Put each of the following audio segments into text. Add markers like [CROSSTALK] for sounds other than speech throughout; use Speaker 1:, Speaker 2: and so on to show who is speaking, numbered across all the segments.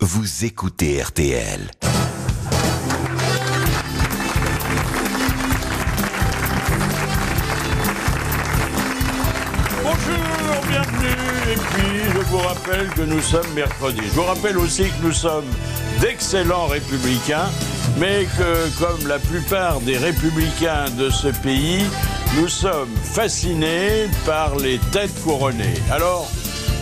Speaker 1: Vous écoutez RTL.
Speaker 2: Bonjour, bienvenue. Et puis, je vous rappelle que nous sommes mercredi. Je vous rappelle aussi que nous sommes d'excellents républicains, mais que, comme la plupart des républicains de ce pays, nous sommes fascinés par les têtes couronnées. Alors,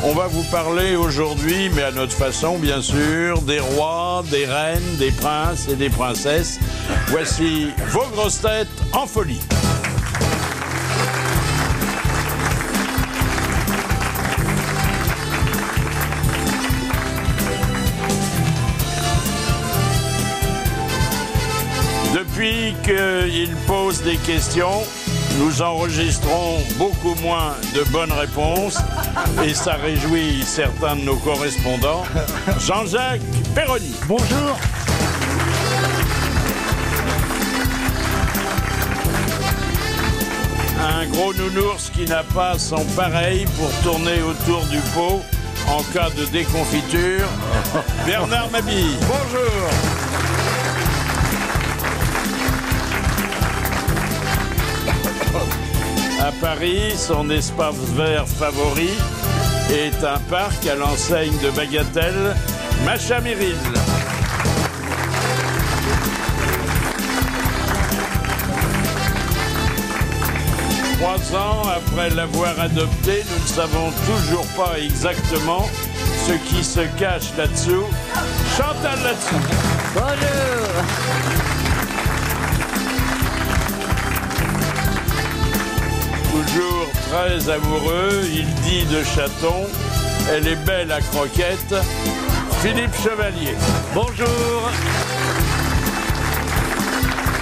Speaker 2: on va vous parler aujourd'hui, mais à notre façon, bien sûr, des rois, des reines, des princes et des princesses. Voici vos grosses têtes en folie. Depuis qu'il pose des questions, nous enregistrons beaucoup moins de bonnes réponses et ça réjouit certains de nos correspondants. Jean-Jacques Perroni.
Speaker 3: Bonjour.
Speaker 2: Un gros nounours qui n'a pas son pareil pour tourner autour du pot en cas de déconfiture. Bernard Mabille.
Speaker 3: Bonjour.
Speaker 2: À Paris, son espace vert favori est un parc à l'enseigne de Bagatelle, Macha Méril. Trois ans après l'avoir adopté, nous ne savons toujours pas exactement ce qui se cache là-dessous. Chantal là-dessous. Toujours très amoureux, il dit de chaton, elle est belle à croquette. Philippe Chevalier. Bonjour.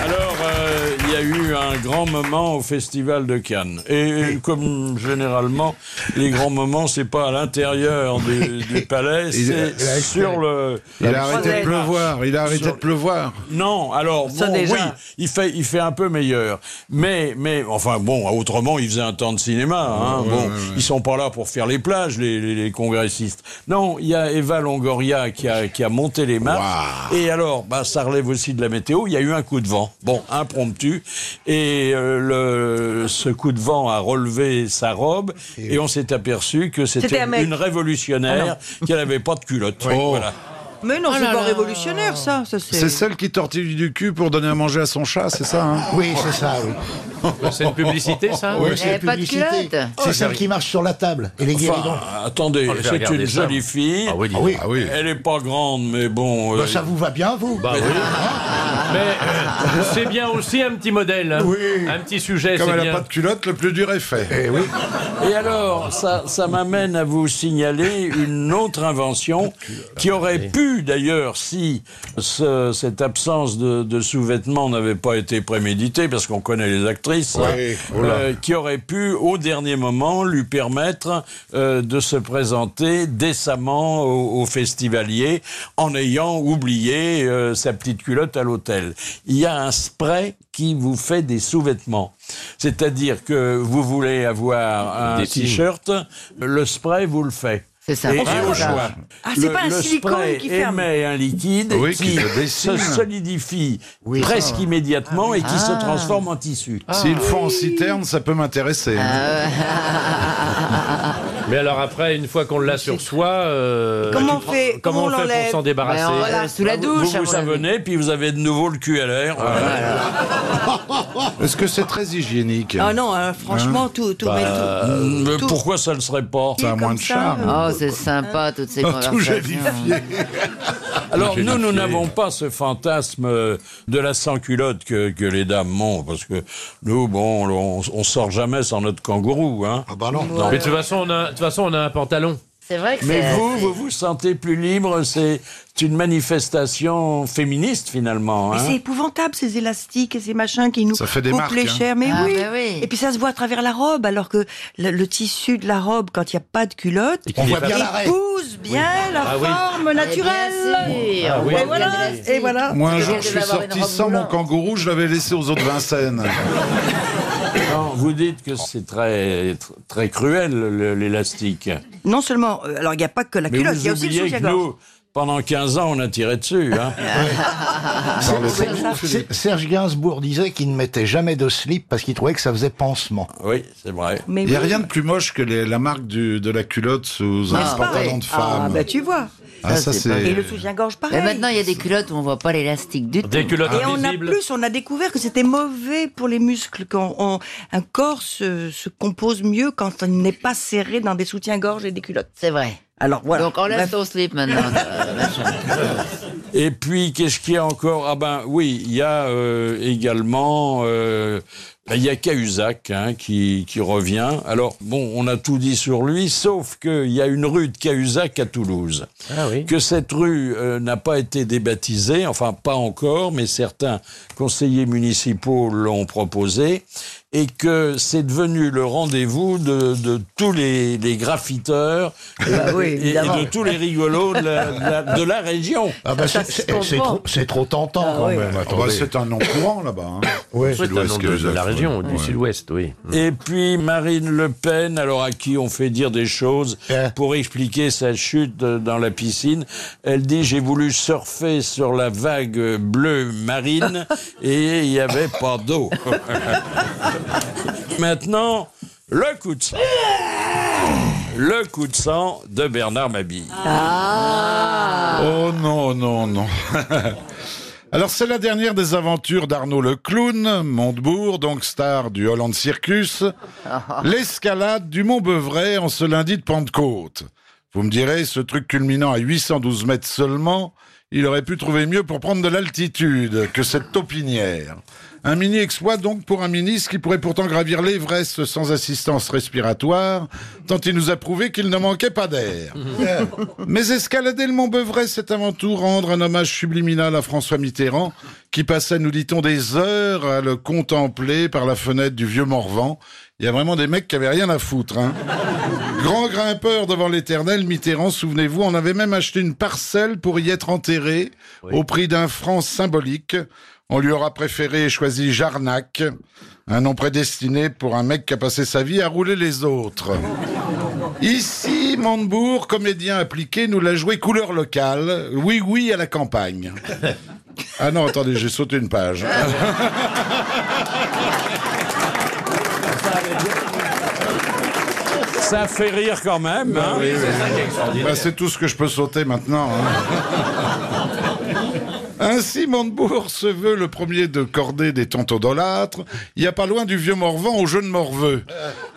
Speaker 2: Alors, euh, il y a eu un grand moment au Festival de Cannes. Et, comme généralement, les grands moments, c'est pas à l'intérieur du, du palais,
Speaker 4: [LAUGHS] Il a-
Speaker 2: c'est
Speaker 4: il a-
Speaker 2: sur le.
Speaker 4: Il a arrêté
Speaker 5: croisette.
Speaker 4: de pleuvoir, il a arrêté
Speaker 2: Sur-
Speaker 4: de pleuvoir.
Speaker 2: Non, alors
Speaker 5: Ça,
Speaker 2: bon,
Speaker 5: déjà.
Speaker 2: oui, il fait, il fait un peu meilleur. Mais, mais enfin bon, autrement, ils faisaient un temps de cinéma. Hein, bon, ils sont pas là pour faire les plages, les, les- les congressistes. Non, il y a Eva Longoria qui a, qui a monté les marches. Et alors, bah, ça relève aussi de la météo. Il y a eu un coup de vent, bon, impromptu, et euh, le, ce coup de vent a relevé sa robe, et on s'est aperçu que
Speaker 5: C'était
Speaker 2: c'était
Speaker 5: un mec. Ah
Speaker 2: une révolutionnaire qui n'avait pas de culotte. Voilà.
Speaker 5: Mais non, c'est
Speaker 6: là
Speaker 5: pas
Speaker 6: là.
Speaker 5: révolutionnaire, ça. ça
Speaker 4: C'est celle qui tortille du cul pour donner à manger à son chat, c'est ça hein
Speaker 7: Oui, c'est ça, oui.
Speaker 6: [LAUGHS] C'est une publicité, ça Oh,
Speaker 7: Oui,
Speaker 8: Elle avait
Speaker 5: Eh,
Speaker 7: c'est
Speaker 8: pas de
Speaker 7: publicité.
Speaker 8: culotte.
Speaker 7: C'est celle qui marche sur la table. Et les guéridons.
Speaker 2: Enfin, attendez,
Speaker 6: Je vais
Speaker 2: c'est
Speaker 6: regarder
Speaker 2: une
Speaker 6: ça.
Speaker 2: jolie fille.
Speaker 6: Ah oui, dis
Speaker 7: Ah oui.
Speaker 4: Ah oui.
Speaker 2: Elle est pas grande, mais bon. euh,
Speaker 7: Bah, ça vous va bien, vous
Speaker 6: Bah oui. Mais euh, c'est bien aussi un petit modèle. hein.
Speaker 7: Oui.
Speaker 6: Un petit sujet,
Speaker 4: Comme
Speaker 6: c'est
Speaker 4: elle n'a
Speaker 6: bien.
Speaker 4: pas de culotte, le plus dur est fait.
Speaker 7: Eh oui.
Speaker 2: Et alors, ça, ça m'amène à vous signaler une autre invention qui aurait pu, d'ailleurs, si ce- cette absence de, de sous-vêtements n'avait pas été préméditée, parce qu'on connaît les actrices,
Speaker 4: Ouais,
Speaker 2: hein,
Speaker 4: voilà.
Speaker 2: euh, qui aurait pu, au dernier moment, lui permettre euh, de se présenter décemment au, au festivalier en ayant oublié euh, sa petite culotte à l'hôtel. Il y a un spray qui vous fait des sous-vêtements. C'est-à-dire que vous voulez avoir un
Speaker 6: Des signes.
Speaker 2: t-shirt, le spray vous le fait.
Speaker 8: C'est ça.
Speaker 2: Et,
Speaker 8: Ah,
Speaker 2: et au
Speaker 8: ça.
Speaker 2: choix.
Speaker 5: Ah, c'est pas un
Speaker 2: le
Speaker 5: silicone
Speaker 2: spray
Speaker 5: qui ferme.
Speaker 2: émet un liquide
Speaker 4: Oui,
Speaker 2: qui,
Speaker 4: qui se dessine.
Speaker 2: se solidifie
Speaker 7: Oui, ça,
Speaker 8: Ah.
Speaker 2: presque
Speaker 7: ouais.
Speaker 2: immédiatement et qui se transforme en tissu.
Speaker 4: S'ils
Speaker 2: Ah
Speaker 4: font en citerne, ça peut m'intéresser. hein.
Speaker 5: Euh,
Speaker 6: Mais alors après, une fois qu'on l'a sur soi, euh,
Speaker 5: Comment
Speaker 6: tu
Speaker 5: on fait
Speaker 6: prends- comment
Speaker 5: Comment
Speaker 6: on
Speaker 5: on
Speaker 6: fait
Speaker 5: l'enlève
Speaker 6: pour s'en débarrasser Bah,
Speaker 8: Ben, on va sous la
Speaker 2: vous
Speaker 8: douche. à
Speaker 2: vous
Speaker 8: mon avis.
Speaker 2: savonnez, puis vous avez de nouveau le cul à
Speaker 5: Ah,
Speaker 2: l'air. Voilà.
Speaker 4: Est-ce que c'est très hygiénique Bah, euh,
Speaker 5: Ah non, hein, franchement, tout, tout, mais tout.
Speaker 2: Mais
Speaker 5: tout-
Speaker 2: pourquoi ça ne serait pas
Speaker 4: Ça a
Speaker 5: comme
Speaker 4: moins de
Speaker 5: ça,
Speaker 4: charme.
Speaker 5: euh,
Speaker 8: Oh, c'est sympa, toutes ces
Speaker 5: [LAUGHS]
Speaker 4: Tout
Speaker 8: conversations.
Speaker 4: gélifié.
Speaker 2: Alors nous, nous
Speaker 6: Génifié.
Speaker 2: n'avons pas ce fantasme euh, de la sans-culotte que, que les dames ont, parce que nous, bon, on, on sort jamais sans notre kangourou. Hein.
Speaker 7: Ah bah non.
Speaker 6: Mais de toute façon, on a, de toute façon, on a un pantalon.
Speaker 8: C'est vrai que
Speaker 2: Mais
Speaker 8: c'est-
Speaker 2: vous, vous vous sentez plus libre, c'est une manifestation féministe finalement.
Speaker 5: Mais
Speaker 2: hein.
Speaker 5: c'est épouvantable ces élastiques et ces machins qui nous
Speaker 4: Ça fait des
Speaker 5: coupent
Speaker 4: marques,
Speaker 5: les
Speaker 4: hein.
Speaker 5: chairs. Mais,
Speaker 8: Ah,
Speaker 5: oui.
Speaker 8: mais oui.
Speaker 5: Et puis ça se voit à travers la robe, alors que le, le tissu de la robe, quand il n'y a pas de culotte,
Speaker 7: On voit
Speaker 6: est
Speaker 7: bien
Speaker 6: pas-
Speaker 7: l'arrêt.
Speaker 5: épouse bien la
Speaker 6: Ah oui.
Speaker 5: forme
Speaker 8: Eh bien
Speaker 5: naturelle.
Speaker 8: sûr.
Speaker 6: Ah oui.
Speaker 8: On
Speaker 5: Et
Speaker 8: voit
Speaker 5: voilà,
Speaker 8: bien les
Speaker 5: et voilà.
Speaker 4: Moi, un
Speaker 8: Parce que
Speaker 4: jour,
Speaker 8: vous
Speaker 4: je
Speaker 8: devez
Speaker 4: suis
Speaker 8: avoir une
Speaker 4: sorti
Speaker 8: robe
Speaker 4: sans mon
Speaker 8: moulante.
Speaker 4: kangourou, je l'avais laissé aux autres Vincennes.
Speaker 2: Non, vous dites que c'est très, tr- très cruel le- l'élastique.
Speaker 5: Non seulement, euh, alors il n'y a pas que la
Speaker 2: Mais
Speaker 5: culotte, il
Speaker 2: vous
Speaker 5: y a aussi le
Speaker 2: oubliez que
Speaker 5: soutien-gorge.
Speaker 2: nous, Pendant 15 ans, on a tiré dessus. hein.
Speaker 5: Ah,
Speaker 7: C'est- Serge Gainsbourg disait qu'il ne mettait jamais de slip parce qu'il trouvait que ça faisait pansement.
Speaker 2: Oui, c'est vrai.
Speaker 5: Mais
Speaker 4: Il n'y a
Speaker 5: oui.
Speaker 4: rien de plus moche que les- la marque du- de la culotte sous un
Speaker 5: N'est-ce pas
Speaker 4: pantalon de
Speaker 5: Ah,
Speaker 4: femme.
Speaker 5: bah tu vois.
Speaker 4: Ah,
Speaker 8: Ça,
Speaker 4: ça,
Speaker 8: c'est pas-
Speaker 5: Et le
Speaker 4: c'est.
Speaker 5: soutien-gorge, pareil.
Speaker 8: Mais maintenant, il y a des culottes où on voit pas l'élastique du tout.
Speaker 6: Des culottes
Speaker 5: Et on a
Speaker 6: invisibles.
Speaker 5: plus, on a découvert que c'était mauvais pour les muscles. Quand on- un corps se, se compose mieux quand il n'est pas serré dans des soutiens-gorge et des culottes.
Speaker 8: C'est vrai.
Speaker 5: Alors voilà.
Speaker 8: Donc enlève
Speaker 5: Bref.
Speaker 8: ton
Speaker 5: [LAUGHS]
Speaker 8: slip maintenant. euh, machin.
Speaker 2: [LAUGHS] Et puis, qu'est-ce qu'il y a encore Ah ben oui, il y a euh, également... euh, ben, il y a Cahuzac hein, qui, qui revient. Alors, bon, on a tout dit sur lui, sauf qu'il y a une rue de Cahuzac à Toulouse.
Speaker 6: Ah oui.
Speaker 2: que cette rue euh, n'a pas été débaptisée, enfin pas encore, mais certains conseillers municipaux l'ont proposé, et que c'est devenu le rendez-vous de, de tous les, les graffiteurs
Speaker 5: Ah oui,
Speaker 2: et- et,
Speaker 5: évidemment.
Speaker 2: de tous les rigolos de la, de la- de la région.
Speaker 7: Ah bah
Speaker 5: Ça,
Speaker 7: c'est-
Speaker 5: ça se
Speaker 7: c'est c'est
Speaker 5: comprend.
Speaker 7: trop, c'est trop tentant quand
Speaker 5: oui.
Speaker 7: même.
Speaker 4: Ah bah,
Speaker 7: attendez.
Speaker 4: c'est un nom courant là-bas. hein.
Speaker 7: Ouais.
Speaker 6: C'est un nom de, de la région, du sud-ouest, oui.
Speaker 2: Et puis Marine Le Pen, alors à qui on fait dire des choses
Speaker 7: Eh.
Speaker 2: pour expliquer sa chute euh, dans la piscine, elle dit j'ai voulu surfer sur la vague euh, bleue
Speaker 7: [LAUGHS]
Speaker 2: marine et il n'y avait pas d'eau. Maintenant, le coup de sang. Le coup de sang de Bernard Mabille.
Speaker 9: Ah.
Speaker 5: Ah.
Speaker 4: Oh non, non, non. [LAUGHS] Alors c'est la dernière des aventures d'Arnaud le clown, Montebourg, donc star du Holland Circus, l'escalade du Mont Beuvray en ce lundi de Pentecôte. Vous me direz, ce truc culminant à 812 mètres seulement, il aurait pu trouver mieux pour prendre de l'altitude que cette taupinière. Un mini-exploit donc pour un ministre qui pourrait pourtant gravir l'Everest sans assistance respiratoire, tant il nous a prouvé qu'il ne manquait pas d'air. [LAUGHS] Mais escalader le Mont Beuvray, c'est avant tout rendre un hommage subliminal à François Mitterrand, qui passait, nous dit-on, des heures à le contempler par la fenêtre du vieux Morvan. Il y a vraiment des mecs qui avaient rien à foutre. Hein. Grand grimpeur devant l'éternel, Mitterrand, souvenez-vous, on avait même acheté une parcelle pour y être enterré, au prix d'un franc symbolique. On lui aura préféré et choisi Jarnac, un nom prédestiné pour un mec qui a passé sa vie à rouler les autres. Ici, Montebourg, comédien appliqué, nous l'a joué couleur locale. Oui, oui, à la campagne. Ah non, attendez, j'ai sauté une page.
Speaker 10: Ah
Speaker 2: Ça fait rire quand même. hein.
Speaker 4: Ah Bah, c'est tout ce que je peux sauter maintenant. hein. Ainsi, Montebourg se veut le premier de cordée des tentodolâtres. Il n'y a pas loin du vieux Morvan au jeune Morveux.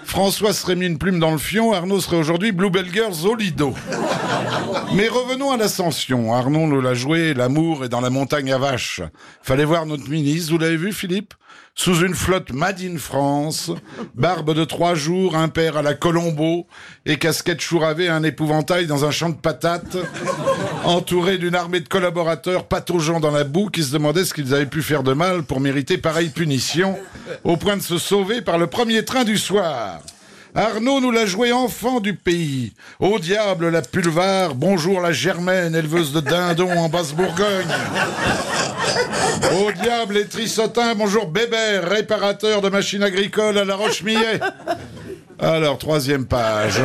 Speaker 4: François serait mis une plume dans le fion, Arnaud serait aujourd'hui Bluebell Girls au Lido. Mais revenons à l'ascension. Arnaud nous l'a joué, l'amour est dans la montagne à vache. Fallait voir notre ministre, vous l'avez vu Philippe Sous une flotte Made in France, barbe de trois jours, un père à la Colombo, et casquette chouravée, un épouvantail dans un champ de patates, entouré d'une armée de collaborateurs pataugeant dans la boue qui se demandaient ce qu'ils avaient pu faire de mal pour mériter pareille punition, au point de se sauver par le premier train du soir. Arnaud nous l'a joué enfant du pays. Au diable la pulvar, bonjour la germaine, éleveuse de dindons en Basse-Bourgogne. Au diable les trissotins, bonjour Bébert, réparateur de machines agricoles à la Roche-Millet. Alors, troisième page.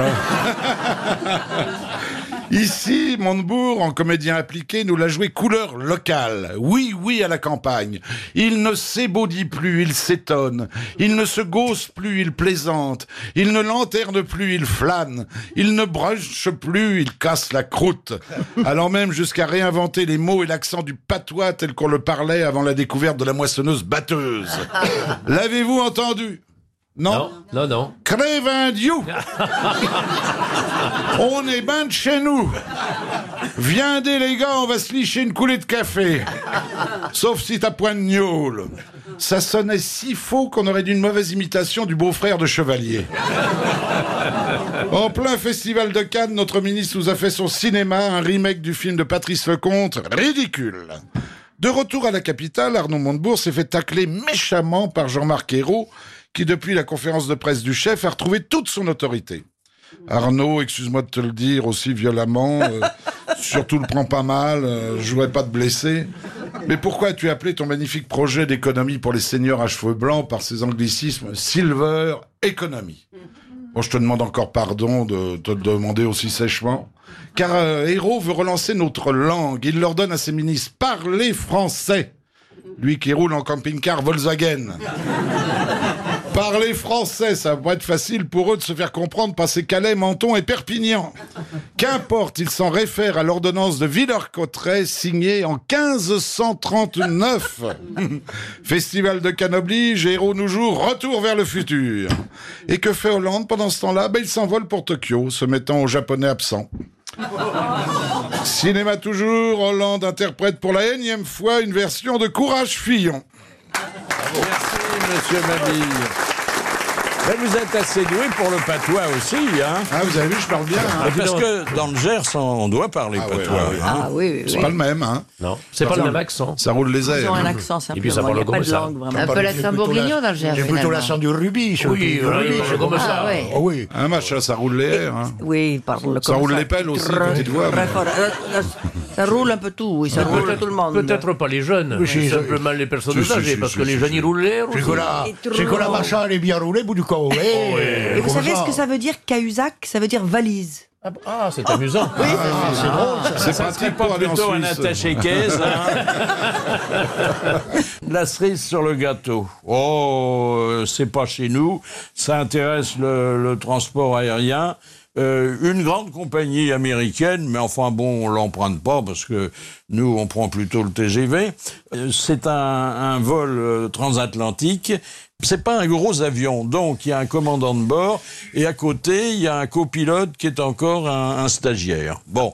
Speaker 4: Ici, Montebourg, en comédien appliqué, nous l'a joué couleur locale. Oui, oui, à la campagne. Il ne s'ébaudit plus, il s'étonne. Il ne se gausse plus, il plaisante. Il ne lanterne plus, il flâne. Il ne broche plus, il casse la croûte. Allant même jusqu'à réinventer les mots et l'accent du patois tel qu'on le parlait avant la découverte de la moissonneuse batteuse. L'avez-vous entendu
Speaker 6: Non, non, non.
Speaker 4: Crève un dieu On est ben de chez nous Viendez les gars, on va se licher une coulée de café Sauf si t'as point de gnôle Ça sonnait si faux qu'on aurait d'une mauvaise imitation du beau-frère de Chevalier. En plein festival de Cannes, notre ministre nous a fait son cinéma, un remake du film de Patrice Lecomte, ridicule. De retour à la capitale, Arnaud Montebourg s'est fait tacler méchamment par Jean-Marc Ayrault, qui depuis la conférence de presse du chef a retrouvé toute son autorité. Arnaud, excuse-moi de te le dire aussi violemment, euh, surtout le prends pas mal, euh, je voudrais pas te blesser. Mais pourquoi as-tu appelé ton magnifique projet d'économie pour les seniors à cheveux blancs par ces anglicismes Silver Economy Bon, je te demande encore pardon de te le demander aussi sèchement. Car euh, Hérault veut relancer notre langue. Il leur donne à ses ministres parler français. Lui qui roule en camping-car Volkswagen. Parler français, ça va être facile pour eux de se faire comprendre par ces Calais, Menton et Perpignan. Qu'importe, ils s'en réfèrent à l'ordonnance de Villers-Cotterêts signée en 1539. [LAUGHS] Festival de Cannes oblige, héros nous joue, retour vers le futur. Et que fait Hollande pendant ce temps-là ben, Il s'envole pour Tokyo, se mettant aux Japonais absents. Cinéma toujours, Hollande interprète pour la énième fois une version de Courage Fillon.
Speaker 2: Monsieur Mabille. Mais vous êtes assez doué pour le patois aussi, hein
Speaker 4: Ah, vous avez vu, je parle bien. hein.
Speaker 2: Mais Parce que dans le Gers, on doit parler
Speaker 4: Ah ouais,
Speaker 2: patois.
Speaker 4: ah ouais.
Speaker 2: hein.
Speaker 5: Ah oui, oui,
Speaker 4: C'est
Speaker 5: oui.
Speaker 4: pas le même, hein.
Speaker 6: Non, c'est pas le même accent.
Speaker 4: Ça roule les
Speaker 5: Ils ont
Speaker 4: airs.
Speaker 5: un accent, c'est un
Speaker 6: Et
Speaker 5: peu
Speaker 6: puis ça
Speaker 5: vraiment,
Speaker 6: parle
Speaker 5: il n'y a pas de
Speaker 6: comme ça.
Speaker 5: langue, vraiment.
Speaker 8: Un peu l'accent bourguignon dans le Gers.
Speaker 7: J'ai plutôt
Speaker 8: finalement.
Speaker 7: l'accent du rubis. je suis
Speaker 6: Oui,
Speaker 7: plutôt du
Speaker 6: oui,
Speaker 7: rubis.
Speaker 6: c'est comme
Speaker 8: Ah
Speaker 6: ça.
Speaker 8: ouais.
Speaker 7: Ah oui.
Speaker 4: Ah, machin, ça roule les airs. hein.
Speaker 5: Oui, il parle comme
Speaker 4: Ça roule les pelles aussi,
Speaker 5: Très-
Speaker 4: petite voix.
Speaker 5: très fort. Euh, euh, Ça roule un peu tout, oui, ça roule tout le monde.
Speaker 6: Peut-être pas les jeunes, mais
Speaker 7: si,
Speaker 6: simplement les personnes
Speaker 4: si, si,
Speaker 6: âgées,
Speaker 4: si,
Speaker 6: parce
Speaker 4: si,
Speaker 6: que
Speaker 4: si,
Speaker 6: les Oh, jeunes,
Speaker 4: si.
Speaker 6: ils roulent l'air
Speaker 7: C'est
Speaker 6: aussi.
Speaker 7: que là,
Speaker 5: Et tout
Speaker 7: c'est que la
Speaker 5: le monde.
Speaker 7: machin, elle est bien roulée, bout du corps.
Speaker 5: Eh.
Speaker 4: Oh,
Speaker 5: Et vous savez ce que ça veut dire, Cahuzac Ça veut dire valise.
Speaker 6: Ah, c'est amusant.
Speaker 4: C'est
Speaker 2: Ah, Ça serait
Speaker 4: pratique
Speaker 2: pas
Speaker 4: pour aller en
Speaker 2: plutôt un
Speaker 4: Suisse.
Speaker 2: attaché caisse, hein [LAUGHS] La cerise sur le gâteau. Oh, euh, c'est pas chez nous. Ça intéresse le, le transport aérien. Euh, une grande compagnie américaine, mais enfin bon, on l'emprunte pas parce que nous, on prend plutôt le TGV. Euh, C'est un, un vol euh, transatlantique. C'est pas un gros avion, donc il y a un commandant de bord et à côté il y a un copilote qui est encore un, un stagiaire. Bon,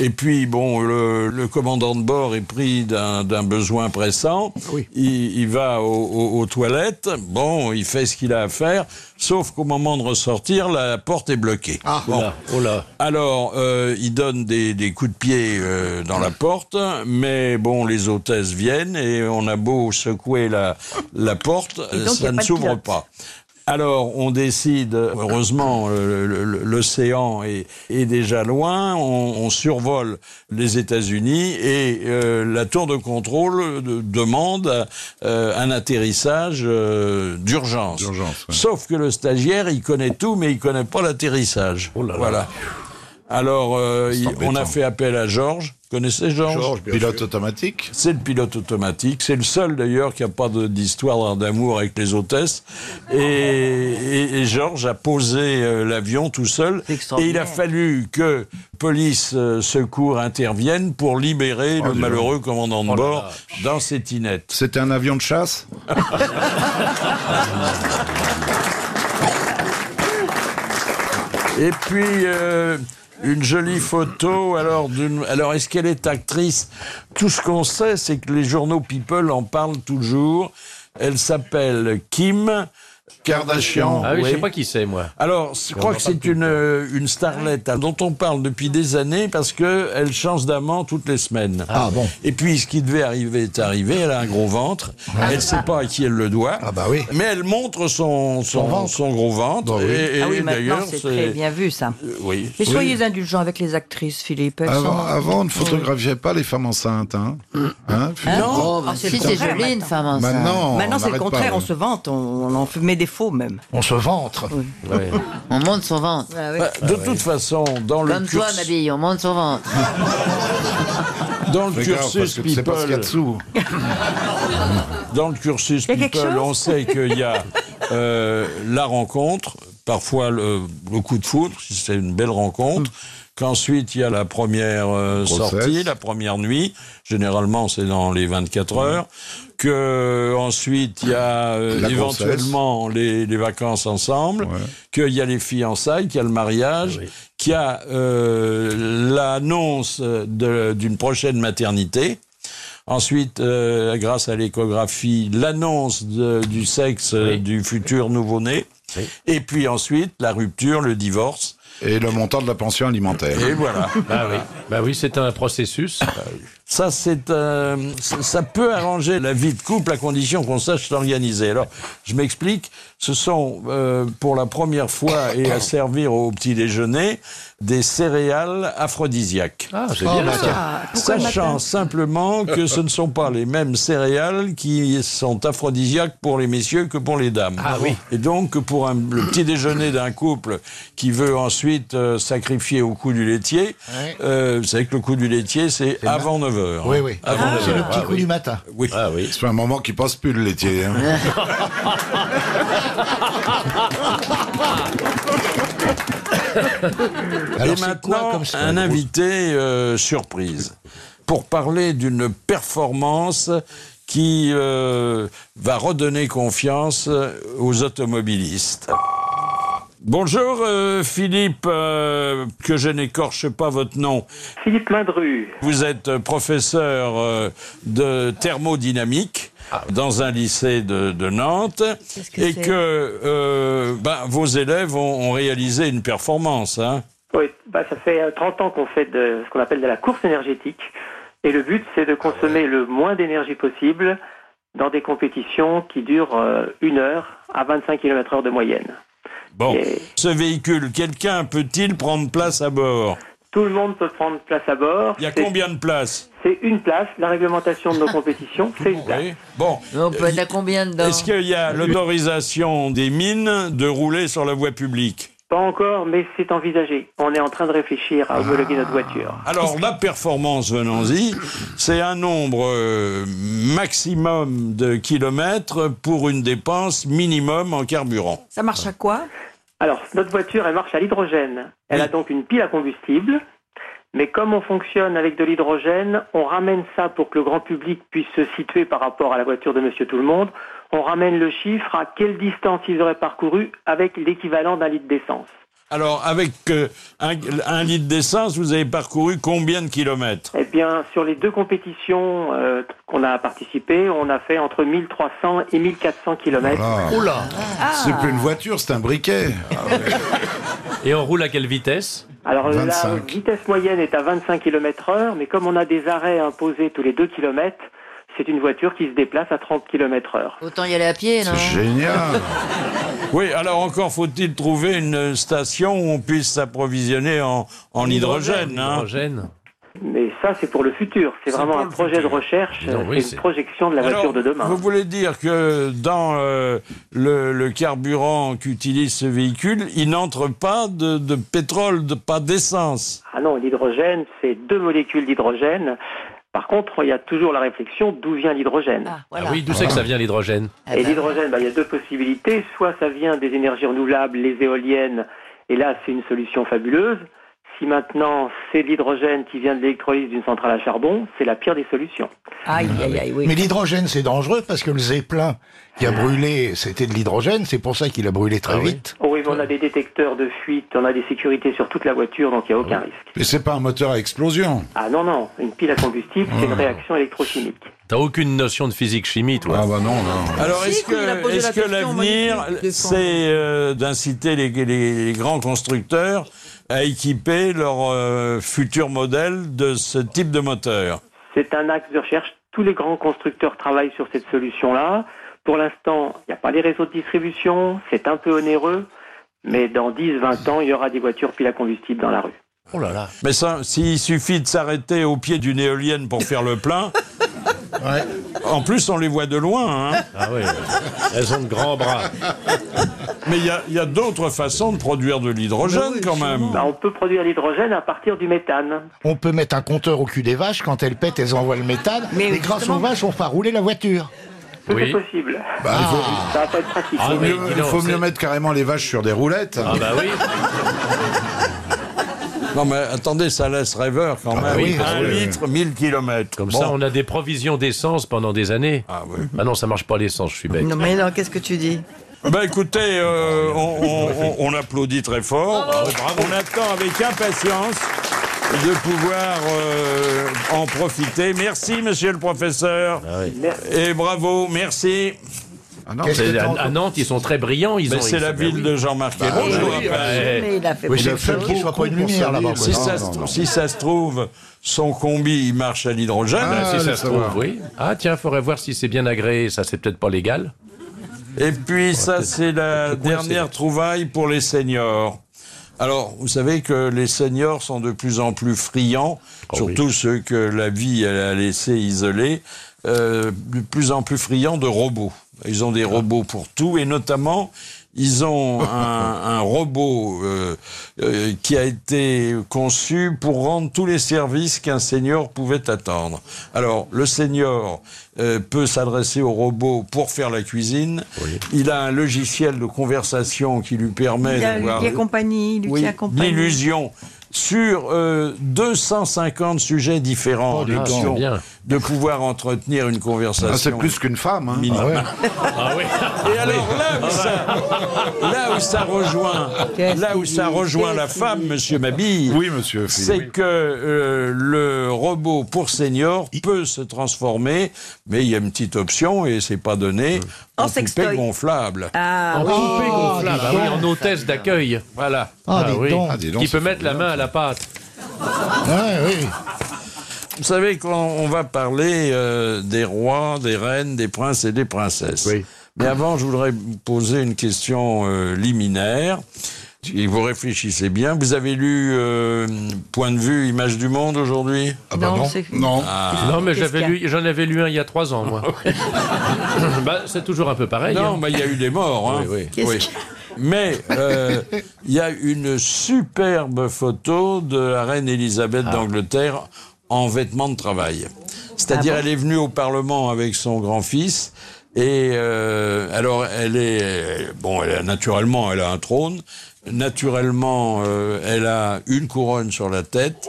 Speaker 2: et puis bon, le, le commandant de bord est pris d'un d'un besoin pressant. Il, il va au- au- aux toilettes. Bon, il fait ce qu'il a à faire, sauf qu'au moment de ressortir, la porte est bloquée.
Speaker 6: Oh là, oh là.
Speaker 2: Alors, euh, il donne des, des coups de pied euh, dans la porte, mais bon, les hôtesses viennent et on a beau secouer la, la porte,
Speaker 5: Et donc, il y
Speaker 2: ça
Speaker 5: a
Speaker 2: ne
Speaker 5: pas de
Speaker 2: s'ouvre
Speaker 5: pilote.
Speaker 2: pas. Alors, on décide, heureusement, euh, le- le- l'océan est, est déjà loin, on, on survole les États-Unis et euh, la tour de contrôle de- demande euh, un atterrissage euh, d'urgence.
Speaker 4: D'urgence, ouais.
Speaker 2: Sauf que le stagiaire, il connaît tout, mais il connaît pas l'atterrissage.
Speaker 6: Oh là là.
Speaker 2: Voilà. Alors, euh, il- on a
Speaker 4: embêtant.
Speaker 2: fait appel à Georges. Vous connaissez Georges
Speaker 4: Pilote automatique.
Speaker 2: C'est le pilote automatique. C'est le seul d'ailleurs qui n'a pas de- d'histoire d'amour avec les hôtesses. Et, et- et Georges a posé euh, l'avion tout seul. Et
Speaker 5: C'est
Speaker 2: il a
Speaker 5: extraordinaire.
Speaker 2: fallu que police, euh, secours interviennent pour
Speaker 4: Oh,
Speaker 2: libérer le malheureux commandant de bord dans ses tinettes.
Speaker 4: C'était un avion de chasse
Speaker 2: [LAUGHS] Et puis euh, une jolie photo. Alors, d'une- alors est-ce qu'elle est actrice Tout ce qu'on sait, c'est que les journaux People en parlent toujours. Elle s'appelle Kim Kardashian.
Speaker 6: Ah oui, je
Speaker 2: oui.
Speaker 6: sais pas qui c'est, moi.
Speaker 2: Alors, je crois que c'est une, euh, une starlette hein, dont on parle depuis des années parce que elle change d'amant toutes les semaines.
Speaker 7: Ah, bon.
Speaker 2: Et puis, ce qui devait arriver est arrivé. Elle a un gros ventre. Elle ne sait pas à qui elle le doit.
Speaker 7: Ah, bah oui.
Speaker 2: Mais elle montre son, son,
Speaker 7: ventre.
Speaker 2: son gros ventre.
Speaker 7: Bah oui.
Speaker 2: Et, et
Speaker 5: ah oui, maintenant,
Speaker 2: d'ailleurs, Euh,
Speaker 5: c'est très bien vu, ça.
Speaker 2: Oui.
Speaker 5: Mais soyez indulgents avec les actrices, Philippe. Elles
Speaker 4: avant,
Speaker 5: sont...
Speaker 4: avant, on ne photographiait pas les femmes enceintes. Hein. Hein, Philippe
Speaker 5: Non,
Speaker 8: Oh,
Speaker 7: Ah,
Speaker 8: si, c'est joli une femme enceinte.
Speaker 4: Maintenant,
Speaker 5: Maintenant,
Speaker 4: on
Speaker 5: c'est le
Speaker 4: n'arrête
Speaker 5: contraire,
Speaker 4: pas,
Speaker 5: on
Speaker 4: ouais.
Speaker 5: se vante, on, on en fait- met des faux même.
Speaker 7: On se ventre.
Speaker 8: [LAUGHS] On monte son ventre.
Speaker 5: Ah oui.
Speaker 2: Bah, de toute façon, dans le,
Speaker 8: Comme toi,
Speaker 2: cursus-
Speaker 8: Mabille, on monte son ventre.
Speaker 2: dans le
Speaker 4: Fais gaffe, parce
Speaker 2: cursus
Speaker 4: que tu sais pas ce qu'il y a
Speaker 2: People,
Speaker 4: dessous.
Speaker 2: dans le cursus
Speaker 5: Il y a quelque
Speaker 2: People,
Speaker 5: chose
Speaker 2: on sait qu'il y
Speaker 5: [LAUGHS]
Speaker 2: a euh, la rencontre, parfois le, le coup de foudre, si c'est une belle
Speaker 5: Mm.
Speaker 2: rencontre, qu'ensuite il y a la première euh,
Speaker 4: Grossesse.
Speaker 2: sortie, la première nuit, généralement c'est dans les 24 heures, que ensuite il y a euh,
Speaker 4: La grossesse.
Speaker 2: éventuellement les, les vacances ensemble,
Speaker 4: Ouais.
Speaker 2: qu'il y a les fiançailles, qu'il y a le mariage, qu'il y a euh, l'annonce de- d'une prochaine maternité. Ensuite, euh, grâce à l'échographie, l'annonce de- du sexe euh, du futur nouveau-né. Et puis ensuite, la rupture, le divorce.
Speaker 4: Et le montant de la pension alimentaire. Ah
Speaker 2: Et voilà.
Speaker 6: Bah oui, bah oui c'est un
Speaker 2: [LAUGHS]
Speaker 6: processus.
Speaker 2: Bah Ça, c'est euh, ça ça peut arranger la vie de couple à condition qu'on sache l'organiser. Alors, je m'explique. Ce sont euh, pour la première fois et à servir au petit déjeuner des céréales aphrodisiaques.
Speaker 6: Ah, c'est bien ça.
Speaker 5: Ah, pourquoi le matin
Speaker 2: Sachant simplement que ce ne sont pas les mêmes céréales qui sont aphrodisiaques pour les messieurs que pour les dames.
Speaker 6: Ah oui.
Speaker 2: Et donc, pour un- le petit déjeuner d'un couple qui veut ensuite euh, sacrifier au coup du laitier,
Speaker 7: Ouais.
Speaker 2: euh, vous savez que le coup du laitier, c'est avant 9h.
Speaker 7: Oui, oui. Ah,
Speaker 2: Avant
Speaker 7: C'est
Speaker 2: 9
Speaker 7: le
Speaker 2: heures.
Speaker 7: petit coup du matin.
Speaker 2: Oui.
Speaker 6: Ah oui.
Speaker 4: C'est un moment qui passe plus le laitier. hein.
Speaker 7: Alors,
Speaker 2: Et
Speaker 7: c'est
Speaker 2: maintenant,
Speaker 7: quoi comme ça
Speaker 2: un invité euh, surprise pour parler d'une performance qui euh, va redonner confiance aux automobilistes. Bonjour euh, Philippe, euh, que je n'écorche pas votre nom.
Speaker 3: Philippe Madru,
Speaker 2: Vous êtes professeur euh, de thermodynamique
Speaker 7: Ah
Speaker 2: dans un lycée de, de Nantes
Speaker 5: Qu'est-ce que
Speaker 2: et
Speaker 5: c'est
Speaker 2: que euh, ben, vos élèves ont, ont réalisé une performance. Hein.
Speaker 3: oui, bah, ça fait euh, 30 ans qu'on fait de ce qu'on appelle de la course énergétique. Et le but, c'est de consommer le moins d'énergie possible dans des compétitions qui durent euh, une heure à 25 km heure de moyenne.
Speaker 2: Bon,
Speaker 3: Et
Speaker 2: ce véhicule, quelqu'un peut-il prendre place à bord
Speaker 3: tout le monde peut prendre place à bord.
Speaker 2: Il y a
Speaker 3: C'est-
Speaker 2: combien de places
Speaker 3: C'est une place. La
Speaker 2: [LAUGHS]
Speaker 3: réglementation de nos compétitions, c'est une place.
Speaker 2: Oui. Bon, Euh,
Speaker 8: Mais on peut être à combien dedans
Speaker 2: est-ce qu'il y a l'autorisation des mines de rouler sur la voie publique
Speaker 3: Pas encore, mais c'est envisagé. On est en train de réfléchir
Speaker 2: Ah.
Speaker 3: à homologuer notre voiture.
Speaker 2: Alors, la performance, venons-y, c'est un nombre euh, maximum de kilomètres pour une dépense minimum en carburant.
Speaker 5: Ça marche à quoi
Speaker 3: Alors, notre voiture, elle marche à l'hydrogène. Elle
Speaker 2: Oui.
Speaker 3: a donc une pile à combustible. Mais comme on fonctionne avec de l'hydrogène, on ramène ça pour que le grand public puisse se situer par rapport à la voiture de Monsieur Tout le Monde. On ramène le chiffre à quelle distance ils auraient parcouru avec l'équivalent d'un litre d'essence.
Speaker 2: Alors, avec euh, un, un litre d'essence, vous avez parcouru combien de kilomètres
Speaker 3: Eh bien, sur les deux compétitions euh, qu'on a participé, on a fait entre 1300 et 1400 kilomètres.
Speaker 4: Ah,
Speaker 7: Oula
Speaker 4: C'est plus une voiture, c'est un briquet.
Speaker 6: [LAUGHS] Et on roule à quelle vitesse
Speaker 3: Alors la
Speaker 4: 25.
Speaker 3: Oh vitesse moyenne est à 25 km heure, mais comme on a des arrêts imposés tous les 2 km, c'est une voiture qui se déplace à 30 km heure.
Speaker 8: Autant y aller à pied, non
Speaker 4: C'est génial.
Speaker 2: Oui, alors encore faut-il trouver une station où on puisse s'approvisionner en, en hydrogène. hein.
Speaker 6: Hydrogène.
Speaker 3: Mais ça, c'est pour le futur. C'est vraiment
Speaker 2: pour
Speaker 3: un
Speaker 2: le
Speaker 3: projet
Speaker 2: futur.
Speaker 3: de recherche,
Speaker 6: Non, oui,
Speaker 3: c'est
Speaker 6: c'est-
Speaker 3: une projection de la voiture
Speaker 2: Alors,
Speaker 3: de demain.
Speaker 2: Vous voulez dire que dans euh, le, le carburant qu'utilise ce véhicule, il n'entre pas de, de pétrole, de, pas d'essence.
Speaker 3: Ah non, l'hydrogène, c'est deux molécules d'hydrogène. Par contre, il y a toujours la réflexion d'où vient l'hydrogène.
Speaker 8: Ah,
Speaker 6: Ah
Speaker 8: voilà.
Speaker 6: oui, d'où c'est que ça vient l'hydrogène
Speaker 8: Ah
Speaker 3: Et
Speaker 8: bah,
Speaker 3: l'hydrogène, bah, il y a deux possibilités. Soit ça vient des énergies renouvelables, les éoliennes, et là c'est une solution fabuleuse. Si maintenant c'est de l'hydrogène qui vient de l'électrolyse d'une centrale à charbon, c'est la pire des solutions.
Speaker 5: Aïe, aïe, aïe, oui.
Speaker 7: Mais l'hydrogène, c'est dangereux parce que le Zeppelin qui a brûlé, c'était de l'hydrogène, c'est pour ça qu'il a brûlé très
Speaker 6: Ah oui.
Speaker 7: vite.
Speaker 3: Oh oui, mais on a des détecteurs de fuite, on a des sécurités sur toute la voiture, donc il n'y a
Speaker 6: Ah
Speaker 3: aucun risque.
Speaker 4: Et c'est pas un moteur à explosion.
Speaker 3: Ah non, non, une pile à combustible,
Speaker 6: Ah.
Speaker 3: c'est une réaction électrochimique.
Speaker 6: T'as aucune notion de physique chimie, toi.
Speaker 4: Ah bah non, non.
Speaker 2: Alors
Speaker 5: Si,
Speaker 2: est-ce
Speaker 5: quand il a
Speaker 2: que,
Speaker 5: posé
Speaker 2: est-ce
Speaker 5: la
Speaker 2: que
Speaker 5: question,
Speaker 2: l'avenir,
Speaker 5: magnifique, descend.
Speaker 2: c'est euh, d'inciter les, les- les grands constructeurs à équiper leurs euh, futurs modèles de ce type de moteur
Speaker 3: C'est un axe de recherche. Tous les grands constructeurs travaillent sur cette solution-là. Pour l'instant, il n'y a pas les réseaux de distribution, c'est un peu onéreux, mais dans 10-20 ans, il y aura des voitures piles à combustible dans la rue.
Speaker 7: Oh là là.
Speaker 2: Mais ça, s'il suffit de s'arrêter au pied d'une éolienne pour faire le plein,
Speaker 7: Ouais.
Speaker 2: en plus on les voit de loin. hein.
Speaker 6: Ah oui. Elles ont de grands bras.
Speaker 2: Mais il y a, il y a d'autres façons de produire de l'hydrogène quand même.
Speaker 3: Bah, on peut produire l'hydrogène à partir du méthane.
Speaker 7: On peut mettre un compteur au cul des vaches, quand elles pètent, elles envoient le méthane,
Speaker 5: Mais
Speaker 7: et grâce
Speaker 5: justement-
Speaker 7: aux vaches, on fera rouler la voiture.
Speaker 3: Tout
Speaker 6: Oui. Bah,
Speaker 3: est possible.
Speaker 7: Ah.
Speaker 3: Ça va pas être pratique.
Speaker 6: Ah,
Speaker 4: Il
Speaker 6: mais
Speaker 4: faut mieux-
Speaker 6: dis donc,
Speaker 4: faut mieux
Speaker 6: c'est-
Speaker 4: mettre carrément les vaches sur des roulettes.
Speaker 6: Ah bah oui.
Speaker 2: Non mais attendez, ça laisse rêveur
Speaker 6: Ah
Speaker 2: quand
Speaker 6: bah
Speaker 2: même.
Speaker 7: oui,
Speaker 2: Un
Speaker 4: oui, oui.
Speaker 2: litre, 1000 kilomètres.
Speaker 6: Comme
Speaker 2: Bon.
Speaker 6: ça, on a des provisions d'essence pendant des années.
Speaker 2: Ah oui.
Speaker 6: Ah non, ça marche pas l'essence, je suis bête.
Speaker 5: Non, mais non, qu'est-ce que tu dis
Speaker 2: Ben écoutez, euh, on, on- on- on applaudit très fort. On attend avec impatience de pouvoir euh, en profiter. Merci, monsieur le professeur.
Speaker 6: Ah
Speaker 2: Et bravo, merci.
Speaker 4: Ah non,
Speaker 7: Qu'est-ce
Speaker 4: mais-
Speaker 7: que
Speaker 6: Et À,
Speaker 7: t'en-
Speaker 6: à Nantes, ils sont très brillants. Ils
Speaker 2: Ben,
Speaker 6: ont. Bah
Speaker 2: c'est la ville de Jean Marquet. Bonjour, après.
Speaker 6: oui, Ah, ouais.
Speaker 5: Mais il a fait
Speaker 7: Oui,
Speaker 5: beaucoup
Speaker 7: j'ai
Speaker 5: de
Speaker 7: fait
Speaker 5: choses.
Speaker 7: qu'il soit pas une
Speaker 5: hein,
Speaker 7: lumière là-bas.
Speaker 4: servir,
Speaker 7: quoi.
Speaker 2: Si,
Speaker 4: Non,
Speaker 2: ça
Speaker 4: non,
Speaker 2: se,
Speaker 4: non.
Speaker 2: si ça se trouve, son combi, il marche à l'hydrogène.
Speaker 6: Ah,
Speaker 4: Ah,
Speaker 6: si ça
Speaker 4: laisse
Speaker 6: se trouve,
Speaker 4: voir.
Speaker 6: oui. Ah tiens, faudrait voir si c'est bien agréé. Ça, c'est peut-être pas légal.
Speaker 2: Et puis ça, c'est la
Speaker 6: Je crois que c'est
Speaker 2: dernière
Speaker 6: là.
Speaker 2: trouvaille pour les seniors. Alors, vous savez que les seniors sont de plus en plus friands,
Speaker 6: Oh
Speaker 2: surtout ceux que la vie elle, a laissé isolés, euh, de plus en plus friands de robots. Ils ont des
Speaker 6: Ah.
Speaker 2: robots pour tout, et notamment, ils ont un, un
Speaker 4: [LAUGHS]
Speaker 2: robot euh, euh, qui a été conçu pour rendre tous les services qu'un senior pouvait attendre. Alors, le senior euh, peut s'adresser au robot pour faire la cuisine. Il a un logiciel de conversation qui lui permet
Speaker 5: Il a
Speaker 2: d'avoir
Speaker 5: Lucky Compagnie, Lucky
Speaker 2: oui,
Speaker 5: Compagnie.
Speaker 2: l'illusion sur euh, 250 sujets
Speaker 4: Oh,
Speaker 2: différents,
Speaker 6: dis donc,
Speaker 2: l'illusion
Speaker 6: bien.
Speaker 2: de pouvoir entretenir une conversation.
Speaker 4: Ah, c'est plus qu'une femme. Hein.
Speaker 2: Minimum.
Speaker 4: Ah ouais.
Speaker 6: Ah oui. Ah,
Speaker 2: Et alors là où ça, là où ça rejoint,
Speaker 5: Qu'est-ce
Speaker 2: là où
Speaker 5: qu'il
Speaker 2: ça
Speaker 5: dit
Speaker 2: rejoint la
Speaker 5: Qu'est-ce qu'il
Speaker 2: femme,
Speaker 5: dit
Speaker 2: Monsieur Mabille,
Speaker 4: Oui, monsieur. Philippe.
Speaker 2: c'est que euh, le robot pour senior peut se transformer, mais il y a une petite option et c'est pas donné
Speaker 5: En
Speaker 2: poupée
Speaker 5: sextoy.
Speaker 2: gonflable.
Speaker 5: Ah,
Speaker 6: En
Speaker 5: oui.
Speaker 6: poupée gonflable,
Speaker 7: dis
Speaker 6: ah oui,
Speaker 7: donc.
Speaker 6: en hôtesse d'accueil. Voilà.
Speaker 7: Ah, dis
Speaker 6: oui.
Speaker 7: donc.
Speaker 4: Ah, dis donc,
Speaker 6: Qui
Speaker 4: c'est
Speaker 6: peut mettre la main à la pâte.
Speaker 7: Ouais, oui.
Speaker 2: Vous savez qu'on on va parler euh, des rois, des reines, des princes et des princesses.
Speaker 7: Oui.
Speaker 2: Mais avant, je voudrais vous poser une question euh, liminaire. Si vous réfléchissez bien, vous avez lu euh, Point de vue, Image du Monde aujourd'hui Ah.
Speaker 4: Ah bah
Speaker 5: Non,
Speaker 4: non.
Speaker 5: c'est-
Speaker 4: Non.
Speaker 6: non, mais
Speaker 5: Qu'est-ce
Speaker 6: j'avais
Speaker 5: qu'il y a
Speaker 6: lu, j'en avais lu un il y a trois ans, moi. [COUGHS] bah, c'est toujours un peu pareil.
Speaker 2: Non,
Speaker 6: hein.
Speaker 2: mais il y a eu des morts. hein.
Speaker 6: Oui,
Speaker 5: oui. Qu'est-ce
Speaker 2: Mais euh, il y a une superbe photo de la reine Elisabeth
Speaker 5: Ah.
Speaker 2: d'Angleterre en vêtements de travail. C'est-à-dire,
Speaker 5: Ah
Speaker 2: elle est venue au Parlement avec son grand-fils. Et euh, alors, elle est bon. Elle a, naturellement, elle a un trône. Naturellement, euh, elle a une couronne sur la tête.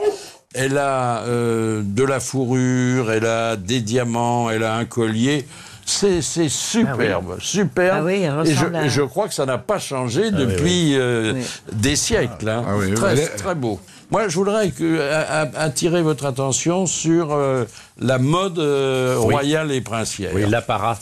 Speaker 2: Elle a euh, de la fourrure. Elle a des diamants. Elle a un collier. C'est c'est superbe, superbe.
Speaker 5: Ah oui, elle
Speaker 2: et je,
Speaker 5: ressemble à-
Speaker 2: et je je crois que ça n'a pas changé depuis euh,
Speaker 5: Ah Oui.
Speaker 2: des siècles. hein.
Speaker 4: Ah oui, oui,
Speaker 2: très,
Speaker 4: oui.
Speaker 2: très beau. Moi, je voudrais que- a- a- attirer votre attention sur euh, la mode euh, royale et princière.
Speaker 6: Oui, l'apparat.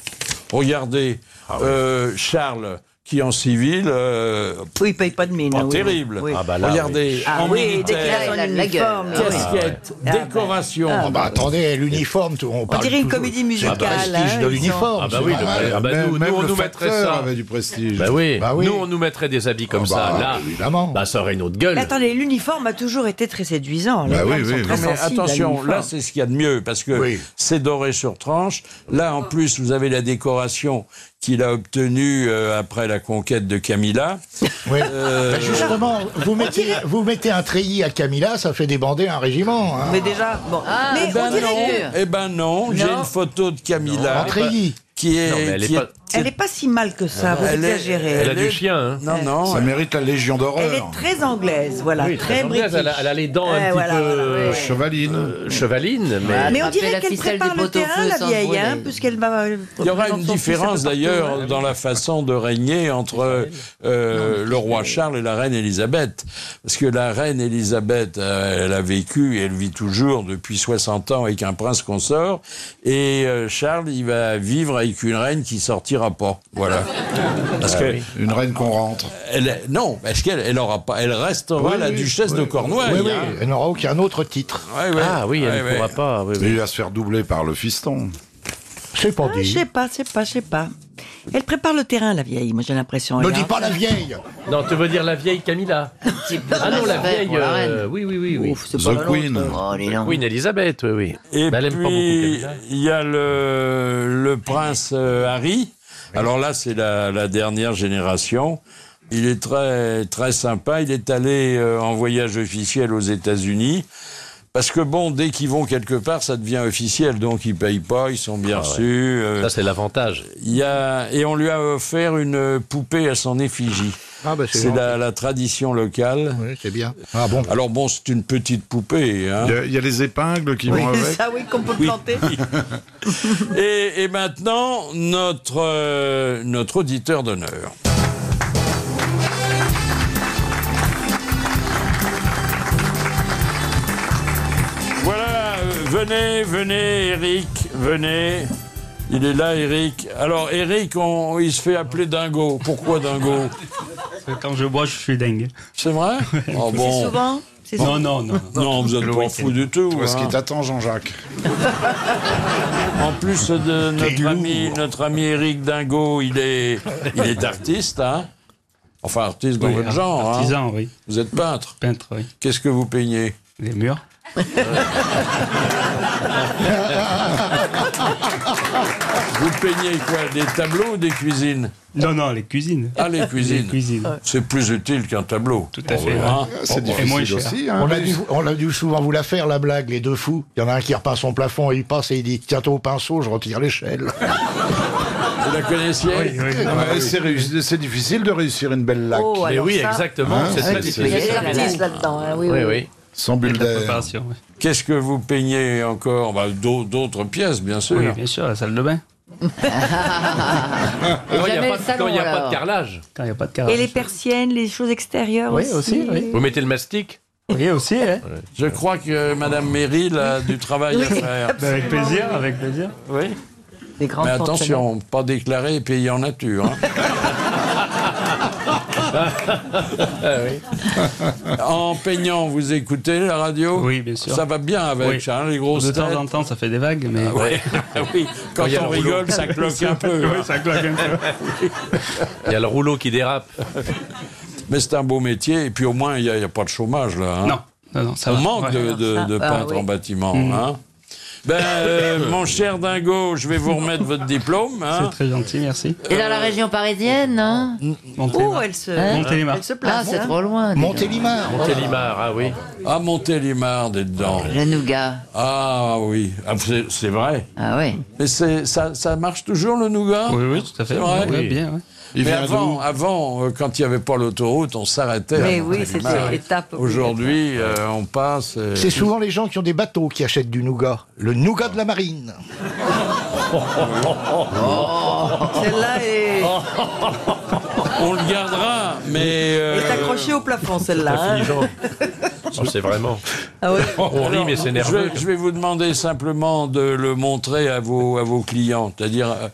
Speaker 2: Regardez
Speaker 5: Ah
Speaker 2: euh, Charles, qui en civil, euh,
Speaker 5: Oui, il paye pas de mine.
Speaker 2: pas
Speaker 5: hein, oui,
Speaker 2: terrible.
Speaker 5: oui.
Speaker 2: Regardez
Speaker 5: Ah
Speaker 2: en
Speaker 5: oui, dès qu'il
Speaker 2: militaire,
Speaker 5: a son
Speaker 8: la- la
Speaker 5: uniforme,
Speaker 8: gueule.
Speaker 5: oui.
Speaker 2: casquette,
Speaker 5: Ah ouais.
Speaker 2: décoration.
Speaker 7: Ah bah attendez, l'uniforme, tout- on, parle
Speaker 5: dirait une
Speaker 7: toujours- bah.
Speaker 5: comédie
Speaker 7: C'est
Speaker 5: musicale,
Speaker 7: le Ah prestige
Speaker 5: hein,
Speaker 7: de
Speaker 5: ils
Speaker 7: l'uniforme.
Speaker 6: Ah bah oui,
Speaker 7: c'est
Speaker 6: le-
Speaker 7: pas mal.
Speaker 6: ah bah
Speaker 4: même
Speaker 6: nous, nous,
Speaker 4: même
Speaker 6: on
Speaker 4: le
Speaker 6: nous mettrait
Speaker 4: facteur
Speaker 6: ça.
Speaker 4: avait du prestige.
Speaker 6: Bah oui.
Speaker 7: Bah oui.
Speaker 6: Nous, on nous mettrait des habits comme
Speaker 7: Ah bah,
Speaker 6: ça. Là,
Speaker 7: évidemment.
Speaker 6: Bah, ça aurait une autre gueule.
Speaker 5: Mais Attendez, l'uniforme a toujours été très séduisant. Les
Speaker 4: Bah oui,
Speaker 5: femmes sont
Speaker 4: oui,
Speaker 5: très
Speaker 4: oui.
Speaker 2: Mais
Speaker 5: sensibles à
Speaker 2: attention,
Speaker 5: l'uniforme.
Speaker 2: là c'est ce qu'il y a de mieux parce que
Speaker 7: Oui.
Speaker 2: c'est doré sur tranche. Là en plus vous avez la décoration qu'il a obtenue euh, après la conquête de Camilla.
Speaker 7: [LAUGHS]
Speaker 2: Euh,
Speaker 7: Oui. Bah, justement, vous mettez, vous mettez un treillis à Camilla, ça fait débander un régiment. hein.
Speaker 5: Mais déjà, bon.
Speaker 8: Ah,
Speaker 5: mais
Speaker 8: ben
Speaker 5: on dirait
Speaker 8: non.
Speaker 5: que-
Speaker 2: Eh ben non, j'ai une photo de Camilla
Speaker 7: En treillis.
Speaker 2: qui est,
Speaker 6: Non, mais elle est
Speaker 2: qui
Speaker 6: pas-
Speaker 5: Elle n'est pas si mal que ça, vous
Speaker 2: Ah, elle est-
Speaker 5: exagérez.
Speaker 6: elle a
Speaker 2: elle
Speaker 6: du
Speaker 2: est-
Speaker 6: chien. Hein.
Speaker 2: non non.
Speaker 4: Ça mérite la Légion
Speaker 5: Elle
Speaker 4: d'horreur.
Speaker 5: est très anglaise, voilà,
Speaker 6: Oui,
Speaker 5: très
Speaker 6: très anglaise,
Speaker 5: british.
Speaker 6: elle a- elle a les dents un
Speaker 8: Eh,
Speaker 5: Ouais,
Speaker 6: petit
Speaker 5: voilà,
Speaker 6: peu,
Speaker 5: voilà, ouais,
Speaker 6: euh,
Speaker 5: ouais.
Speaker 4: Chevaline.
Speaker 6: Chevaline, mais.
Speaker 8: Mais
Speaker 5: Mais on
Speaker 8: Rappelez
Speaker 5: dirait
Speaker 8: la
Speaker 5: qu'elle
Speaker 8: ficelle
Speaker 5: prépare
Speaker 8: du
Speaker 5: le
Speaker 8: pot-au-feu
Speaker 5: terrain, la
Speaker 8: sans
Speaker 5: vieille,
Speaker 8: brûler.
Speaker 5: hein, puisqu'elle va.
Speaker 2: Il y aura une différence d'ailleurs dans la façon de régner entre euh, le roi Charles et la reine Élisabeth. Parce que la reine Élisabeth, euh, elle a vécu et elle vit toujours depuis 60 ans avec un prince consort. Et euh, Charles, il va vivre avec une reine qui sortira pas.
Speaker 7: [LAUGHS]
Speaker 2: Voilà.
Speaker 7: Ah
Speaker 2: Parce que
Speaker 6: euh,
Speaker 4: Une reine qu'on rentre.
Speaker 2: elle, non, parce qu'elle elle aura pas, elle restera la duchesse de Cornouailles.
Speaker 7: Oui, oui,
Speaker 2: hein.
Speaker 7: elle n'aura aucun
Speaker 5: [LAUGHS]
Speaker 7: autre titre.
Speaker 2: Ouais, ouais.
Speaker 6: Ah oui, elle
Speaker 2: Ouais,
Speaker 6: ne pourra
Speaker 2: ouais.
Speaker 6: pas. oui, oui.
Speaker 4: Et il va se faire doubler par le fiston.
Speaker 7: C'est pas
Speaker 5: Ah, Je
Speaker 7: dit.
Speaker 5: sais pas, je sais pas, je sais pas. Elle prépare le terrain, la vieille, moi j'ai l'impression.
Speaker 7: Ne
Speaker 5: elle a-
Speaker 7: dis pas la vieille.
Speaker 6: Non, tu veux dire la vieille Camilla Ah non, la vieille.
Speaker 8: la
Speaker 6: euh,
Speaker 8: reine.
Speaker 6: oui, oui, oui. oui.
Speaker 8: Ouf, c'est
Speaker 4: The
Speaker 8: pas la
Speaker 4: Queen.
Speaker 8: nôtre. Oh, les noms.
Speaker 6: Queen Elizabeth, oui, oui.
Speaker 2: Et
Speaker 6: Mais elle aime pas beaucoup
Speaker 2: puis,
Speaker 6: Camilla.
Speaker 2: il y a le, le prince euh, Harry. Alors là, c'est la, la dernière génération. Il est très, très sympa. Il est allé euh, en voyage officiel aux États-Unis. Parce que bon, dès qu'ils vont quelque part, ça devient officiel. Donc, ils payent pas, ils sont bien reçus. euh,
Speaker 6: Ah Ça, c'est l'avantage.
Speaker 2: il y a, et on lui a offert une poupée à son effigie.
Speaker 7: Ah bah
Speaker 2: C'est la, la tradition locale.
Speaker 7: Oui, c'est bien. Ah bon.
Speaker 2: Alors bon, c'est une petite poupée. Hein.
Speaker 4: Il y, a- il y a les épingles qui vont avec.
Speaker 11: Ah
Speaker 5: Ça, oui, qu'on peut planter.
Speaker 2: [LAUGHS] Et, et maintenant, notre, euh, notre auditeur d'honneur. Voilà, euh, venez, venez, Eric, venez. Il est là, Eric. Alors, Eric, on- il se fait appeler Dingo. Pourquoi Dingo
Speaker 12: Quand je bois, je suis dingue.
Speaker 2: C'est vrai
Speaker 12: [LAUGHS]
Speaker 2: Oh bon.
Speaker 5: Souvent, c'est ça.
Speaker 12: Non, non, non.
Speaker 2: Non, vous êtes pas fou du tout.
Speaker 4: Où est-ce
Speaker 2: hein.
Speaker 4: qu'il t'attend, Jean-Jacques
Speaker 2: En plus de
Speaker 7: T'es
Speaker 2: notre ami,
Speaker 7: lourd.
Speaker 2: notre ami Eric Dingo, il est, il est artiste, hein Enfin, artiste dans
Speaker 12: Oui,
Speaker 2: votre
Speaker 12: ar-
Speaker 2: genre. hein.
Speaker 12: Artisan, oui.
Speaker 2: Vous êtes peintre.
Speaker 12: Peintre, oui.
Speaker 2: Qu'est-ce que vous peignez
Speaker 12: Les murs.
Speaker 2: Euh, Vous peignez quoi Des tableaux ou des cuisines
Speaker 12: Non, non, les cuisines.
Speaker 2: Ah, les cuisines.
Speaker 12: Les cuisines.
Speaker 2: C'est plus utile qu'un tableau.
Speaker 12: Tout à fait.
Speaker 2: Hein
Speaker 4: C'est
Speaker 12: Et moins
Speaker 4: difficile
Speaker 12: cher.
Speaker 4: aussi. hein.
Speaker 7: On a, dû, on a dû souvent vous la faire, la blague, les deux fous. Il y en a un qui repasse son plafond, il passe et il dit Tiens-toi au pinceau, je retire [LAUGHS] l'échelle.
Speaker 2: Vous la connaissiez Ah, bah,
Speaker 12: Oui, oui.
Speaker 4: Ouais, c'est réussi- c'est difficile de réussir une belle laque.
Speaker 8: Oh,
Speaker 6: Mais
Speaker 8: alors
Speaker 6: oui,
Speaker 8: ça,
Speaker 6: exactement.
Speaker 4: Hein,
Speaker 6: c'est
Speaker 4: c'est-
Speaker 6: très
Speaker 4: c'est-
Speaker 8: Il y a
Speaker 6: difficile.
Speaker 8: des artistes là-dedans. hein, oui,
Speaker 6: Oui,
Speaker 8: oui.
Speaker 6: oui.
Speaker 4: Sans bulle
Speaker 12: La
Speaker 4: d'air.
Speaker 12: préparation, oui.
Speaker 2: Qu'est-ce que vous peignez encore Bah, d'au- D'autres pièces, bien sûr.
Speaker 12: Oui, bien sûr, la salle de bain.
Speaker 6: Quand il n'y a,
Speaker 8: Jamais
Speaker 6: pas,
Speaker 8: le
Speaker 6: de-
Speaker 8: salon,
Speaker 6: quand il y a pas de
Speaker 8: alors.
Speaker 6: carrelage,
Speaker 12: Quand il n'y a pas de
Speaker 5: Et
Speaker 12: carrelage.
Speaker 5: les persiennes, les choses extérieures
Speaker 12: Oui, aussi, oui.
Speaker 6: vous mettez le mastic.
Speaker 12: Oui, aussi, hein.
Speaker 2: Je crois que euh, Madame Meryl a du travail à faire.
Speaker 12: Ben, Avec plaisir, avec plaisir.
Speaker 2: Oui.
Speaker 8: Des grandes
Speaker 2: Mais
Speaker 8: fortunes.
Speaker 2: attention, pas déclaré et payé en nature. hein.
Speaker 8: [LAUGHS]
Speaker 2: En peignant, vous écoutez la radio
Speaker 12: Oui, bien sûr.
Speaker 2: Ça va bien avec,
Speaker 12: Oui.
Speaker 2: hein, les grosses
Speaker 12: De
Speaker 2: têtes. Ah
Speaker 12: temps en temps, ça fait des vagues, mais.
Speaker 2: [LAUGHS] Ouais. oui, quand
Speaker 6: il y a
Speaker 2: on
Speaker 6: le rouleau.
Speaker 2: rigole, ça cloque un peu. hein.
Speaker 12: [LAUGHS] Oui, ça claque un peu.
Speaker 6: Il y a le rouleau qui dérape.
Speaker 2: Mais c'est un beau métier, et puis au moins, il n'y a, il y a pas de chômage, là. hein.
Speaker 12: Non, non, non, ça Mm.
Speaker 2: On
Speaker 12: va.
Speaker 2: manque
Speaker 12: Ouais.
Speaker 2: de, de- de
Speaker 8: Ah,
Speaker 2: peintres
Speaker 8: oui.
Speaker 2: en bâtiment, hein. Ben, euh, mon cher Dingo, je vais vous remettre votre diplôme. hein.
Speaker 12: C'est très gentil, merci.
Speaker 8: Et dans la région parisienne, hein
Speaker 12: Montez
Speaker 5: Oh, elle se,
Speaker 8: Hein
Speaker 12: Montélimar.
Speaker 5: elle se
Speaker 8: Ah,
Speaker 5: place.
Speaker 8: c'est
Speaker 5: hein.
Speaker 8: trop loin. dis donc.
Speaker 7: Montélimar.
Speaker 6: Télimar, ah oui.
Speaker 2: Ah, Montélimar, des dedans.
Speaker 8: Le nougat.
Speaker 2: Ah oui, Ah, c'est- c'est vrai.
Speaker 8: Ah oui.
Speaker 2: Mais c'est- ça, ça marche toujours, le nougat
Speaker 12: Oui, oui, tout à fait.
Speaker 2: C'est vrai
Speaker 12: Oui, bien, oui.
Speaker 2: Mais avant, avant euh, quand il n'y avait pas l'autoroute, on s'arrêtait.
Speaker 5: Mais
Speaker 2: à
Speaker 5: oui,
Speaker 2: Montélimar.
Speaker 5: c'était étape.
Speaker 2: Aujourd'hui, euh, on passe. euh,
Speaker 7: C'est souvent les gens qui ont des bateaux qui achètent du nougat. Le nougat de la marine.
Speaker 5: Oh, Celle-là est,
Speaker 2: [LAUGHS] on le gardera, mais. euh,
Speaker 5: est accrochée au plafond, celle-là. hein.
Speaker 6: Oh, C'est vraiment.
Speaker 5: Ah oui.
Speaker 2: Oh,
Speaker 6: On rit, mais c'est
Speaker 2: je,
Speaker 6: nerveux.
Speaker 2: vais, je vais vous demander simplement de le montrer à vos, à vos clients. C'est-à-dire, euh,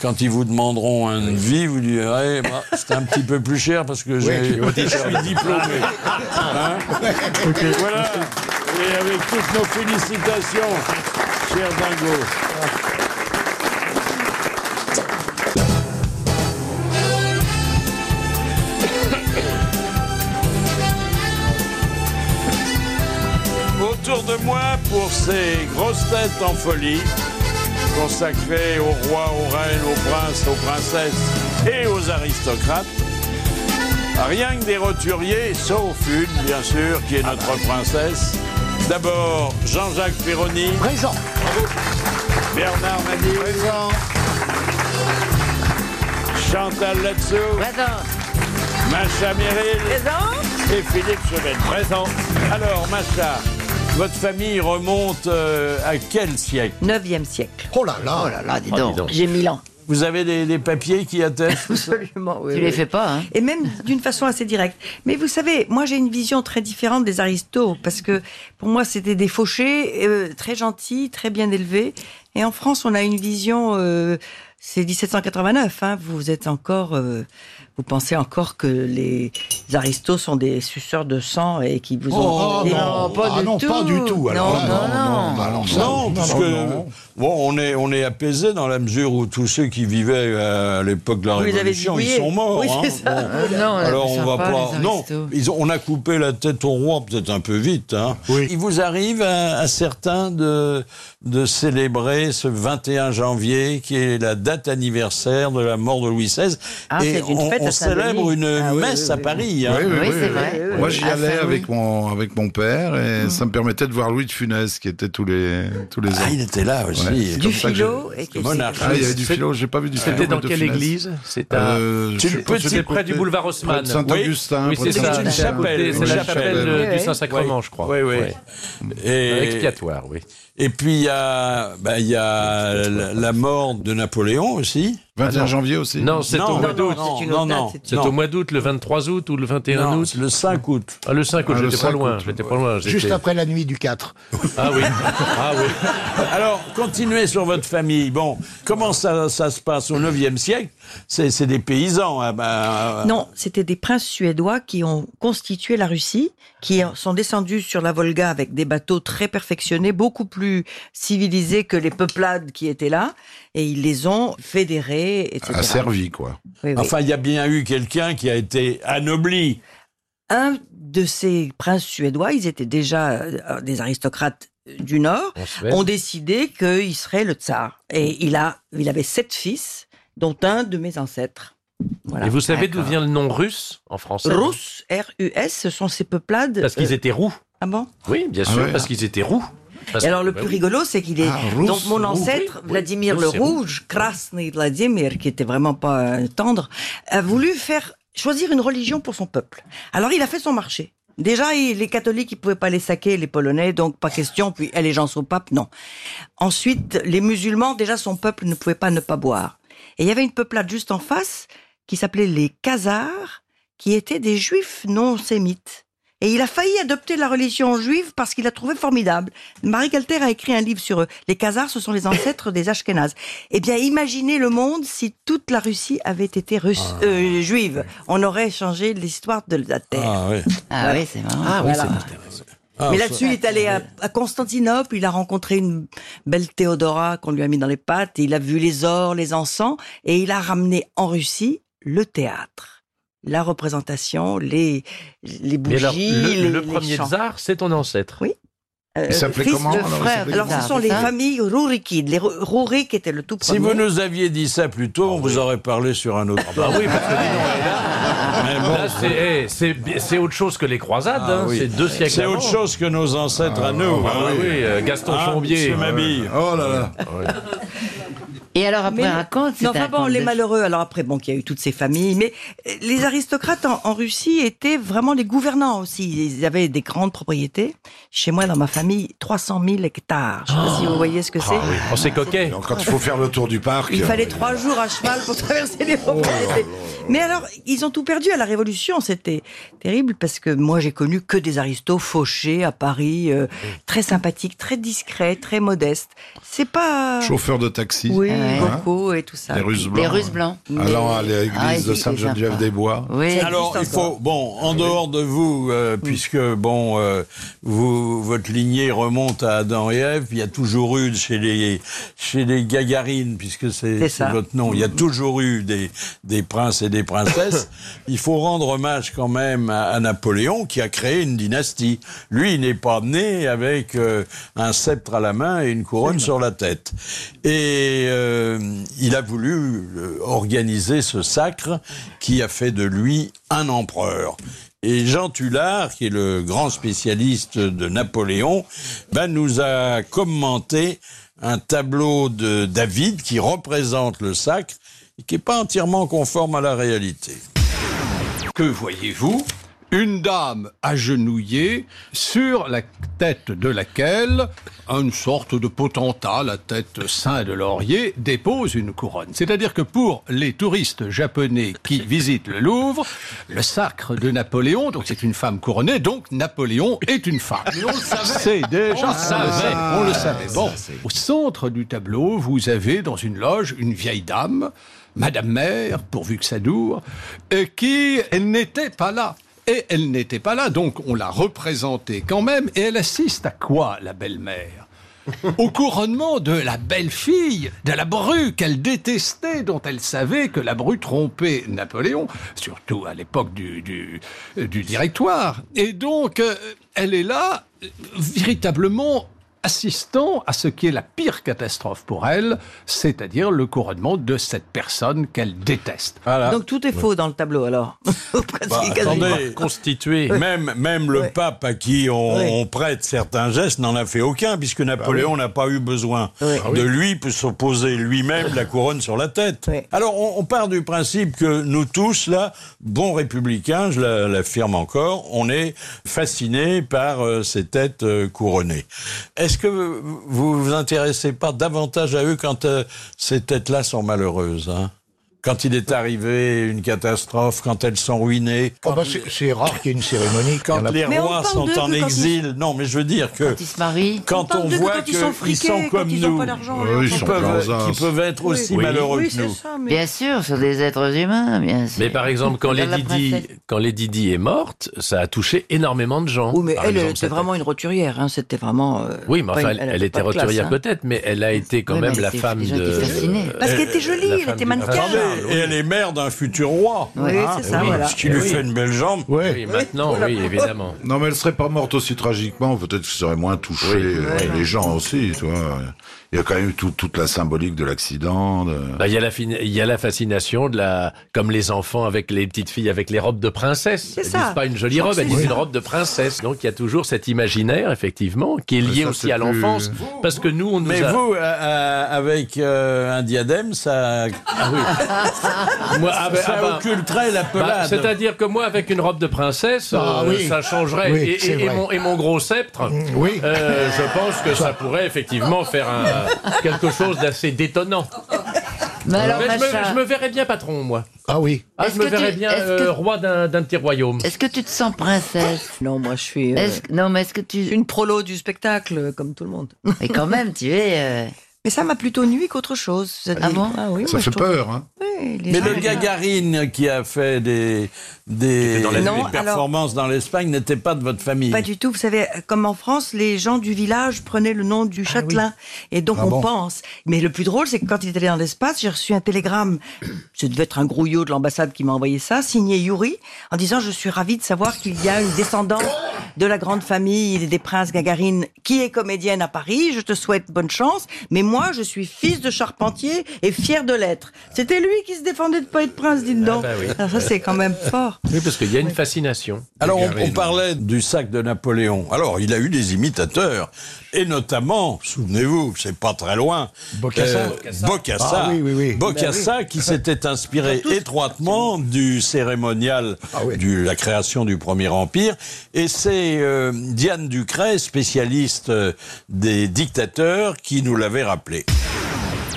Speaker 2: quand ils vous demanderont un devis, vous direz bah, c'est un petit peu plus cher parce que j'ai- [LAUGHS] je suis diplômé.
Speaker 6: Ah,
Speaker 2: Hein Voilà. Et avec toutes nos félicitations, cher Dingo. Autour de moi pour ces grosses têtes en folie, consacrées aux rois, aux reines, aux princes, aux princesses et aux aristocrates. Rien que des roturiers, sauf une, bien sûr, qui est notre princesse. D'abord, Jean-Jacques Perroni,
Speaker 7: Présent.
Speaker 2: Bernard Madi, Chantal Latsou,
Speaker 8: Présent.
Speaker 2: Macha Meryl et Philippe Chevènement.
Speaker 6: Présent.
Speaker 2: Alors, Macha, votre famille remonte euh, à quel siècle
Speaker 5: 9e siècle.
Speaker 7: Oh là là.
Speaker 8: Oh là là, dis donc.
Speaker 6: donc.
Speaker 8: J'ai mille ans.
Speaker 2: Vous avez des, des papiers qui attestent
Speaker 5: Absolument. oui,
Speaker 8: Tu
Speaker 5: oui.
Speaker 8: les fais pas, hein
Speaker 5: Et même d'une façon assez directe. Mais vous savez, moi j'ai une vision très différente des aristos, parce que pour moi c'était des fauchés, euh, très gentils, très bien élevés. Et en France, on a une vision, euh, c'est 1789, hein, vous êtes encore, euh, vous pensez encore que les aristos sont des suceurs de sang et qui vous ont...
Speaker 7: Oh,
Speaker 5: Et-
Speaker 7: non,
Speaker 8: pas
Speaker 7: ah
Speaker 8: du
Speaker 7: non,
Speaker 8: tout.
Speaker 7: pas du tout.
Speaker 8: Non,
Speaker 7: Alors, là,
Speaker 8: non, non.
Speaker 7: bah non, ça,
Speaker 2: Non, parce que bon, on est on est apaisé dans la mesure où tous ceux qui vivaient euh, à l'époque de la
Speaker 5: Vous les avez
Speaker 2: Révolution, ils
Speaker 5: zigouillés.
Speaker 2: sont morts.
Speaker 5: Oui,
Speaker 2: hein.
Speaker 5: c'est ça.
Speaker 2: Bon.
Speaker 8: Euh, Non,
Speaker 2: Alors
Speaker 8: c'est
Speaker 2: on va
Speaker 8: sympa,
Speaker 2: pas.
Speaker 8: les
Speaker 2: Non,
Speaker 8: aristos.
Speaker 2: ils ont- on a coupé la tête au roi peut-être un peu vite. hein.
Speaker 7: Oui.
Speaker 2: Il vous arrive à, à certains de de célébrer ce 21 janvier qui est la date anniversaire de la mort de Louis XVI
Speaker 5: Ah,
Speaker 2: et
Speaker 5: c'est une
Speaker 2: on,
Speaker 5: fête à
Speaker 2: on célèbre
Speaker 5: Saint-Denis.
Speaker 2: une
Speaker 5: Ah, oui,
Speaker 2: messe
Speaker 5: oui,
Speaker 2: à
Speaker 5: oui.
Speaker 2: Paris. hein.
Speaker 4: Oui, oui,
Speaker 8: Oui,
Speaker 4: oui,
Speaker 8: c'est
Speaker 4: oui.
Speaker 8: vrai.
Speaker 4: Moi, j'y
Speaker 8: Ah,
Speaker 4: allais
Speaker 8: ça,
Speaker 4: avec euh,
Speaker 8: oui.
Speaker 4: mon avec mon père
Speaker 5: Mm.
Speaker 4: et ça me permettait de voir Louis de Funès qui était tous les tous les
Speaker 2: Ah,
Speaker 4: ans.
Speaker 2: il était là aussi.
Speaker 4: Ouais.
Speaker 5: Du
Speaker 4: comme ça que j'ai-
Speaker 5: philo et que-
Speaker 2: Monarchiste.
Speaker 4: Ah, il y avait du philo, j'ai pas vu du philo.
Speaker 6: C'était dans
Speaker 4: Louis de
Speaker 6: quelle
Speaker 4: Funès.
Speaker 6: église C'est à.
Speaker 4: Euh, je
Speaker 2: C'est
Speaker 4: sais pas,
Speaker 2: petit
Speaker 4: c'était
Speaker 6: près du
Speaker 4: près-
Speaker 6: boulevard
Speaker 4: près
Speaker 6: Haussmann.
Speaker 4: de Saint-Augustin.
Speaker 6: Oui,
Speaker 4: près
Speaker 6: c'est
Speaker 4: de
Speaker 6: ça.
Speaker 2: C'est une
Speaker 4: Saint-Augustin.
Speaker 2: chapelle,
Speaker 6: C'est
Speaker 4: Oui,
Speaker 6: la
Speaker 2: une
Speaker 6: chapelle
Speaker 2: chapelle.
Speaker 6: euh,
Speaker 5: Oui,
Speaker 6: du
Speaker 5: oui.
Speaker 6: Saint-Sacrement, je crois.
Speaker 2: Oui, oui. Et,
Speaker 6: Expiatoire, oui.
Speaker 2: et puis il y a,
Speaker 4: ben,
Speaker 2: bah, il y a la, la mort de Napoléon aussi.
Speaker 4: 21 janvier aussi.
Speaker 6: Ah, Non, c'est
Speaker 2: Non,
Speaker 6: au mois d'août.
Speaker 5: non, c'est une
Speaker 2: Non,
Speaker 5: autre date,
Speaker 2: non,
Speaker 6: C'est au mois d'août, le 23 août ou le 21
Speaker 2: Non,
Speaker 6: août
Speaker 2: le 5 août.
Speaker 6: Ah, le 5 août,
Speaker 4: Ah, le
Speaker 6: j'étais pas
Speaker 4: 5
Speaker 6: loin.
Speaker 4: août,
Speaker 6: J'étais pas loin.
Speaker 7: Juste
Speaker 6: j'étais-
Speaker 7: après la nuit du 4.
Speaker 6: Ah oui. Ah oui.
Speaker 2: Alors, continuez sur votre famille. Bon, comment ça, ça se passe au 9e siècle C'est c'est des paysans. ah bah,
Speaker 5: Non, c'était des princes suédois qui ont constitué la Russie, qui sont descendus sur la Volga avec des bateaux très perfectionnés, beaucoup plus civilisés que les peuplades qui étaient là, et ils les ont fédérés créé, etc.
Speaker 4: Asservi, Ah, quoi.
Speaker 5: Oui, oui.
Speaker 2: Enfin, il y a bien eu quelqu'un qui a été anobli.
Speaker 5: un de ces princes suédois, ils étaient déjà euh, des aristocrates euh, du Nord, ont décidé qu'il serait le tsar. Et il, a, il avait sept fils, dont un de mes ancêtres. Voilà.
Speaker 6: Et vous savez d'où
Speaker 8: D'accord.
Speaker 6: vient le nom russe en français
Speaker 5: Rus, R-U-S, ce sont ces peuplades.
Speaker 6: Parce qu'ils
Speaker 5: euh,
Speaker 6: étaient roux.
Speaker 5: Ah bon
Speaker 6: Oui, bien sûr,
Speaker 4: ouais.
Speaker 6: parce qu'ils étaient roux. Parce-
Speaker 5: Et alors, le
Speaker 6: Bah
Speaker 5: plus
Speaker 6: oui.
Speaker 5: rigolo, c'est qu'il est.
Speaker 4: Ah, Rousse,
Speaker 5: Donc, mon
Speaker 4: Rousse,
Speaker 5: ancêtre,
Speaker 6: oui, oui.
Speaker 5: Vladimir
Speaker 6: Rousse, c'est
Speaker 5: le Rouge, Krasny Vladimir, qui était vraiment pas euh, tendre, a voulu faire choisir une religion pour son peuple. Alors, il a fait son marché. Déjà, il- les catholiques, ils pouvaient pas les saquer, les polonais, donc pas question. Puis, eh, les gens sont papes, non. Ensuite, les musulmans, déjà, son peuple ne pouvait pas ne pas boire. Et il y avait une peuplade juste en face qui s'appelait les Khazars, qui étaient des juifs non sémites. Et il a failli adopter la religion juive parce qu'il l'a trouvé formidable. Marie Calter a écrit un livre sur eux. Les Khazars, ce sont les ancêtres des Ashkénazes. Eh bien, imaginez le monde si toute la Russie avait été russe, euh, juive. On aurait changé l'histoire de la Terre.
Speaker 2: Ah, ouais.
Speaker 8: Ah oui, c'est marrant.
Speaker 6: Ah oui,
Speaker 5: Voilà.
Speaker 6: c'est intéressant.
Speaker 2: Ah,
Speaker 5: Mais
Speaker 2: ça-
Speaker 5: là-dessus, il est allé à, à Constantinople, il a rencontré une belle Théodora qu'on lui a mis dans les pattes, et il a vu les ors, les encens, et il a ramené en Russie le théâtre, la représentation, les, les
Speaker 6: Mais
Speaker 5: bougies,
Speaker 6: alors,
Speaker 5: les,
Speaker 6: le, le
Speaker 5: les
Speaker 6: premier
Speaker 5: chants.
Speaker 6: tsar, c'est ton ancêtre.
Speaker 5: Oui. Euh,
Speaker 4: Il s'appelait
Speaker 5: fils
Speaker 4: comment
Speaker 5: de-
Speaker 8: Le
Speaker 4: alors,
Speaker 8: frère.
Speaker 4: c'est-
Speaker 5: Alors, ce
Speaker 8: Bizarre,
Speaker 5: sont
Speaker 8: c'est
Speaker 5: les
Speaker 8: ça
Speaker 5: familles Rourikides. Les Ru- Rourik était le tout
Speaker 2: Si
Speaker 5: premier.
Speaker 2: vous nous aviez dit ça plus tôt, on vous aurait parlé sur un autre. plan.
Speaker 6: Ah oui, parce que dis donc, [LAUGHS]
Speaker 2: Mais bon,
Speaker 6: là, c'est, eh, c'est- c'est autre chose que les croisades,
Speaker 2: Ah
Speaker 6: hein,
Speaker 2: oui.
Speaker 6: c'est deux siècles
Speaker 2: c'est
Speaker 6: avant.
Speaker 2: autre chose que nos ancêtres à nous.
Speaker 6: Ah
Speaker 2: hein.
Speaker 6: oui, euh, Gaston
Speaker 2: Hein,
Speaker 6: Chambier. Ah,
Speaker 2: monsieur Mabille.
Speaker 4: Oh là là.
Speaker 8: Et alors après,
Speaker 5: Mais-
Speaker 8: raconte.
Speaker 5: Non,
Speaker 8: c'est un
Speaker 5: enfin bon,
Speaker 8: conte
Speaker 5: les
Speaker 8: de-
Speaker 5: malheureux. Alors après, bon, qu'il y a eu toutes ces familles, mais euh, les aristocrates en, en Russie étaient vraiment les gouvernants aussi. Ils avaient des grandes propriétés. Chez moi, dans ma famille, 300 000 hectares. Je sais pas si vous voyez ce que c'est.
Speaker 6: Ah oui, on s'est coquet.
Speaker 4: Donc, quand il faut faire le tour du parc.
Speaker 5: Il
Speaker 4: euh,
Speaker 5: fallait trois jours à cheval pour traverser
Speaker 6: Oh
Speaker 5: les propriétés. Mais alors, ils ont tout perdu à la Révolution. C'était terrible parce que moi, j'ai connu que des aristos fauchés à Paris, euh, très sympathiques, très discrets, très modestes. C'est pas.
Speaker 4: Chauffeur de taxi. Hein
Speaker 5: Oui,
Speaker 8: Ouais.
Speaker 5: Goko et tout ça.
Speaker 4: Les Russes blancs.
Speaker 8: Les Russes blancs.
Speaker 5: Mm.
Speaker 4: Allant à
Speaker 8: Ah,
Speaker 4: l'église
Speaker 8: ici,
Speaker 4: de
Speaker 8: les
Speaker 4: Sainte-Geneviève-des-Bois.
Speaker 8: Oui.
Speaker 5: Ça
Speaker 2: Alors, il
Speaker 5: existe encore.
Speaker 2: faut, bon, en dehors de vous, euh, puisque, bon, euh, vous, votre lignée remonte à Adam et Ève, il y a toujours eu chez les, chez les Gagarines, puisque c'est
Speaker 5: C'est
Speaker 2: c'est
Speaker 5: ça.
Speaker 2: votre nom, il y a toujours eu des, des princes et des princesses. il faut rendre hommage quand même à, à Napoléon, qui a créé une dynastie. Lui, il n'est pas né avec euh, un sceptre à la main et une couronne sur la tête. Et euh, il a voulu euh, organiser ce sacre qui a fait de lui un empereur. Et Jean Tullard, qui est le grand spécialiste de Napoléon, ben, nous a commenté un tableau de David qui représente le sacre et qui n'est pas entièrement conforme à la réalité.
Speaker 13: Que voyez-vous Une dame agenouillée sur la tête de laquelle une sorte de potentat, la tête saint de laurier, dépose une couronne. C'est-à-dire que pour les touristes japonais qui visitent le Louvre, le sacre de Napoléon, donc c'est une femme couronnée, donc Napoléon est une femme. on le savait. C'est déjà, on le savait. On le savait. Bon, au centre du tableau, vous avez dans une loge une vieille dame Madame Mère, pourvu que ça dure, euh, qui, elle n'était pas là. Et elle n'était pas là, donc on l'a représentée quand même. Et elle assiste à quoi, la belle-mère Au couronnement de la belle-fille, de la bru qu'elle détestait, dont elle savait que la bru trompait Napoléon, surtout à l'époque du, du, euh, du directoire. Et donc, euh, elle est là, euh, véritablement assistant à ce qui est la pire catastrophe pour elle, c'est-à-dire le couronnement de cette personne qu'elle déteste.
Speaker 5: Donc tout est faux dans le tableau alors.
Speaker 2: attendez.
Speaker 6: Bah,
Speaker 2: [LAUGHS]
Speaker 6: Constitué.
Speaker 2: Même, même le
Speaker 5: Ouais.
Speaker 2: pape à qui on,
Speaker 5: Ouais. Bah
Speaker 2: on prête certains gestes n'en a fait aucun, puisque Napoléon n'a pas eu besoin
Speaker 5: Ouais.
Speaker 2: de lui pour se poser lui-même la couronne sur la tête.
Speaker 5: Ouais.
Speaker 2: Alors, on, on part du principe que nous tous, là, bons républicains, je la- l'affirme encore, on est fascinés par euh, ces têtes euh, couronnées. Est-ce que vous vous vous intéressez pas davantage à eux quand euh, ces têtes-là sont malheureuses hein quand il est arrivé une catastrophe, quand elles sont ruinées.
Speaker 7: Ah bah, c'est rare qu'il y ait une cérémonie.
Speaker 2: Quand
Speaker 7: Il y en a
Speaker 2: les
Speaker 7: pas. Mais on
Speaker 2: rois
Speaker 7: parle
Speaker 2: sont
Speaker 7: d'eux
Speaker 2: en
Speaker 7: que quand
Speaker 2: exil. Non, mais je veux dire que. Quand
Speaker 8: ils se marient.
Speaker 5: On
Speaker 2: Quand
Speaker 5: parle
Speaker 2: on,
Speaker 5: d'eux que
Speaker 2: voit
Speaker 5: quand ils
Speaker 2: que
Speaker 5: sont
Speaker 2: ils
Speaker 5: friqués,
Speaker 2: sont
Speaker 5: quand
Speaker 2: comme
Speaker 5: ils ont
Speaker 2: nous.
Speaker 5: pas d'argent, hein.
Speaker 2: Oui, ils sont
Speaker 6: pleins
Speaker 2: peuvent,
Speaker 6: d'os.
Speaker 2: qui peuvent être aussi
Speaker 6: Oui.
Speaker 2: malheureux
Speaker 6: Oui,
Speaker 2: que
Speaker 6: c'est
Speaker 2: nous.
Speaker 6: ça,
Speaker 8: Bien sûr, ce sont des êtres humains, bien sûr.
Speaker 6: Mais par exemple, quand
Speaker 8: Regarde la
Speaker 6: Lady, Di,
Speaker 8: princesse.
Speaker 6: quand Lady Di est morte, ça a touché énormément de gens.
Speaker 5: Oui, mais
Speaker 6: Par
Speaker 5: elle,
Speaker 6: exemple,
Speaker 5: elle était
Speaker 6: cette-
Speaker 5: vraiment une roturière. hein, C'était vraiment. euh,
Speaker 6: Oui, mais
Speaker 5: pas
Speaker 6: enfin,
Speaker 5: une-
Speaker 6: elle,
Speaker 5: avait
Speaker 6: était
Speaker 5: pas de classe,
Speaker 6: roturière
Speaker 5: hein.
Speaker 6: peut-être, euh, mais elle a été quand
Speaker 5: Oui,
Speaker 6: même
Speaker 5: mais
Speaker 6: la
Speaker 5: c'est-
Speaker 6: femme
Speaker 5: les gens
Speaker 6: de.
Speaker 5: étaient fascinés. Parce qu'elle était jolie, elle était mannequin.
Speaker 2: Euh, Attendez, et elle est mère d'un futur roi. Ah,
Speaker 5: Oui, c'est ça, voilà.
Speaker 2: Ce qui lui
Speaker 5: Oui.
Speaker 2: fait une belle jambe.
Speaker 6: Oui, maintenant, oui, évidemment.
Speaker 4: Non, mais elle serait pas morte aussi tragiquement. Peut-être que ça aurait moins touché euh,
Speaker 6: Ouais.
Speaker 4: les gens aussi, tu vois. Il y a quand même tout- toute la symbolique de l'accident. de-
Speaker 6: Bah, Il y, a la fin- il y a la fascination de la, comme les enfants avec les petites filles avec les robes de princesse.
Speaker 5: C'est
Speaker 6: Elles
Speaker 5: ça.
Speaker 6: disent pas une jolie
Speaker 5: Je crois
Speaker 6: robe,
Speaker 5: que
Speaker 6: elles
Speaker 5: c'est
Speaker 6: disent une
Speaker 5: ça.
Speaker 6: robe de princesse. Donc il y a toujours cet imaginaire effectivement qui est
Speaker 7: Bah,
Speaker 6: lié
Speaker 2: ça,
Speaker 6: aussi
Speaker 2: c'est
Speaker 6: à
Speaker 2: plus-
Speaker 6: l'enfance, Bah, parce que nous on nous
Speaker 2: Mais
Speaker 6: a-
Speaker 2: vous, euh, euh, avec euh, un diadème, ça,
Speaker 6: Ah
Speaker 2: [LAUGHS]
Speaker 6: Moi, ah, bah,
Speaker 2: ça
Speaker 6: ah, bah,
Speaker 2: occulterait la
Speaker 6: bah,
Speaker 2: pelade.
Speaker 6: C'est-à-dire que moi, avec une robe de princesse,
Speaker 7: Ah,
Speaker 6: euh,
Speaker 7: oui.
Speaker 6: ça changerait.
Speaker 7: Oui,
Speaker 6: Et- et,
Speaker 7: c'est
Speaker 6: et
Speaker 7: vrai.
Speaker 6: mon, et mon gros sceptre,
Speaker 7: Oui.
Speaker 6: euh, je pense que ça pourrait effectivement faire un- quelque chose d'assez détonnant.
Speaker 8: Mais alors,
Speaker 6: Mais je, me,
Speaker 8: Macha,
Speaker 6: je me verrais bien patron, moi.
Speaker 7: Ah oui.
Speaker 6: Ah,
Speaker 8: Est-ce
Speaker 6: je me
Speaker 8: que tu-
Speaker 6: verrais bien
Speaker 8: est-ce
Speaker 6: euh,
Speaker 8: que-
Speaker 6: roi d'un d'un petit royaume.
Speaker 8: est-ce que tu te sens princesse
Speaker 5: Non, moi, je suis. euh,
Speaker 8: Est-ce que- Non, mais est-ce que tu...
Speaker 5: Une prolo du spectacle, euh, comme tout le monde. [LAUGHS]
Speaker 8: Mais quand même, tu es... euh,
Speaker 5: Mais ça m'a plutôt nui qu'autre chose. cette-
Speaker 8: Ah bon
Speaker 5: Ah oui,
Speaker 4: ça
Speaker 5: moi, je
Speaker 4: fait
Speaker 5: trouve-
Speaker 4: peur, hein.
Speaker 5: Oui, les
Speaker 2: Mais
Speaker 5: gens-
Speaker 2: le Gagarine qui a fait des, des,
Speaker 6: était dans la-
Speaker 2: des
Speaker 5: Non,
Speaker 2: performances dans l'Espagne n'était pas de votre famille.
Speaker 5: Pas du tout. Vous savez, comme en France, les gens du village prenaient le nom du châtelain. Et donc,
Speaker 7: Ah
Speaker 5: on
Speaker 7: bon
Speaker 5: pense. Mais le plus drôle, c'est que quand il est allé dans l'espace, j'ai reçu un télégramme. [CLEARS THROAT] Ce devait être un grouillot de l'ambassade qui m'a envoyé ça, signé Yuri, en disant Je suis ravi de savoir qu'il y a une descendante de la grande famille des princes Gagarine qui est comédienne à Paris. Je te souhaite bonne chance. Mais moi, je suis fils de charpentier et fier de l'être. C'était lui qui se défendait de pas être prince, dites donc.
Speaker 6: bah oui.
Speaker 5: Alors ça, c'est quand même fort.
Speaker 6: Oui, parce qu'il y a une fascination.
Speaker 2: Alors, on,
Speaker 4: Gagarine.
Speaker 2: on parlait du sac de Napoléon. Alors, il a eu des imitateurs. Et notamment, souvenez-vous, c'est pas très loin,
Speaker 7: Bocassa.
Speaker 2: Bocassa.
Speaker 7: Ah oui, oui, oui.
Speaker 2: Bocassa qui s'était
Speaker 7: [LAUGHS]
Speaker 2: inspiré étroitement du cérémonial
Speaker 7: Ah oui.
Speaker 2: de la création du Premier Empire. Et c'est euh, Diane Ducret, spécialiste euh, des dictateurs, qui nous l'avait rappelé.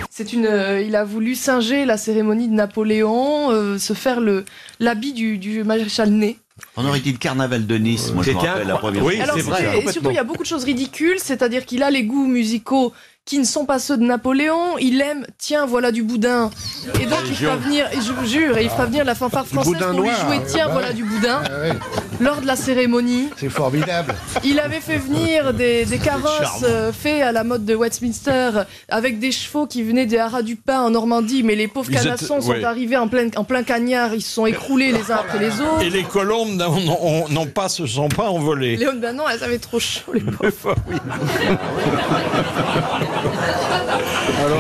Speaker 11: C'est une, euh, il a voulu singer la cérémonie de Napoléon, euh, se faire le l'habit du, du maréchal Ney.
Speaker 14: [LAUGHS] On aurait dit le carnaval de Nice, moi je me rappelle la première fois.
Speaker 11: Alors, c'était- Et surtout, il y a beaucoup de choses ridicules, c'est-à-dire qu'il a les goûts musicaux qui ne sont pas ceux de Napoléon. Il aime, tiens, voilà du boudin. Et donc, il fera venir, et je vous jure, il fera venir la fanfare française
Speaker 7: boudin
Speaker 11: pour lui
Speaker 7: noir,
Speaker 11: jouer,
Speaker 7: ouais,
Speaker 11: tiens,
Speaker 7: bah
Speaker 11: voilà
Speaker 7: ouais.
Speaker 11: du boudin.
Speaker 7: Ah ouais,
Speaker 11: Lors de la cérémonie,
Speaker 7: C'est formidable.
Speaker 11: il avait fait venir des, des carrosses
Speaker 7: charmant.
Speaker 11: euh, faits à la mode de Westminster avec des chevaux qui venaient des haras du pain en Normandie, mais les pauvres
Speaker 2: Ils étaient-
Speaker 11: canassons
Speaker 2: ouais.
Speaker 11: sont arrivés en plein, en plein cagnard, ils se sont écroulés les uns après les autres.
Speaker 2: Et les colombes n'ont- n'ont n'ont pas, se sont pas envolées.
Speaker 11: Léon, ben non, elles avaient trop chaud,
Speaker 2: [LAUGHS]
Speaker 11: les pauvres.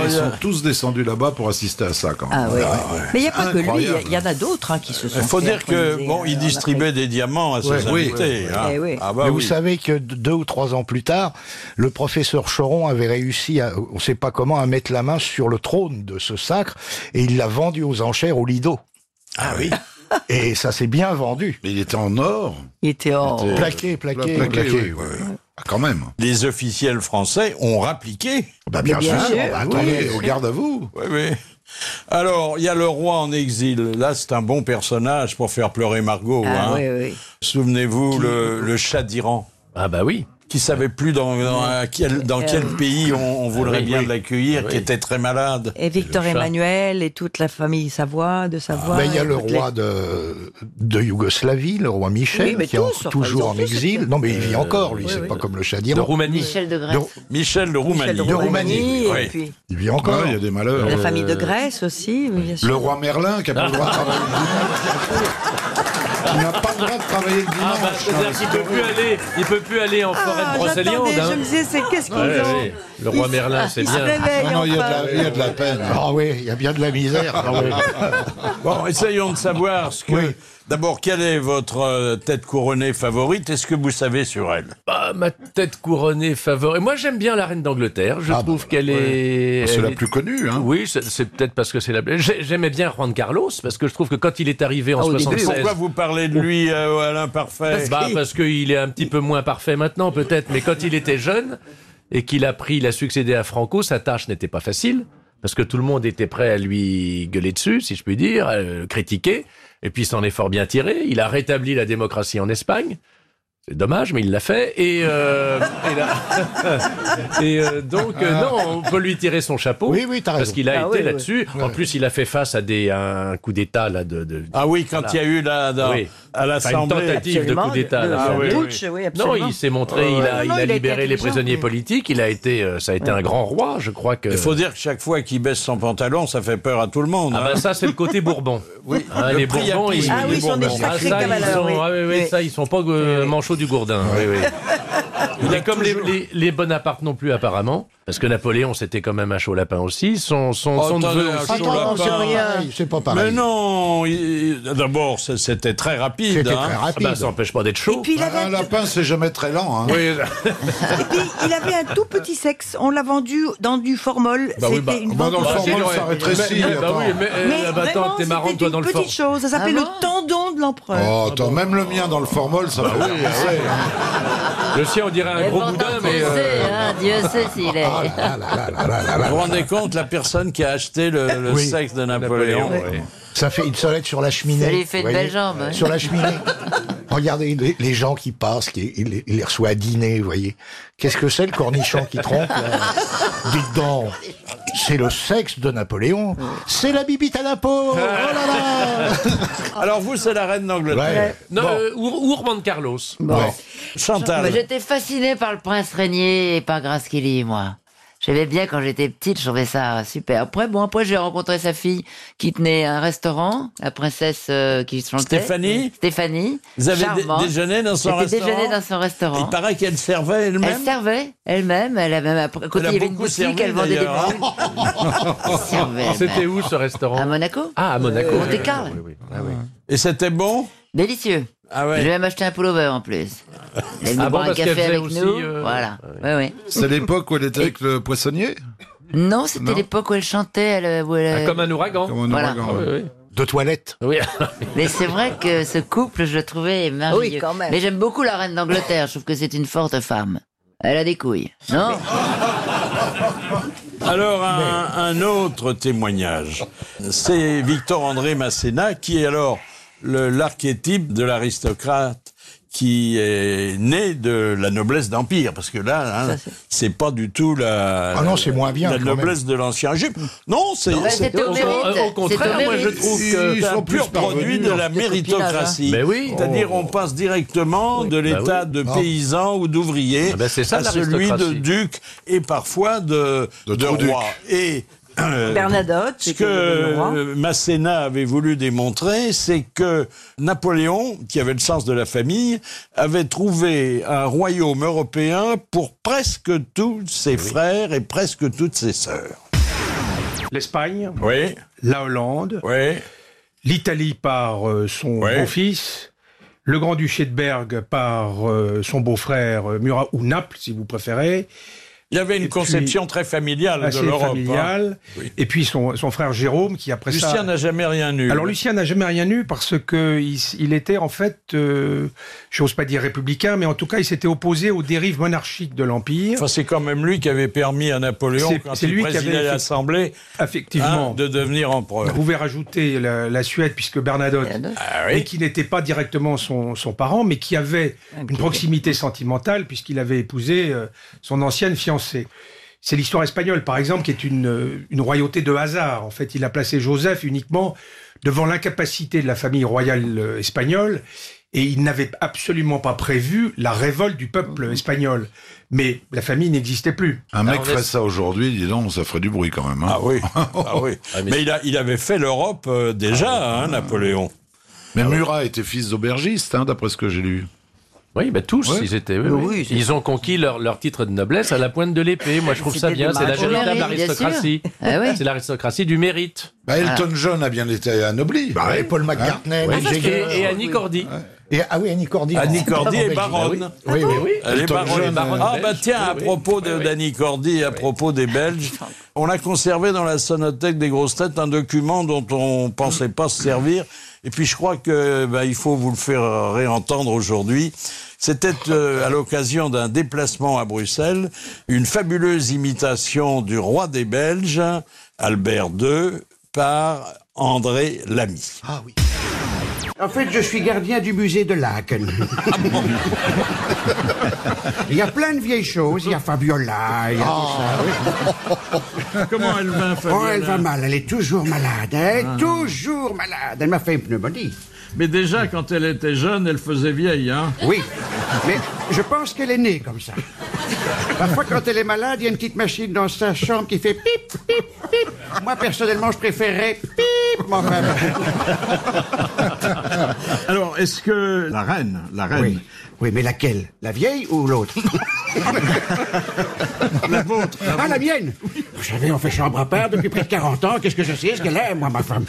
Speaker 4: ils sont tous descendus là-bas pour assister à ça, quand même.
Speaker 5: Ah ouais, ouais. Mais il n'y a pas que lui, il y a-
Speaker 4: Incroyable.
Speaker 5: il y, en a d'autres hein, qui se sont.
Speaker 2: Il faut
Speaker 5: fait
Speaker 2: dire que
Speaker 5: introniser,
Speaker 2: bon,
Speaker 5: euh,
Speaker 2: il
Speaker 5: en
Speaker 2: distribuait des diamants à ses
Speaker 7: Ouais, oui.
Speaker 2: invités. hein.
Speaker 5: Eh oui.
Speaker 2: Ah bah
Speaker 7: Mais vous
Speaker 2: oui.
Speaker 7: savez que d- deux ou trois ans plus tard, le professeur Choron avait réussi, à, on ne sait pas comment, à mettre la main sur le trône de ce sacre et il l'a vendu aux enchères au Lido.
Speaker 4: Ah oui.
Speaker 7: Et ça s'est bien vendu.
Speaker 4: Mais il était en or.
Speaker 5: Afrique. Il était hors.
Speaker 4: Euh,
Speaker 7: Plaqué, plaqué,
Speaker 4: Plaqué,
Speaker 7: plaqué.
Speaker 4: oui, oui, oui. Ah, quand même.
Speaker 2: Les officiels français ont rappliqué.
Speaker 4: Bah, bien,
Speaker 5: bien
Speaker 4: sûr.
Speaker 5: sûr.
Speaker 4: Bah, attendez, au garde à vous.
Speaker 2: Oui, oui. Alors, il y a le roi en exil. Là, c'est un bon personnage pour faire pleurer Margot.
Speaker 5: Ah
Speaker 2: hein.
Speaker 5: oui, oui.
Speaker 2: Souvenez-vous, le, le chat d'Iran,
Speaker 6: Ah bah oui.
Speaker 2: qui savait plus dans, dans à quel,
Speaker 5: Euh,
Speaker 2: dans quel pays on, on voudrait
Speaker 6: Ah, oui,
Speaker 2: bien
Speaker 6: oui. Ah,
Speaker 2: l'accueillir,
Speaker 6: Oui.
Speaker 2: qui était très malade.
Speaker 5: Et Victor
Speaker 6: Le chat.
Speaker 5: Emmanuel et toute la famille Savoie, de Savoie.
Speaker 7: Ben, il y a
Speaker 5: et
Speaker 7: le
Speaker 5: toutes les-
Speaker 7: roi de, de Yougoslavie, le roi Michel,
Speaker 5: Oui, mais
Speaker 7: qui est en-
Speaker 5: tous, enfin, ils
Speaker 7: toujours
Speaker 5: ont
Speaker 7: en
Speaker 5: tous
Speaker 7: exil.
Speaker 5: été-
Speaker 7: Non, mais il vit encore, lui,
Speaker 6: oui,
Speaker 7: c'est
Speaker 6: oui.
Speaker 7: pas comme le chat
Speaker 6: De
Speaker 7: d'Iran.
Speaker 6: Roumanie.
Speaker 8: Michel de Grèce.
Speaker 7: Donc,
Speaker 2: Michel de Roumanie.
Speaker 5: Michel de Roumanie,
Speaker 2: Oui.
Speaker 5: et puis
Speaker 7: Il vit encore.
Speaker 4: Ouais, il y a des malheurs.
Speaker 5: Bah,
Speaker 4: Euh,
Speaker 5: la famille de Grèce Ah. aussi, bien sûr.
Speaker 4: Le roi Merlin qui n'a pas le
Speaker 5: [LAUGHS]
Speaker 4: droit de travailler le dimanche. Il n'a pas le droit de travailler le
Speaker 6: Ah
Speaker 4: dimanche.
Speaker 6: bah, c'est-à-dire qu'il peut plus aller, il peut plus aller en forêt
Speaker 5: Ah,
Speaker 6: de Brocéliande.
Speaker 5: j'attendais,
Speaker 6: hein.
Speaker 5: je me disais, c'est qu'est-ce qu'ils
Speaker 6: Ouais, ouais,
Speaker 5: ont
Speaker 6: ouais. Le roi
Speaker 5: Ils-
Speaker 6: Merlin, c'est
Speaker 5: ils se
Speaker 6: bien.
Speaker 5: réveillent
Speaker 4: Ah Non, non, il y, a
Speaker 5: enfin.
Speaker 4: de la, il y a de la peine.
Speaker 7: Ah oui, il y a bien de la misère. Ah oui.
Speaker 2: [LAUGHS] Bon, essayons de savoir ce que.
Speaker 7: Oui.
Speaker 2: D'abord, quelle est votre euh, tête couronnée favorite Est-ce que vous savez sur elle
Speaker 6: Bah, ma tête couronnée favorite. Moi, j'aime bien la reine d'Angleterre. Je
Speaker 7: Ah,
Speaker 6: trouve qu'elle est.
Speaker 4: C'est
Speaker 6: elle
Speaker 4: la
Speaker 6: est-
Speaker 4: plus connue, hein.
Speaker 6: Oui, c'est c'est peut-être parce que c'est la. J'ai- J'aimais bien Juan Carlos parce que je trouve que quand il est arrivé en
Speaker 5: Ah, au début,
Speaker 6: 76.
Speaker 2: Pourquoi vous parlez de lui, euh, Alain Parfait
Speaker 6: Bah, parce qu'il est un petit peu moins parfait maintenant, peut-être, mais quand il était jeune et qu'il a pris, il a succédé à Franco, sa tâche n'était pas facile. parce que tout le monde était prêt à lui gueuler dessus, si je puis dire, à le critiquer, et puis il s'en est fort bien tiré. Il a rétabli la démocratie en Espagne. C'est dommage, mais il l'a fait. Et, euh, et là- [LAUGHS] et, euh, donc,
Speaker 2: Ah.
Speaker 6: euh, non, on peut lui tirer son chapeau.
Speaker 7: Oui, oui, t'as
Speaker 6: Parce
Speaker 7: raison.
Speaker 6: qu'il a
Speaker 7: Ah
Speaker 6: été
Speaker 7: oui, oui.
Speaker 6: là-dessus. En
Speaker 7: Ouais.
Speaker 6: plus, il a fait face à, des, à un coup d'État. là de, de-
Speaker 2: Ah oui, quand
Speaker 6: Voilà.
Speaker 2: il y a eu la, la-
Speaker 6: Oui.
Speaker 2: à l'Assemblée. Ah
Speaker 6: Enfin, une tentative de coup d'État. à l'Assemblée. non, il s'est montré, il a, il a libéré les prisonniers politiques, il a été, euh, ça a été
Speaker 2: Ouais.
Speaker 6: un grand roi, je crois que.
Speaker 2: Il faut dire que chaque fois qu'il baisse son pantalon, ça fait peur à tout le monde. hein.
Speaker 6: Ah bah ça, c'est le côté Bourbon.
Speaker 2: Oui,
Speaker 6: Hein,
Speaker 2: Ah, le
Speaker 6: les
Speaker 2: prix
Speaker 6: Bourbons,
Speaker 2: à
Speaker 6: ils,
Speaker 2: pile.
Speaker 6: les Bourbons. Ah, ça, ils sont, ah oui, oui, ça, ils sont pas euh, manchots du gourdin.
Speaker 2: Ah
Speaker 6: Oui, oui. Il est comme les, les, les Bonaparte non plus apparemment, parce que Napoléon c'était quand même un chaud lapin aussi. Son son, son
Speaker 2: Oh, Attendez,
Speaker 6: neveu
Speaker 2: un
Speaker 6: aussi.
Speaker 2: chaud lapin.
Speaker 7: C'est pas
Speaker 2: Mais Euh, non, il- d'abord, c'est- c'était très rapide.
Speaker 6: C'était
Speaker 2: hein.
Speaker 6: très rapide. Ah bah, ça empêche pas d'être
Speaker 5: Et puis il avait un-
Speaker 4: Un lapin, c'est jamais très lent. Hein.
Speaker 5: [LAUGHS] Et puis, il avait un tout petit sexe. On l'a vendu dans du formol.
Speaker 4: Bah oui,
Speaker 5: C'était
Speaker 4: bah-
Speaker 5: une
Speaker 4: bah dans le
Speaker 5: vente-
Speaker 4: formol,
Speaker 5: C'était-
Speaker 4: ça rétrécit,
Speaker 6: Mais- bah
Speaker 4: attends.
Speaker 6: oui, mais, euh,
Speaker 5: Mais
Speaker 6: bah, attends,
Speaker 5: vraiment,
Speaker 6: t'es marrant,
Speaker 5: c'était
Speaker 6: toi,
Speaker 5: une
Speaker 6: dans le
Speaker 5: petite
Speaker 6: fort.
Speaker 5: chose. Ça s'appelle
Speaker 6: Ah
Speaker 5: le tendon de l'empereur.
Speaker 2: Ah
Speaker 4: Oh, attends, même le mien dans le formol, ça va. Oui, ouais.
Speaker 6: Le sien, on dirait un gros
Speaker 8: pourtant,
Speaker 6: boudin,
Speaker 8: Dieu
Speaker 6: mais. euh,
Speaker 8: sait, hein, Dieu sait s'il est.
Speaker 2: Ah Vous vous rendez compte, la personne qui a acheté le, le
Speaker 7: Oui.
Speaker 2: sexe de Napoléon,
Speaker 7: Ça fait une solette sur la cheminée.
Speaker 8: Ça lui fait de
Speaker 7: vous voyez,
Speaker 8: belles jambes, hein. ouais.
Speaker 7: Sur la cheminée. Regardez les, les gens qui passent, qui, il, les- il les reçoit à dîner, vous voyez. Qu'est-ce que c'est le cornichon qui
Speaker 8: [LAUGHS]
Speaker 7: trompe là Dites donc, c'est le sexe de Napoléon. C'est la bibite à la peau Oh là
Speaker 2: [LAUGHS] Alors vous, c'est la reine d'Angleterre.
Speaker 7: Ouais.
Speaker 6: Non,
Speaker 2: Bon.
Speaker 6: euh, Our- Ourmand de Carlos.
Speaker 8: Bon.
Speaker 2: Chantal.
Speaker 8: J'étais fascinée par le prince régné et par Grace Kelly, moi. J'aimais bien quand j'étais petite, je trouvais ça super. Après, bon, après j'ai rencontré sa fille qui tenait un restaurant, la princesse euh, qui chantait.
Speaker 2: Stéphanie
Speaker 8: Stéphanie.
Speaker 2: Vous avez dé-
Speaker 8: charmante.
Speaker 2: déjeuné dans son
Speaker 8: J'ai
Speaker 2: restaurant
Speaker 8: déjeuné dans son restaurant.
Speaker 2: Il paraît qu'elle servait
Speaker 8: Elle
Speaker 2: elle-même.
Speaker 8: servait elle-même, elle a même appris. à Côté,
Speaker 2: a
Speaker 8: il y avait une
Speaker 2: beaucoup
Speaker 8: boutique,
Speaker 2: servi,
Speaker 8: elle vendait des
Speaker 2: d'ailleurs, hein.
Speaker 8: boules.
Speaker 6: [LAUGHS]
Speaker 8: Servait,
Speaker 6: C'était
Speaker 8: ben.
Speaker 6: où ce restaurant
Speaker 8: À Monaco
Speaker 6: Ah, à Monaco.
Speaker 8: Monte
Speaker 6: oui,
Speaker 8: Carlo.
Speaker 6: oui, oui, oui. Ah, oui.
Speaker 2: Et c'était bon
Speaker 8: Délicieux.
Speaker 2: Ah ouais.
Speaker 8: J'ai même acheté un pullover en plus. Elle est venue
Speaker 6: Ah bon,
Speaker 8: boire un
Speaker 6: parce qu'elle
Speaker 8: café
Speaker 6: faisait
Speaker 8: avec
Speaker 6: aussi,
Speaker 8: nous.
Speaker 6: euh,
Speaker 8: Voilà. Ouais, ouais.
Speaker 4: C'est l'époque où elle était avec le poissonnier
Speaker 8: Non, c'était
Speaker 4: Non.
Speaker 8: l'époque où elle chantait. Elle, où elle-
Speaker 6: Ah, Comme un ouragan.
Speaker 4: Comme un
Speaker 8: euh, Voilà.
Speaker 4: ouragan,
Speaker 6: Ah, oui,
Speaker 4: ouais.
Speaker 6: oui.
Speaker 7: là De toilette.
Speaker 6: Oui.
Speaker 8: Mais c'est vrai que ce couple, je le trouvais merveilleux.
Speaker 5: Oui, quand même.
Speaker 8: Mais j'aime beaucoup la reine d'Angleterre. Je trouve que c'est une forte femme. Elle a des couilles, non
Speaker 2: Alors, un, un autre témoignage. C'est Victor-André Masséna, qui est alors le- l'archétype de l'aristocrate qui est né de la noblesse d'Empire, parce que là, hein, c'est pas du tout la,
Speaker 7: Ah non, c'est moins bien,
Speaker 2: la
Speaker 7: quand même.
Speaker 2: noblesse de l'Ancien Égypte. Non, c'est
Speaker 8: Bah,
Speaker 2: c'est-
Speaker 8: c'était au
Speaker 6: Au-
Speaker 8: mérite.
Speaker 6: au- au contraire,
Speaker 8: C'était au
Speaker 6: moi, je
Speaker 8: mérite.
Speaker 6: trouve que-
Speaker 2: c'est un pur produit de la
Speaker 8: Peut-être au
Speaker 2: méritocratie.
Speaker 6: pilage, hein. Mais oui. Bah
Speaker 2: C'est-à-dire, on passe directement de l'état de paysan ou d'ouvrier
Speaker 6: Ah ben, c'est ça,
Speaker 2: à celui de
Speaker 6: l'aristocratie.
Speaker 2: duc et parfois de,
Speaker 4: De
Speaker 2: de
Speaker 4: trop-duc.
Speaker 2: roi. Et [CLEARS THROAT] euh,
Speaker 5: Bernadotte,
Speaker 2: ce
Speaker 5: c'est
Speaker 2: que euh, Masséna avait voulu démontrer, c'est que Napoléon, qui avait le sens de la famille, avait trouvé un royaume européen pour presque tous ses frères et presque toutes ses sœurs.
Speaker 15: [LAUGHS] L'Espagne,
Speaker 2: Oui,
Speaker 15: la Hollande,
Speaker 2: oui.
Speaker 15: l'Italie par euh, son
Speaker 2: Ouais.
Speaker 15: beau-fils, le Grand-Duché de Bergue par euh, son beau-frère euh, Murat, ou Naples si vous préférez,
Speaker 2: Il avait une
Speaker 15: Et puis,
Speaker 2: conception très familiale
Speaker 15: assez
Speaker 2: de l'Europe. hein.
Speaker 15: familial, et puis son, son frère Jérôme qui après
Speaker 2: Lucien
Speaker 15: ça...
Speaker 2: n'a jamais rien eu.
Speaker 15: Alors Lucien n'a jamais rien eu parce que il, s- il était en fait, euh, j'ose pas dire républicain, mais en tout cas il s'était opposé aux dérives monarchiques de l'Empire.
Speaker 2: Enfin, Ah, c'est quand même lui qui avait permis à Napoléon,
Speaker 15: C'est-
Speaker 2: quand
Speaker 15: c'est
Speaker 2: il
Speaker 15: lui qui
Speaker 2: présidait
Speaker 15: avait-
Speaker 2: l'Assemblée, hein,
Speaker 15: Effectivement.
Speaker 2: de devenir empereur.
Speaker 15: Vous pouvez rajouter la, la Suède, puisque Bernadotte,
Speaker 2: Ah
Speaker 15: et qui n'était pas directement son, son parent, mais qui avait une proximité sentimentale, puisqu'il avait épousé euh, son ancienne fiancée. C'est l'histoire espagnole, par exemple, qui est une, euh, une royauté de hasard. En fait, il a placé Joseph uniquement devant l'incapacité de la famille royale euh, espagnole, et il n'avait absolument pas prévu la révolte du peuple espagnol. Mais la famille n'existait plus.
Speaker 4: Un mec
Speaker 6: Ah, on
Speaker 4: ferait
Speaker 6: est-
Speaker 4: ça aujourd'hui, dis donc, ça ferait du bruit quand même. hein.
Speaker 2: Ah
Speaker 4: [LAUGHS]
Speaker 2: oui, ah oui.
Speaker 6: Ah, mais-
Speaker 2: mais il, a- il avait fait l'Europe euh, déjà, hein, Napoléon.
Speaker 4: Mais Ah, Murat était fils d'aubergiste, hein, d'après ce que j'ai lu.
Speaker 6: Oui, bah tous,
Speaker 4: Ouais.
Speaker 6: ils étaient. oui, oui. Ils ont conquis leur, leur titre de noblesse à la pointe de l'épée. Moi, je trouve ça
Speaker 5: C'était
Speaker 6: bien. C'est la
Speaker 5: dommage.
Speaker 8: Au
Speaker 6: véritable
Speaker 8: mérite, bien
Speaker 6: aristocratie.
Speaker 8: sûr. Ah oui.
Speaker 6: C'est l'aristocratie du mérite.
Speaker 4: Bah,
Speaker 8: Ah.
Speaker 4: Elton John a bien été anobli.
Speaker 7: Bah, et Paul
Speaker 2: Hein.
Speaker 7: McCartney,
Speaker 6: Oui,
Speaker 7: Mick Jagger.
Speaker 6: et, et Annie Cordy.
Speaker 7: Et- ah oui, Annie Cordy.
Speaker 2: Annie
Speaker 7: en-
Speaker 2: Cordy
Speaker 7: en
Speaker 2: est
Speaker 7: Belgique.
Speaker 2: baronne.
Speaker 7: Oui, oui.
Speaker 6: oui.
Speaker 2: Elle est
Speaker 4: Elton
Speaker 2: baronne.
Speaker 4: John,
Speaker 6: baronne
Speaker 2: Ah
Speaker 6: belge.
Speaker 2: bah tiens, à
Speaker 6: Oui, oui.
Speaker 2: propos de-
Speaker 6: Oui, oui.
Speaker 2: d'Annie Cordy, à propos des Belges, on a conservé dans la sonothèque des grosses têtes un document dont on pensait pas se servir. Et puis je crois que bah, il faut vous le faire réentendre aujourd'hui. C'était euh, à l'occasion d'un déplacement à Bruxelles, une fabuleuse imitation du roi des Belges Albert II par André Lamy.
Speaker 10: Ah oui. En fait, je suis gardien du musée de Laken. il y a plein de vieilles choses. Il y a Fabiola, il y a tout ça.
Speaker 2: Ah. Comment elle va,
Speaker 10: Oh, elle
Speaker 16: Fabiola
Speaker 10: va mal. Elle est toujours malade. Elle est
Speaker 16: Ah.
Speaker 10: toujours malade. Elle m'a fait une pneumonie.
Speaker 2: Mais déjà, quand elle était jeune, elle faisait vieille, hein
Speaker 10: Oui. Mais je pense qu'elle est née comme ça. Parfois, quand elle est malade, il y a une petite machine dans sa chambre qui fait pip, pip, pip. Moi, personnellement, je préférerais pip. mais enfin,
Speaker 2: [LAUGHS] Alors, est-ce que...
Speaker 10: La reine, la reine. Oui, Oui, mais laquelle La vieille ou [LAUGHS] l'autre La vôtre. ah, la mienne Vous savez, on fait chambre à part depuis près de 40 ans. Qu'est-ce que je sais ce qu'elle aime, moi, ma femme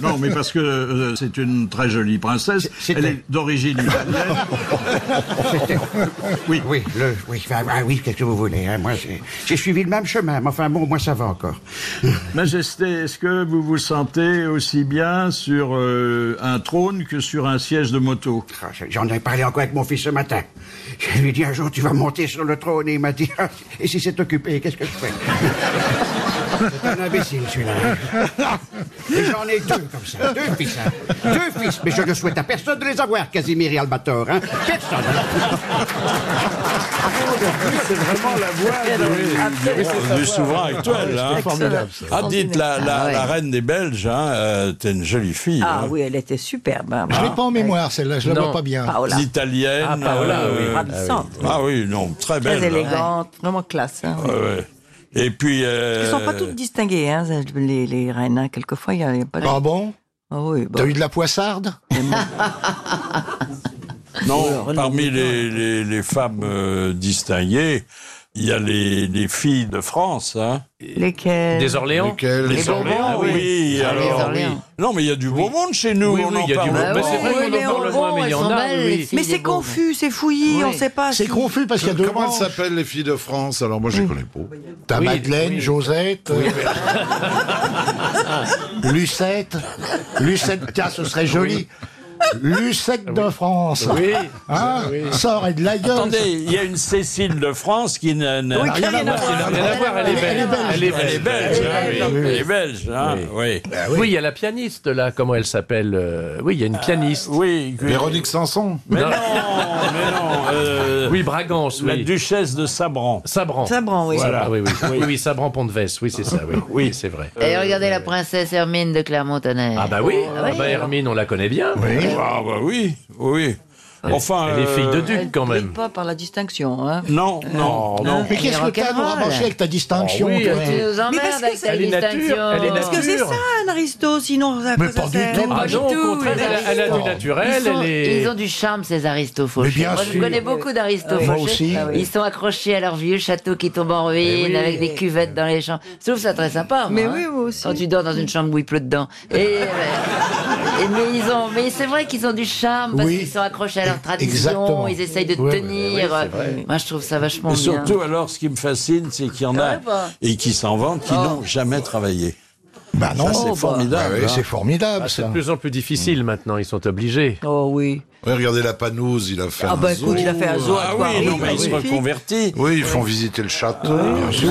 Speaker 2: Non, mais parce que euh, c'est une très jolie princesse. Elle est d'origine italienne.
Speaker 10: Oui. Oui, le, oui, enfin, ah oui, qu'est-ce que vous voulez hein, Moi, j'ai- j'ai suivi le même chemin. Mais enfin, bon, moi, ça va encore.
Speaker 2: [LAUGHS] Majesté, est-ce que vous vous sentez aussi bien sur euh, un trône que sur un siège de moto
Speaker 10: Ah, J'en ai parlé encore avec mon fils ce matin. Je lui ai dit un jour, tu vas monter sur le trône. Et il m'a dit, Ah, et si c'est occupé, qu'est-ce que je [LAUGHS] fais C'est un imbécile, celui-là. Et j'en ai deux comme ça, deux fils. hein. Deux fils, mais je ne souhaite à personne de les avoir, Casimir et Albator. Hein. Personne.
Speaker 2: C'est vraiment la voix du souverain actuel. hein. Ah, dites, la, la- la reine des Belges, hein, euh, t'es une jolie fille.
Speaker 5: Ah
Speaker 2: hein.
Speaker 5: oui, elle était superbe. hein.
Speaker 2: Je l'ai pas en mémoire,
Speaker 7: celle-là,
Speaker 5: je la Non. vois pas bien. Paola.
Speaker 2: L'italienne.
Speaker 5: Ah, Paola, oui.
Speaker 2: ah,
Speaker 5: Ravissante.
Speaker 2: oui. non, très
Speaker 5: Très
Speaker 2: belle.
Speaker 5: élégante, vraiment classe. hein, oui.
Speaker 2: Ouais, ouais. Et puis.
Speaker 5: Elles
Speaker 2: euh,
Speaker 5: ne sont pas toutes distinguées, hein, les, les reines. hein. Quelquefois, il n'y a, il y a pas de...
Speaker 2: Ah
Speaker 7: bon
Speaker 5: Ah oui.
Speaker 7: T'as eu de la poissarde
Speaker 10: [LAUGHS]
Speaker 2: Non, parmi les, les- les femmes euh, distinguées, il y a les, les filles de France. Hein.
Speaker 5: Lesquelles
Speaker 6: Euh, Des Orléans
Speaker 2: Lesquelles Les Orléans,
Speaker 6: Ah
Speaker 2: oui.
Speaker 6: Ah,
Speaker 2: alors,
Speaker 6: les Orléans.
Speaker 2: oui. Non, mais il y a du beau monde chez nous.
Speaker 6: Oui,
Speaker 2: on
Speaker 6: oui,
Speaker 2: en
Speaker 6: il y a
Speaker 2: parle
Speaker 6: du beau-
Speaker 5: Ah
Speaker 2: pas.
Speaker 6: Bah, c'est vrai qu'on en
Speaker 5: Mais
Speaker 6: parle moins, mais il y en a, oui.
Speaker 5: Mais c'est confus, c'est fouillis, on ne sait pas. si-
Speaker 4: Comment elles s'appellent les filles de France Alors moi, je connais pas.
Speaker 7: T'as Madeleine, Josette, euh, Lucette, Lucette, tiens, ce serait joli. Lucette
Speaker 10: Ah
Speaker 7: de France.
Speaker 2: Oui.
Speaker 7: Hein
Speaker 2: Oui.
Speaker 7: Sors et de la gueule.
Speaker 2: Attendez, il y a une Cécile de France qui n'a n'a
Speaker 7: Oui, qui a rien à voir.
Speaker 2: Elle n'a rien à voir, elle est belge.
Speaker 6: Elle est belge.
Speaker 2: Elle est belge,
Speaker 6: Elle est
Speaker 2: hein,
Speaker 6: belge.
Speaker 2: oui.
Speaker 6: Oui.
Speaker 2: Elle est belge, hein, oui.
Speaker 6: Ah, oui, il y a la pianiste là, comment elle s'appelle euh, Oui, il y a une pianiste.
Speaker 2: oui,
Speaker 4: Véronique Sanson.
Speaker 6: Mais non,
Speaker 2: mais non.
Speaker 6: oui, Bragance, oui.
Speaker 2: la duchesse de Sabran.
Speaker 6: Sabran.
Speaker 5: Sabran, oui.
Speaker 6: Voilà, oui, oui. oui, oui, Sabran Pont-de-Vesse, oui, c'est ça, oui. oui, c'est vrai.
Speaker 8: Et
Speaker 5: euh,
Speaker 8: regardez la princesse Hermine de Clermont-Tonnerre.
Speaker 6: Ah bah oui,
Speaker 8: Ah
Speaker 6: ah bah Hermine, on la connaît bien.
Speaker 8: Oui.
Speaker 2: Ah bah oui, oui. Enfin,
Speaker 6: elle est fille de
Speaker 2: euh,
Speaker 6: duc quand
Speaker 5: brille
Speaker 6: même.
Speaker 5: [LAUGHS] pas par la distinction. Hein.
Speaker 2: Non,
Speaker 6: non, non.
Speaker 7: Oh, Mais qu'est-ce que t'as à brancher avec ta distinction
Speaker 6: Oh oui,
Speaker 7: toi
Speaker 6: tu nous
Speaker 5: Mais
Speaker 8: emmerdes
Speaker 5: parce
Speaker 8: avec
Speaker 5: que c'est
Speaker 8: ta Elle est nature, distinction. elle est
Speaker 5: Parce que c'est
Speaker 8: nature.
Speaker 5: ça, un aristo, sinon à quoi ça sert
Speaker 6: Ah non, au contraire, elle a- elle a du naturel,
Speaker 8: Ils, sont-
Speaker 6: elle est...
Speaker 8: ils ont du charme, ces aristos fauchés.
Speaker 6: Mais bien
Speaker 8: Moi, je
Speaker 6: sûr.
Speaker 8: connais beaucoup d'aristos
Speaker 6: Moi
Speaker 8: fauchés.
Speaker 6: aussi. Ah oui.
Speaker 8: Ils sont accrochés à leur vieux château qui tombe en ruine,
Speaker 6: oui.
Speaker 8: avec des cuvettes dans les champs. Je trouve ça très sympa. moi,
Speaker 5: Mais
Speaker 8: hein.
Speaker 5: oui, moi aussi.
Speaker 8: Quand tu dors dans une chambre où il pleut dedans. Et, euh, et mais ils ont, mais c'est vrai qu'ils ont du charme parce
Speaker 2: Oui.
Speaker 8: qu'ils sont accrochés à leur tradition.
Speaker 2: Exactement.
Speaker 8: Ils essayent de
Speaker 2: Oui, oui, oui,
Speaker 8: tenir. euh,
Speaker 2: c'est vrai.
Speaker 8: Moi, je trouve ça vachement
Speaker 2: Et
Speaker 8: bien.
Speaker 2: surtout, alors, ce qui me fascine, c'est qu'il y en a
Speaker 8: Ouais, bah.
Speaker 2: et qui s'en vantent, qui
Speaker 8: Oh.
Speaker 2: n'ont jamais travaillé.
Speaker 7: Bah
Speaker 6: non.
Speaker 2: Ça,
Speaker 6: Oh,
Speaker 2: c'est
Speaker 6: bah.
Speaker 2: formidable.
Speaker 6: Ah oui,
Speaker 2: hein.
Speaker 6: c'est
Speaker 7: formidable.
Speaker 6: Ah, c'est de plus en plus difficile maintenant, ils sont obligés.
Speaker 5: Oh oui.
Speaker 4: Oui, regardez la panouse, il a fait
Speaker 5: Ah
Speaker 4: un
Speaker 5: bah,
Speaker 4: zoo.
Speaker 5: écoute, il a fait un zoo à
Speaker 4: Ah
Speaker 5: Aquarius,
Speaker 4: oui, non,
Speaker 5: bah
Speaker 4: mais il
Speaker 5: oui.
Speaker 4: se reconvertit. Oui, ils font visiter le château, bien sûr.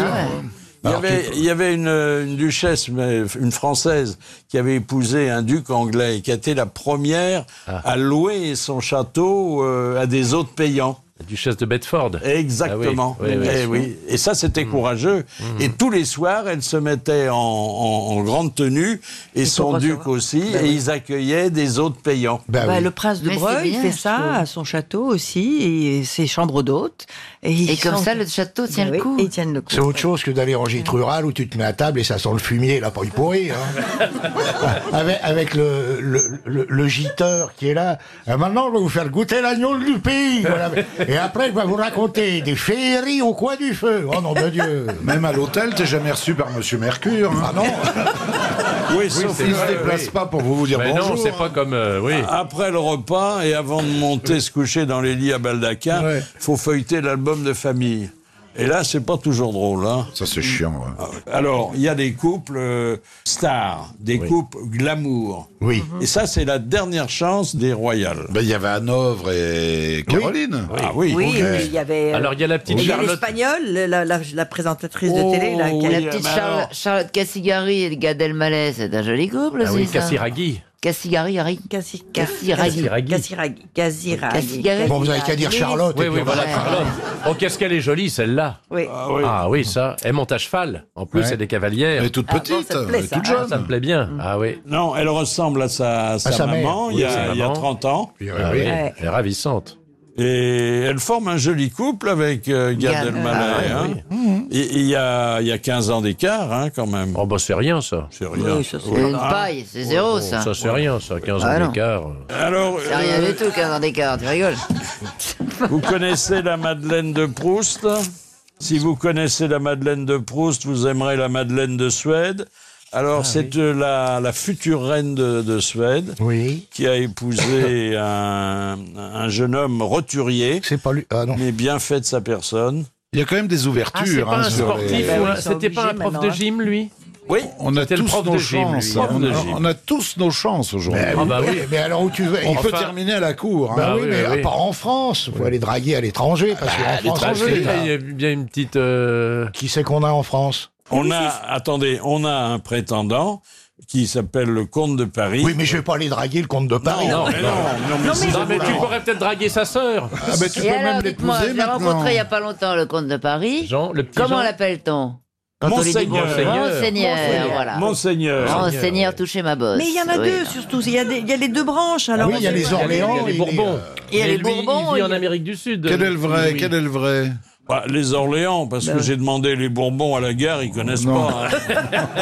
Speaker 6: Bah,
Speaker 2: Il y, avait, il y avait une, euh, une duchesse, mais une française, qui avait épousé un duc anglais, et qui a été la première
Speaker 6: Ah.
Speaker 2: à louer son château euh, à des hôtes payants.
Speaker 6: La duchesse de Bedford.
Speaker 2: Exactement.
Speaker 6: Ah oui, Hmm. oui, oui.
Speaker 2: Eh oui. Et ça, c'était courageux. Et tous les soirs, elle se mettait en, en- en grande tenue, et son duc aussi,
Speaker 5: Ben
Speaker 2: et
Speaker 5: oui.
Speaker 2: ils accueillaient des hôtes payants.
Speaker 7: Ah
Speaker 5: Bah, Le prince de
Speaker 8: Mais c'est
Speaker 5: Breuil
Speaker 8: bien,
Speaker 5: fait
Speaker 8: je
Speaker 5: ça
Speaker 8: trouve.
Speaker 5: à son château aussi, et ses chambres d'hôtes. Et, ils
Speaker 8: Et comme
Speaker 5: sont-
Speaker 8: ça, le château tient
Speaker 5: Ben
Speaker 8: le
Speaker 5: oui,
Speaker 8: coup.
Speaker 5: et Ils tiennent le coup.
Speaker 7: C'est autre chose que d'aller en gîte rural où tu te mets à table et ça sent le fumier, là, pour y pourrir.
Speaker 10: [LAUGHS]
Speaker 7: hein. avec avec le, le, le- le giteur qui est là. Ah, maintenant, on va vous faire goûter l'agneau du pays. Voilà. Et après, il va vous raconter des féeries au coin du feu. Oh non, de Dieu.
Speaker 4: Même à l'hôtel, t'es jamais reçu par Monsieur Mercure. Ah non [LAUGHS]
Speaker 2: Oui,
Speaker 4: sauf
Speaker 2: c'est
Speaker 4: qu'il se
Speaker 2: vrai,
Speaker 4: déplace
Speaker 2: oui.
Speaker 4: pas pour vous dire
Speaker 6: Mais
Speaker 4: bonjour. hein.
Speaker 6: non, c'est pas comme... euh, oui.
Speaker 2: hein. Après le repas et avant de monter se coucher dans les lits à baldaquin, faut feuilleter l'album de famille. Et là, c'est pas toujours drôle. Hein.
Speaker 4: Ça, c'est chiant.
Speaker 2: Alors, il y a des couples euh, stars, des couples glamour. Oui. Et ça, c'est la dernière chance des royales.
Speaker 4: Ben, Il y avait Hanovre et Caroline.
Speaker 2: Ah oui.
Speaker 5: Oui, mais il y avait. euh, il y a l'espagnole, la, la- la présentatrice de télé, là,
Speaker 6: Oh,
Speaker 5: qui a-
Speaker 8: la petite Charlotte, Charlotte Cassigari et Gad Elmaleh, c'est un joli couple
Speaker 6: Ah
Speaker 8: aussi.
Speaker 6: oui,
Speaker 8: ça.
Speaker 6: Cassigari.
Speaker 8: Cassigari, Harry. Cassigari.
Speaker 5: Casiraghi. Casiraghi.
Speaker 8: Casiraghi. Bon, vous avez qu'à dire Charlotte,
Speaker 6: Oui,
Speaker 8: et
Speaker 6: oui,
Speaker 8: puis
Speaker 6: voilà
Speaker 8: on arrête.
Speaker 6: Charlotte. Oh, qu'est-ce qu'elle est jolie, celle-là.
Speaker 5: Oui.
Speaker 6: Ah,
Speaker 5: oui.
Speaker 6: oui. ça. Elle monte à cheval. En plus,
Speaker 2: Ouais.
Speaker 6: elle est cavalière.
Speaker 2: Elle est toute Ah, bon, petite, ça te plaît, elle est ça. toute jeune.
Speaker 6: Ah, ça me plaît bien. Ah oui.
Speaker 2: Non, elle ressemble à sa, sa
Speaker 6: sa mère.
Speaker 2: maman, il y,
Speaker 6: Oui,
Speaker 2: a,
Speaker 6: sa
Speaker 2: il y a
Speaker 6: maman.
Speaker 2: 30 ans.
Speaker 6: Oui, oui, oui. Ouais. Elle est ravissante.
Speaker 2: Et elle forme un joli couple avec euh, Gad
Speaker 6: Gad. Ah,
Speaker 2: Elmaleh.
Speaker 6: oui,
Speaker 2: hein. Et- et Il y, a, il y a 15 ans d'écart, hein, quand même.
Speaker 6: Oh, bah c'est rien, ça. Oh,
Speaker 2: C'est rien.
Speaker 8: Oui, ça, c'est une paille,
Speaker 2: Ah
Speaker 8: c'est zéro, ça.
Speaker 6: Ça, c'est rien, ça. 15
Speaker 8: Ah,
Speaker 6: ans
Speaker 8: non.
Speaker 6: d'écart.
Speaker 2: Alors,
Speaker 8: C'est rien
Speaker 2: euh,
Speaker 8: du tout, 15 ans d'écart, tu rigoles.
Speaker 2: Vous connaissez la Madeleine de Proust Si vous connaissez la Madeleine de Proust, vous aimerez la Madeleine de Suède.
Speaker 7: Ah
Speaker 2: Alors, c'est euh, la, la future reine de, de Suède qui a
Speaker 7: [LAUGHS]
Speaker 2: épousé un, un jeune homme roturier.
Speaker 7: C'est pas lui. Ah non.
Speaker 2: Mais bien fait de sa personne.
Speaker 4: Il y a quand même des ouvertures. hein, sur les-
Speaker 7: Bah
Speaker 6: C'était pas un prof de gym, lui
Speaker 2: Oui,
Speaker 4: On a
Speaker 6: C'était le
Speaker 4: tous
Speaker 6: prof
Speaker 4: nos
Speaker 6: de gym, lui.
Speaker 4: chances. hein.
Speaker 6: Prof
Speaker 4: On
Speaker 6: de
Speaker 4: a,
Speaker 6: gym.
Speaker 4: on a tous nos chances aujourd'hui.
Speaker 6: Ah bah oui.
Speaker 7: Ben Mais alors où tu veux
Speaker 4: On
Speaker 7: Enfin-
Speaker 4: peut terminer à la cour. hein.
Speaker 7: Bah oui, mais pas en France. Il faut aller draguer à l'étranger. Parce
Speaker 4: Bah,
Speaker 7: qu'en France,
Speaker 2: l'étranger,
Speaker 7: on fait-
Speaker 2: il y a
Speaker 6: bien une petite.
Speaker 7: Qui c'est qu'on a en France
Speaker 2: On a, attendez, on a un prétendant qui s'appelle le comte de Paris.
Speaker 7: Oui, mais je vais pas aller draguer le comte de Paris.
Speaker 2: Non, Ah, mais non, non, mais si-
Speaker 6: Non, mais tu pourrais peut-être draguer sa sœur.
Speaker 7: Ah, mais tu
Speaker 8: Et alors, dites-moi, j'ai rencontré il n'y a pas longtemps le comte de Paris.
Speaker 6: Jean, le petit
Speaker 8: Comment
Speaker 6: Jean.
Speaker 8: l'appelle-t-on Quand on lui dit
Speaker 2: Monseigneur.
Speaker 8: bonjour. Monseigneur, voilà.
Speaker 2: Monseigneur.
Speaker 8: Monseigneur, touchez ma bosse.
Speaker 5: Mais il y en a
Speaker 8: Oui,
Speaker 5: deux,
Speaker 8: non.
Speaker 5: surtout. Il y, a des- il y a les deux branches. Alors,
Speaker 7: Ah oui, il y a les Orléans
Speaker 6: Il y a les
Speaker 7: et
Speaker 6: Bourbons.
Speaker 5: Il y a
Speaker 6: Mais
Speaker 5: les
Speaker 6: lui,
Speaker 5: Bourbons,
Speaker 6: Il vit
Speaker 5: il
Speaker 6: en
Speaker 5: y a-
Speaker 6: Amérique du Sud.
Speaker 4: Quel est le vrai
Speaker 6: Oui.
Speaker 4: Quel est le vrai
Speaker 2: Bah, les Orléans, parce que j'ai demandé les Bourbons à la gare, ils connaissent pas. hein.
Speaker 6: [LAUGHS]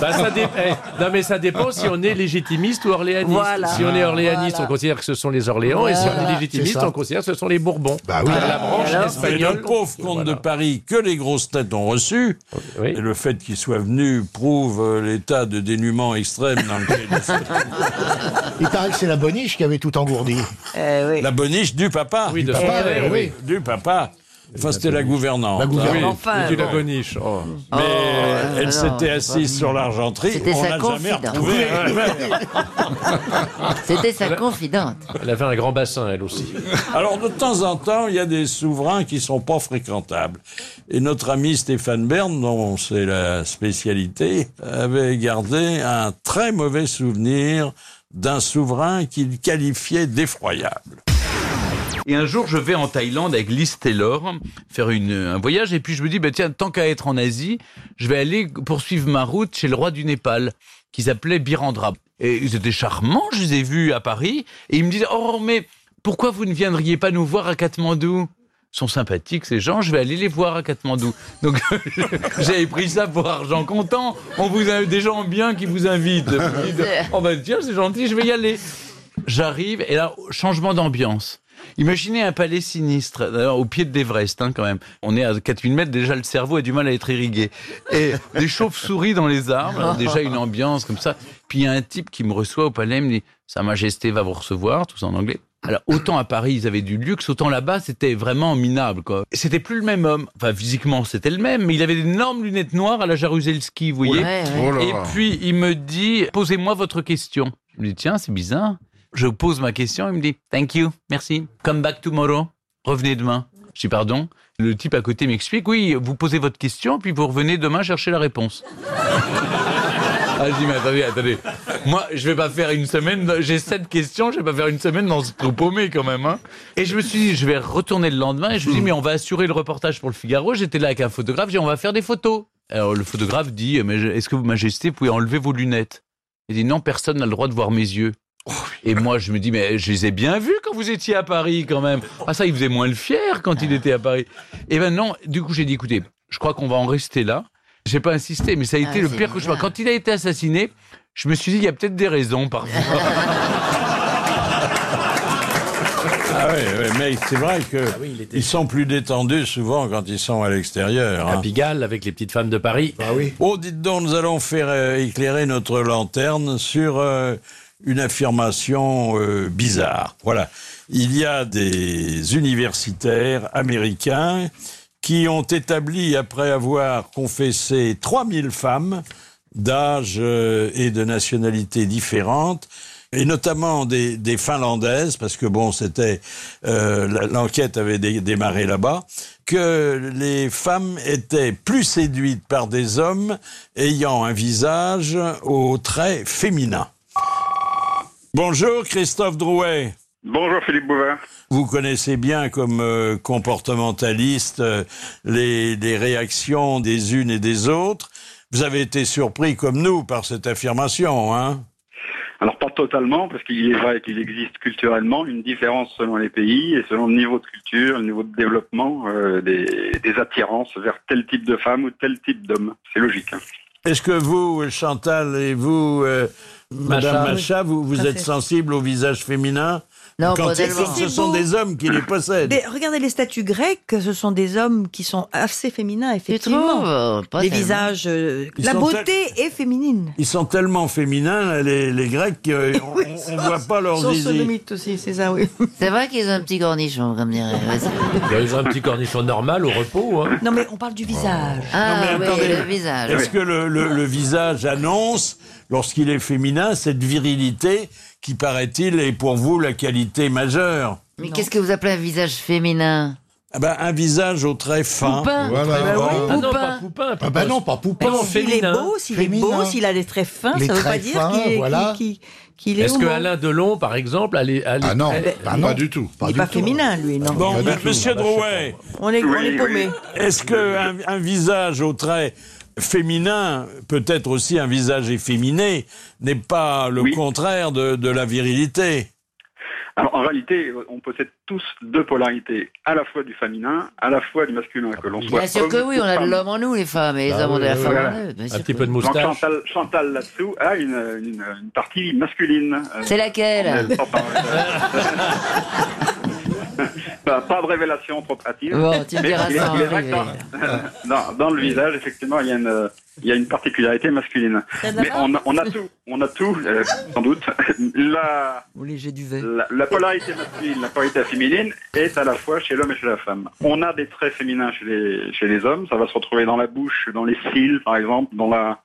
Speaker 6: Bah, ça dé- eh, non, mais ça dépend si on est légitimiste ou orléaniste.
Speaker 5: Voilà.
Speaker 6: Si on est orléaniste, on considère que ce sont les Orléans. Et si on
Speaker 2: Ah, Voilà.
Speaker 6: est légitimiste,
Speaker 2: C'est ça.
Speaker 6: on considère que ce sont les Bourbons.
Speaker 2: oui.
Speaker 6: la branche
Speaker 2: Et le
Speaker 6: espagnole.
Speaker 2: pauvre comte de Paris que les grosses têtes ont reçu, et le fait qu'il soit venu prouve euh, l'état de dénuement extrême dans lequel il se
Speaker 7: [LAUGHS] Il paraît que c'est la boniche qui avait tout engourdi.
Speaker 2: La boniche du papa.
Speaker 7: de son papa,
Speaker 2: Eh
Speaker 7: oui.
Speaker 2: Du papa. Enfin, c'était la gouvernante.
Speaker 7: La gouvernante.
Speaker 2: Ah oui.
Speaker 7: Enfin,
Speaker 6: Tu la
Speaker 2: bon.
Speaker 6: boniche. oh.
Speaker 2: Mais
Speaker 6: Oh,
Speaker 2: elle
Speaker 6: non,
Speaker 2: s'était
Speaker 6: non,
Speaker 2: assise
Speaker 6: pas-
Speaker 2: sur l'argenterie.
Speaker 6: C'était
Speaker 2: On n'a
Speaker 6: sa
Speaker 2: jamais
Speaker 6: confidente.
Speaker 2: retrouvé.
Speaker 6: Oui.
Speaker 8: [LAUGHS] C'était sa
Speaker 6: Elle a-
Speaker 8: confidente.
Speaker 6: Elle avait un grand bassin, elle aussi.
Speaker 2: [LAUGHS] Alors, de temps en temps, il y a des souverains qui sont pas fréquentables. Et notre ami Stéphane Bern, dont c'est la spécialité, avait gardé un très mauvais souvenir d'un souverain qu'il qualifiait d'effroyable.
Speaker 16: Et un jour, je vais en Thaïlande avec Liz Taylor faire une, un voyage. Et puis, je me dis, bah, tiens, tant qu'à être en Asie, je vais aller poursuivre ma route chez le roi du Népal, qui s'appelait Birandra. Et ils étaient charmants, je les ai vus à Paris. Et ils me disaient, oh, mais pourquoi vous ne viendriez pas nous voir à Katmandou Ils sont sympathiques ces gens, je vais aller les voir à Katmandou. Donc [LAUGHS] j'avais pris ça pour argent comptant. On vous a des gens bien qui vous invitent. Vous dites, Oh bah tiens, c'est gentil, je vais y aller. J'arrive et là, changement d'ambiance. Imaginez un palais sinistre, d'ailleurs, au pied de l'Everest, hein, quand même. On est à 4000 mètres, déjà le cerveau a du mal à être irrigué. Et des chauves-souris dans les arbres, alors déjà une ambiance comme ça. Puis il y a un type qui me reçoit au palais, il me dit Sa Majesté va vous recevoir, tout ça en anglais. Alors autant à Paris ils avaient du luxe, autant là-bas c'était vraiment minable quoi. Et C'était plus le même homme. Enfin physiquement c'était le même, mais il avait d'énormes lunettes noires à la Jaruzelski, vous voyez.
Speaker 6: Ouais, ouais. Oh là
Speaker 16: Et
Speaker 6: là.
Speaker 16: puis il me dit posez-moi votre question. Je me dis tiens c'est bizarre. Je pose ma question, il me dit thank you, merci, come back tomorrow, revenez demain. Je dis pardon. Le type à côté m'explique oui vous posez votre question puis vous revenez demain chercher la réponse. Ah, je dis, mais attendez, attendez. Moi, je vais pas faire une semaine. J'ai sept questions, je vais pas faire une semaine dans ce trou paumé quand même. hein. Et je me suis dit, je vais retourner le lendemain et je me suis dit, mais on va assurer le reportage pour le Figaro. J'étais là avec un photographe, j'ai dit, on va faire des photos. Alors, le photographe dit, mais je- est-ce que, Votre Majesté, vous pouvez enlever vos lunettes Il dit, non, personne n'a le droit de voir mes yeux. Et moi, je me dis, mais je les ai bien vus quand vous étiez à Paris, quand même. Ah, ça, il faisait moins le fier quand il était à Paris. Et ben non, du coup, j'ai dit, écoutez, je crois qu'on va en rester là. J'ai pas insisté, mais ça a
Speaker 6: Ah,
Speaker 16: été le
Speaker 6: c'est
Speaker 16: pire cauchemar. Quand il a été assassiné, je me suis dit, il y a peut-être des raisons
Speaker 6: [LAUGHS]
Speaker 16: parfois.
Speaker 2: Ah oui, oui, mais c'est vrai que
Speaker 6: Ah
Speaker 2: ils sont plus détendus souvent quand ils sont à l'extérieur. À
Speaker 6: Pigalle, avec les petites femmes de Paris.
Speaker 2: Oh, dites donc, nous allons faire euh, éclairer notre lanterne sur euh, une affirmation euh, bizarre. Voilà. Il y a des universitaires américains qui ont établi, après avoir confessé 3000 femmes d'âge euh, et de nationalités différentes, et notamment des, des Finlandaises, parce que bon, c'était euh, la- l'enquête avait dé- démarré là-bas, que les femmes étaient plus séduites par des hommes ayant un visage aux traits féminins. Bonjour Christophe Drouet.
Speaker 17: Bonjour Philippe Bouvard.
Speaker 2: Vous connaissez bien comme euh, comportementaliste euh, les, les réactions des unes et des autres. Vous avez été surpris comme nous par cette affirmation, hein
Speaker 17: Alors pas totalement, parce qu'il est vrai qu'il existe culturellement une différence selon les pays et selon le niveau de culture, le niveau de développement euh, des, des attirances vers tel type de femme ou tel type d'homme. C'est logique. hein.
Speaker 2: Est-ce que vous, Chantal, et vous, euh, Madame
Speaker 17: Macha,
Speaker 2: Macha,
Speaker 17: oui.
Speaker 2: vous,
Speaker 5: Tout
Speaker 2: vous
Speaker 5: à
Speaker 2: êtes
Speaker 5: fait.
Speaker 2: sensible au visage féminin
Speaker 5: Non,
Speaker 2: quand,
Speaker 5: pas
Speaker 2: c'est-
Speaker 5: tellement.
Speaker 2: quand ce sont des hommes qui les
Speaker 7: euh,
Speaker 2: possèdent
Speaker 5: Mais regardez les statues grecques, ce sont des hommes qui sont assez féminins, effectivement.
Speaker 8: trouves Euh, pas
Speaker 5: les
Speaker 8: tellement.
Speaker 5: visages, euh,
Speaker 2: Ils
Speaker 5: la
Speaker 2: sont
Speaker 5: beauté est féminine.
Speaker 2: Ils sont tellement féminins, là, les, les Grecs, euh, qu'on on voit pas leurs zizi.
Speaker 5: aussi, c'est ça, oui.
Speaker 8: C'est vrai qu'ils ont un petit cornichon, comme dirait.
Speaker 6: Ils ont un petit cornichon normal au repos. hein.
Speaker 5: Non, mais on parle du visage.
Speaker 8: Ah,
Speaker 6: Non, mais
Speaker 8: oui,
Speaker 6: attendez.
Speaker 8: le
Speaker 5: Ah,
Speaker 8: visage.
Speaker 2: Est-ce que le, le- le visage annonce, lorsqu'il est féminin, cette virilité qui, paraît-il, est pour vous la qualité majeure
Speaker 8: Mais qu'est-ce que vous appelez un visage féminin
Speaker 2: Ah ben, Un visage au trait fin.
Speaker 8: Poupin.
Speaker 5: Eh ben
Speaker 8: Bah oui,
Speaker 2: Ah non,
Speaker 8: poupin.
Speaker 2: pas poupin,
Speaker 8: Ah bah non,
Speaker 2: pas
Speaker 5: Mais S'il est beau, s'il est beau, s'il a des traits fins,
Speaker 6: Les
Speaker 5: ça ne veut pas
Speaker 6: traits
Speaker 5: dire
Speaker 6: fins,
Speaker 5: qu'il est,
Speaker 6: voilà.
Speaker 5: qu'il- qu'il- qu'il est
Speaker 6: Est-ce que
Speaker 5: homo.
Speaker 6: Alain Delon, par exemple, a les. ah
Speaker 5: non, bah non, pas du
Speaker 6: tout.
Speaker 5: Il n'est pas féminin, lui, non.
Speaker 2: Bon, mais monsieur
Speaker 17: Bah,
Speaker 2: Drouet,
Speaker 5: On est- on est Oui, paumé. oui.
Speaker 2: Est-ce qu'un un visage au trait féminin, peut-être aussi un visage efféminé, n'est pas le contraire de, de la virilité
Speaker 17: Alors en réalité, on possède tous deux polarités, à la fois du féminin, à la fois du masculin, que l'on soit.
Speaker 8: Bien sûr que
Speaker 17: homme
Speaker 8: oui,
Speaker 17: ou
Speaker 8: on a de
Speaker 17: femme. Ah
Speaker 8: l'homme en nous, les femmes, et les hommes ont de la femme
Speaker 17: Voilà.
Speaker 8: en eux. bien sûr.
Speaker 17: Donc Chantal, Chantal là-dessous a une, une- une partie masculine. Euh,
Speaker 8: C'est laquelle
Speaker 17: Oh, pardon.
Speaker 8: [LAUGHS]
Speaker 17: Bah, Pas de révélation trop pratique.
Speaker 8: Bon, tu me
Speaker 17: Mais
Speaker 8: diras
Speaker 17: il est-
Speaker 8: ça en
Speaker 17: il est vrai
Speaker 8: privé.
Speaker 17: que [LAUGHS] dans, dans- dans le visage, effectivement, il y a une, il y a une particularité masculine.
Speaker 8: Ça va
Speaker 17: Mais on a, on a tout, on a tout, euh, sans doute. [LAUGHS] La, la, la polarité masculine, la polarité féminine est à la fois chez l'homme et chez la femme. On a des traits féminins chez les, chez les hommes, ça va se retrouver dans la bouche, dans les cils, par exemple, dans la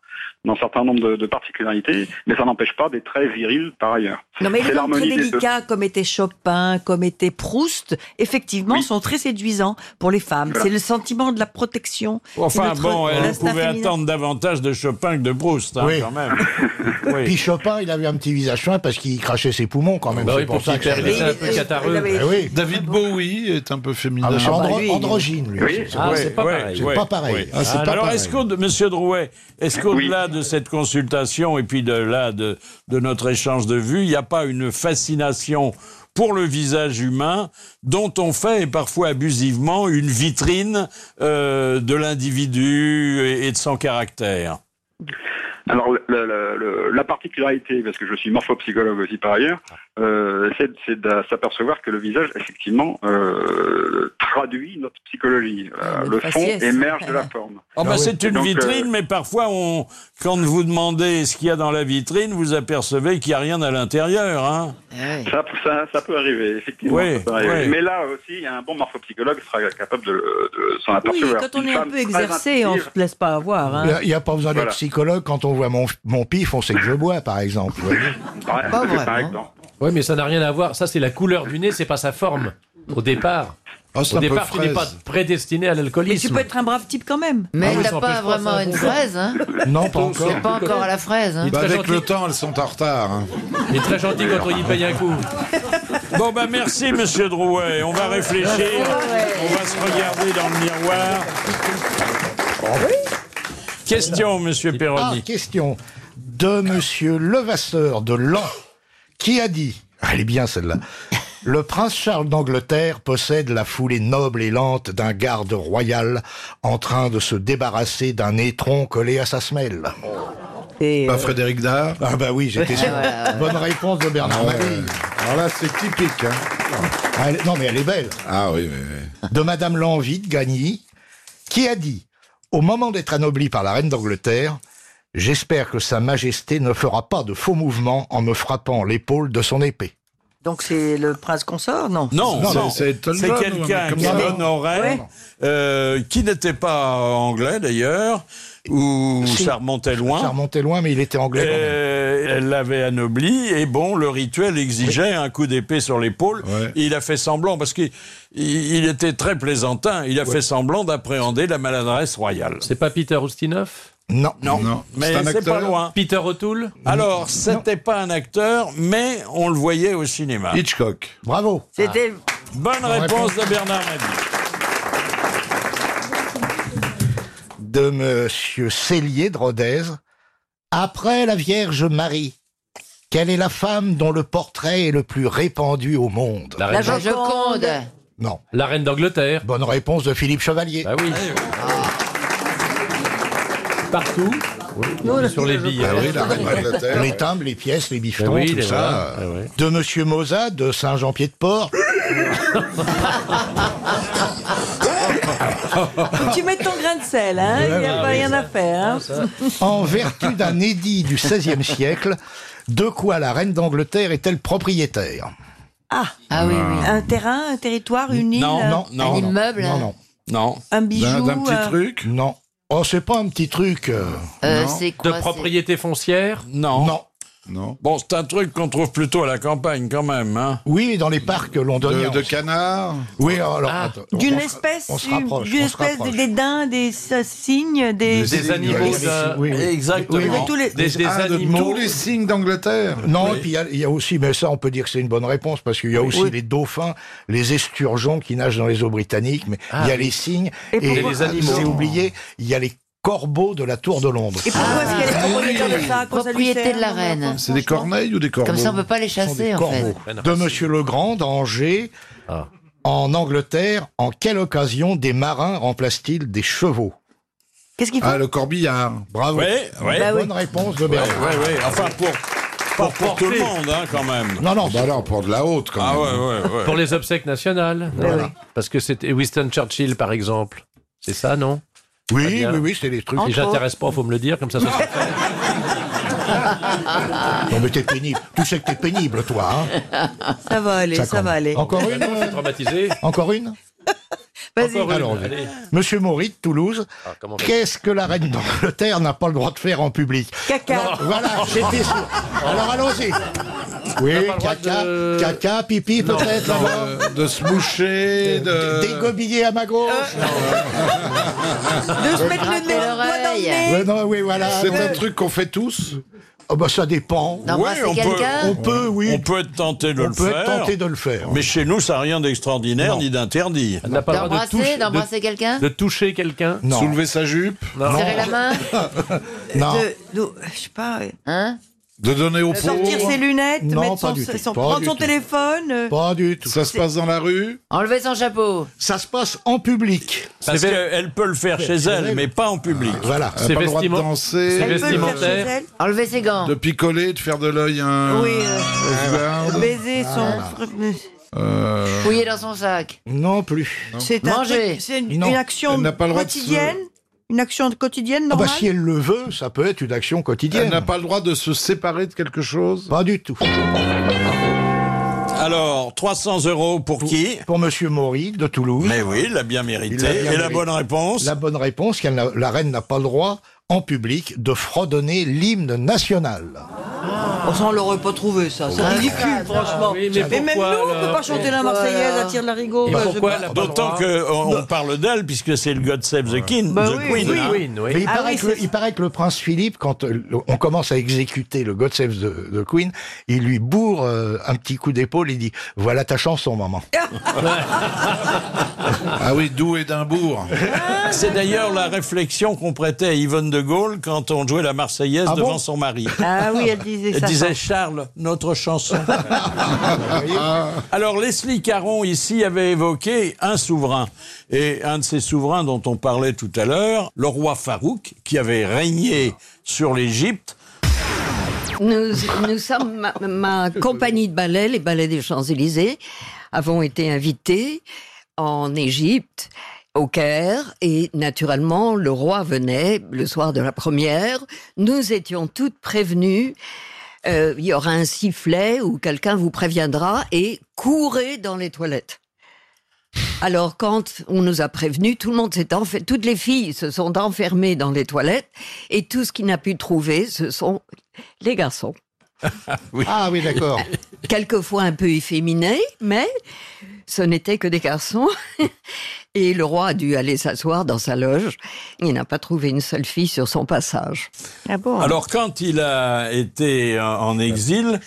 Speaker 17: dans un certain nombre de, de particularités, mais ça n'empêche pas des traits virils par ailleurs.
Speaker 5: Non, mais
Speaker 17: C'est
Speaker 5: les gens très
Speaker 17: l'harmonie des deux.
Speaker 5: délicats, comme était Chopin, comme était Proust, effectivement, sont très séduisants pour les femmes.
Speaker 2: Voilà.
Speaker 5: C'est le sentiment de la protection.
Speaker 2: Enfin
Speaker 5: C'est notre
Speaker 2: bon, elle
Speaker 5: instinct
Speaker 2: pouvait
Speaker 5: féminin.
Speaker 2: attendre davantage de Chopin que de Proust, hein,
Speaker 7: Oui.
Speaker 2: quand
Speaker 7: [LAUGHS]
Speaker 2: même.
Speaker 7: Puis Chopin, il avait un petit visage fin parce qu'il crachait ses poumons quand même.
Speaker 4: Bah
Speaker 7: c'est
Speaker 4: oui,
Speaker 7: pour
Speaker 4: pour
Speaker 7: ça
Speaker 4: qu'il
Speaker 7: que ça-
Speaker 4: perdait un peu catarreux.
Speaker 7: Eh oui.
Speaker 4: David Bowie est un peu féminin.
Speaker 7: Ah, mais c'est
Speaker 2: bah
Speaker 7: andro- androgyne, lui.
Speaker 4: Oui,
Speaker 7: C'est-
Speaker 2: Ah,
Speaker 7: c'est pas pareil. C'est pas pareil. Ah, c'est pas
Speaker 2: Alors,
Speaker 7: pareil.
Speaker 2: est-ce qu'au, Monsieur Drouet, est-ce qu'au-delà de cette consultation et puis de là de, de notre échange de vues, il n'y a pas une fascination pour le visage humain dont on fait et parfois abusivement une vitrine euh, de l'individu et, et de son caractère
Speaker 17: Alors, le- le- le- la particularité, parce que je suis morphopsychologue aussi par ailleurs, euh, c'est c'est de s'apercevoir que le visage, effectivement, euh, traduit notre psychologie.
Speaker 5: Ah,
Speaker 17: Euh, le fond
Speaker 2: faciès.
Speaker 17: émerge
Speaker 5: [LAUGHS]
Speaker 17: de la forme.
Speaker 2: Ah bah, c'est
Speaker 17: Et
Speaker 2: une
Speaker 17: donc, euh,
Speaker 2: vitrine, mais parfois, on, quand vous demandez ce qu'il y a dans la vitrine, vous apercevez qu'il n'y a rien à l'intérieur. Hein.
Speaker 5: Ah
Speaker 17: Ça, ça, ça peut arriver, effectivement.
Speaker 2: Oui,
Speaker 17: ça peut arriver.
Speaker 2: oui.
Speaker 17: Mais là aussi, un bon morphopsychologue sera capable de, de s'en
Speaker 5: Oui,
Speaker 17: apercevoir.
Speaker 5: quand on
Speaker 17: Une
Speaker 5: est un
Speaker 17: femme
Speaker 5: peu
Speaker 17: très
Speaker 5: exercé, on ne
Speaker 17: intuitive-
Speaker 5: se laisse pas avoir. hein.
Speaker 7: Il y a- Il n'y a pas besoin
Speaker 17: Voilà.
Speaker 7: d'être psychologue. Quand on voit mon, mon pif, on sait que je bois, par exemple. vous voyez.
Speaker 17: Pas
Speaker 7: vraiment.
Speaker 17: par exemple.
Speaker 6: Oui, mais ça n'a rien à voir. Ça, c'est la couleur du nez, c'est pas sa forme. Au départ.
Speaker 7: Ah, c'est
Speaker 6: Au
Speaker 7: un peu
Speaker 6: départ, tu n'es pas
Speaker 7: fraise.
Speaker 6: prédestiné à
Speaker 5: Mais tu
Speaker 6: l'alcoolisme.
Speaker 5: peux être un brave type quand même.
Speaker 8: Mais
Speaker 6: Ah oui,
Speaker 8: t'as
Speaker 6: ça
Speaker 8: pas
Speaker 6: empêche pas,
Speaker 8: vraiment
Speaker 6: c'est un
Speaker 8: une
Speaker 6: bon
Speaker 8: fraise, hein
Speaker 17: [LAUGHS]
Speaker 7: Non, pas encore.
Speaker 8: C'est pas encore à la fraise, hein
Speaker 4: Bah, avec le temps, elles sont en retard. hein.
Speaker 6: Il est très gentil quand on y paye un coup.
Speaker 2: Bon, bah merci, monsieur Drouet. On va réfléchir. On va se regarder dans le miroir. Question, monsieur
Speaker 7: Ah,
Speaker 2: Perroni.
Speaker 7: question de Monsieur Levasseur de Lan, qui a dit, ah, elle est bien celle-là, le prince Charles d'Angleterre possède la foulée noble et lente d'un garde royal en train de se débarrasser d'un étron collé à sa semelle.
Speaker 4: Pas Frédéric Dard
Speaker 7: Ah bah oui, j'étais sûr.
Speaker 4: Ouais, ouais, ouais.
Speaker 7: Bonne réponse de Bernard
Speaker 4: Ah ouais.
Speaker 7: Mabille.
Speaker 4: Alors là, c'est typique. hein.
Speaker 7: Ah, elle- non, mais elle est belle.
Speaker 4: Ah oui,
Speaker 7: De Madame Lanvie de Gagny, qui a dit Au moment d'être anoblie par la reine d'Angleterre, j'espère que Sa Majesté ne fera pas de faux mouvements en me frappant l'épaule de son épée.
Speaker 5: Donc c'est le prince consort, non
Speaker 2: Non, non. c'est [LAUGHS] quelqu'un qui honorait, euh, qui n'était pas anglais d'ailleurs, ou
Speaker 7: Si.
Speaker 2: ça remontait loin.
Speaker 7: Ça remontait loin, mais il était anglais. quand même.
Speaker 2: Euh, elle l'avait anobli et bon, le rituel exigeait un coup d'épée sur l'épaule. Il a fait semblant parce qu'il il- il était très plaisantin. Il a fait semblant d'appréhender la maladresse royale. C'est
Speaker 6: pas Peter Ustinov
Speaker 7: Non.
Speaker 2: Non. Mais
Speaker 6: C'est un
Speaker 2: c'est
Speaker 6: acteur
Speaker 2: pas loin.
Speaker 6: Peter O'Toole
Speaker 2: Alors, c'était pas un acteur, mais on le voyait au cinéma.
Speaker 4: Hitchcock.
Speaker 7: Bravo.
Speaker 2: C'était bonne
Speaker 7: Bonne
Speaker 2: réponse
Speaker 7: réponse.
Speaker 2: de Bernard Mabie.
Speaker 7: de Monsieur Cellier de Rodez. Après la Vierge Marie, quelle est la femme dont le portrait est le plus répandu au monde
Speaker 6: La reine d'Angleterre.
Speaker 7: Non.
Speaker 6: La reine d'Angleterre.
Speaker 7: Bonne réponse de Philippe Chevalier.
Speaker 6: Bah oui. Partout. sur les billes.
Speaker 7: Ah oui, la reine d'Angleterre.
Speaker 6: Ouais.
Speaker 7: les timbres, les pièces, les
Speaker 6: Ben
Speaker 7: bifetons,
Speaker 6: oui,
Speaker 7: tout
Speaker 6: les
Speaker 7: ça.
Speaker 6: voilà.
Speaker 7: euh,
Speaker 6: Ah ouais.
Speaker 7: De Monsieur Moza, de Saint-Jean-Pied-de-Port.
Speaker 5: Faut que tu mets ton grain de sel, hein
Speaker 7: Ouais,
Speaker 5: Il n'y
Speaker 7: ouais,
Speaker 5: a pas
Speaker 7: ouais, Ah,
Speaker 5: rien
Speaker 7: ça.
Speaker 5: à faire. hein.
Speaker 7: en vertu d'un édit du XVIe siècle, de quoi la reine d'Angleterre est-elle propriétaire
Speaker 5: Ah,
Speaker 7: Ah oui, oui. euh,
Speaker 5: Un terrain, un territoire, une île euh, un immeuble
Speaker 7: Non, non.
Speaker 2: Non.
Speaker 5: Un bijou, D'un- d'un petit euh,
Speaker 2: truc
Speaker 7: Non. Oh, c'est pas un petit truc. euh, non.
Speaker 6: De propriété foncière
Speaker 2: Non.
Speaker 7: Non.
Speaker 2: Bon, c'est un truc qu'on trouve plutôt à la campagne quand même. Hein.
Speaker 7: Oui, dans les parcs londoniens.
Speaker 2: De,
Speaker 4: canards
Speaker 7: Oui, alors.
Speaker 5: Ah,
Speaker 7: attends, on-
Speaker 5: D'une
Speaker 7: on se-
Speaker 5: espèce,
Speaker 7: on se rapproche,
Speaker 5: d'une
Speaker 7: on se
Speaker 5: espèce
Speaker 7: rapproche.
Speaker 5: des daims, des euh, cygnes, des,
Speaker 7: Des cygnes, animaux, oui, ça. oui, oui.
Speaker 2: Exactement.
Speaker 7: Oui, oui.
Speaker 5: Tous les-
Speaker 7: Des- des
Speaker 4: Ah, de
Speaker 7: animaux.
Speaker 4: tous les signes d'Angleterre.
Speaker 7: Non,
Speaker 4: Oui.
Speaker 7: et puis il y a- il y, a aussi, mais ça on peut dire que c'est une bonne réponse, parce qu'il y a aussi
Speaker 4: Oui.
Speaker 7: les dauphins, les esturgeons qui nagent dans les eaux britanniques, mais il y a les cygnes,
Speaker 5: Et pourquoi- Et les animaux.
Speaker 7: J'ai oublié, il y a les corbeaux de la Tour de Londres.
Speaker 5: Et pourquoi est-ce qu'elle est propriétaire de ça à cause
Speaker 8: Propriété de la
Speaker 5: Lucerne
Speaker 8: reine.
Speaker 4: C'est des corneilles ou des corbeaux
Speaker 8: Ah, Comme ça, on peut pas les
Speaker 7: Ce sont des
Speaker 8: chasser, en fait.
Speaker 7: corbeaux. De Monsieur Legrand, d'Angers, en Angleterre, en quelle occasion des marins remplacent-ils des chevaux
Speaker 5: Qu'est-ce qu'ils
Speaker 4: font Ah, le corbillard.
Speaker 7: Bravo.
Speaker 2: Oui, oui. Bah oui.
Speaker 7: Bonne réponse de
Speaker 2: Oui,
Speaker 7: Bernard.
Speaker 2: oui, Enfin, pour, pas pour, tout le monde, hein, quand même.
Speaker 7: Non, non,
Speaker 4: bah non, pour de la haute, quand
Speaker 2: Ah
Speaker 4: même.
Speaker 2: ouais, ouais, ouais.
Speaker 4: [LAUGHS]
Speaker 6: Pour les obsèques nationales.
Speaker 5: Bah
Speaker 7: Voilà.
Speaker 6: Parce que c'était Winston Churchill, par exemple. C'est ça, non
Speaker 7: Oui,
Speaker 6: Pas bien.
Speaker 7: oui, oui, c'est les trucs.
Speaker 6: Si j'intéresse pas, faut me le dire, comme ça, ça se-
Speaker 8: [LAUGHS]
Speaker 7: Non, mais t'es pénible. Tu sais que t'es pénible, toi. hein.
Speaker 5: Ça va aller, ça,
Speaker 7: commence.
Speaker 5: va aller.
Speaker 7: Encore une
Speaker 6: Je suis traumatisé.
Speaker 7: Encore une
Speaker 5: Vas-y.
Speaker 7: Alors, Monsieur Maury de Toulouse,
Speaker 6: comment-
Speaker 7: qu'est-ce que la reine d'Angleterre n'a pas le droit de faire en public
Speaker 5: Caca.
Speaker 7: Voilà, j'étais sûr. Alors allons-y. Oui, caca, caca, pipi peut-être là-bas.
Speaker 4: Euh,
Speaker 7: Euh,
Speaker 4: de se moucher, de...
Speaker 7: Dégobiller à ma gauche.
Speaker 5: Euh,
Speaker 7: Euh,
Speaker 5: De se mettre le nez doigt dans le nez.
Speaker 7: Ouais, non, oui, voilà.
Speaker 4: C'est
Speaker 7: non.
Speaker 4: un truc qu'on fait tous
Speaker 7: Ah bah, ça dépend.
Speaker 2: Ouais, on peut,
Speaker 7: On peut, oui.
Speaker 2: On peut être tenté de
Speaker 7: On
Speaker 2: le
Speaker 7: peut
Speaker 2: faire.
Speaker 7: être tenté de le faire.
Speaker 2: Mais chez nous, ça n'a rien d'extraordinaire ni d'interdit.
Speaker 6: n'a pas le droit de toucher,
Speaker 8: D'embrasser, d'embrasser quelqu'un
Speaker 6: de toucher quelqu'un.
Speaker 7: Non.
Speaker 4: Soulever sa jupe
Speaker 8: Serrer la main
Speaker 7: [LAUGHS] Non.
Speaker 5: De- de- je sais pas. euh,
Speaker 8: Hein
Speaker 4: De donner au pauvre
Speaker 5: Sortir ses lunettes,
Speaker 7: Non,
Speaker 5: mettre
Speaker 7: pas
Speaker 5: son,
Speaker 7: du tout,
Speaker 5: son-
Speaker 7: pas
Speaker 5: prendre
Speaker 7: du
Speaker 5: son
Speaker 7: tout.
Speaker 5: téléphone. euh,
Speaker 7: Pas du tout.
Speaker 4: Ça se passe dans la rue
Speaker 8: Enlever son chapeau.
Speaker 7: Ça se passe en public.
Speaker 2: Parce qu'elle peut le faire chez elle, mais pas en public.
Speaker 7: Ah, Voilà.
Speaker 4: Elle n'a pas le droit de danser,
Speaker 5: elle peut le faire chez
Speaker 6: vestimentaire.
Speaker 5: elle.
Speaker 8: Enlever ses gants.
Speaker 4: de picoler, de faire de l'œil à un...
Speaker 5: Oui, euh,
Speaker 4: un garde.
Speaker 5: baiser son.
Speaker 4: Euh,
Speaker 8: Fouiller dans son sac.
Speaker 7: Non plus.
Speaker 5: C'est un
Speaker 8: Manger.
Speaker 5: truc- c'est une,
Speaker 7: Non.
Speaker 5: une action
Speaker 4: Elle n'a pas le droit de se-
Speaker 5: quotidienne. Une action quotidienne
Speaker 7: Ah bah,
Speaker 5: normale.
Speaker 7: si elle le veut, ça peut être une action
Speaker 4: Elle
Speaker 7: quotidienne.
Speaker 4: n'a pas le droit de se séparer de quelque chose
Speaker 7: Pas du tout.
Speaker 2: Alors, 300 euros pour qui
Speaker 7: Pour Monsieur Maury de Toulouse.
Speaker 2: Mais oui, il l'a bien mérité.
Speaker 7: Il l'a bien
Speaker 2: Et la
Speaker 7: mérité.
Speaker 2: bonne réponse
Speaker 7: La bonne réponse, qu'elle n'a- la reine n'a pas le droit en public de fredonner l'hymne national.
Speaker 5: Oh, ça, on l'aurait pas trouvé, ça. C'est ridicule, franchement.
Speaker 6: oui, mais
Speaker 5: Et même nous,
Speaker 6: pourquoi,
Speaker 5: on peut
Speaker 6: alors
Speaker 5: pas chanter la
Speaker 2: euh,
Speaker 5: Marseillaise à tire larigot.
Speaker 6: Et
Speaker 5: Bah, je-
Speaker 6: pourquoi elle a pas le
Speaker 2: D'autant
Speaker 6: droit
Speaker 7: Bah.
Speaker 2: qu'on parle d'elle, puisque c'est le God Save the King,
Speaker 5: Bah
Speaker 2: the
Speaker 5: oui,
Speaker 2: Queen.
Speaker 5: oui,
Speaker 2: hein.
Speaker 6: Queen, oui.
Speaker 7: Mais il,
Speaker 5: Ah
Speaker 7: paraît
Speaker 5: oui,
Speaker 7: que le, [LAUGHS]
Speaker 5: c'est-
Speaker 7: il paraît que le prince Philippe, quand euh, le- on commence à exécuter le God Save the, the Queen, il lui bourre euh, un petit coup d'épaule et dit Voilà ta chanson, maman.
Speaker 4: Ah oui, d'où Édimbourg
Speaker 5: Ah,
Speaker 2: C'est d'ailleurs la réflexion qu'on prêtait à Yvonne de Gaulle quand on jouait la Marseillaise
Speaker 7: Ah bon
Speaker 2: devant son mari.
Speaker 5: Ah oui, elle disait
Speaker 2: Elle
Speaker 5: ça.
Speaker 2: disait Charles, notre chanson.
Speaker 7: Vous voyez
Speaker 2: Alors Leslie Caron ici avait évoqué un souverain et un de ces souverains dont on parlait tout à l'heure, le roi Farouk, qui avait régné sur l'Égypte.
Speaker 9: Nous, nous sommes, ma, ma compagnie de ballet, les ballets des Champs-Élysées, avons été invités en Égypte, au Caire, et naturellement, le roi venait le soir de la première. Nous étions toutes prévenues euh, il y aura un sifflet où quelqu'un vous préviendra et courez dans les toilettes. Alors, quand on nous a prévenus, tout le monde s'est enfer- toutes les filles se sont enfermées dans les toilettes et tout ce qui n'a pu trouver, ce sont les garçons.
Speaker 7: Ah oui, d'accord.
Speaker 9: [LAUGHS] Quelquefois un peu efféminé, mais ce n'étaient que des garçons. [LAUGHS] Et le roi a dû aller s'asseoir dans sa loge. Il n'a pas trouvé une seule fille sur son passage.
Speaker 5: Ah bon
Speaker 2: Alors quand il a été en- en exil,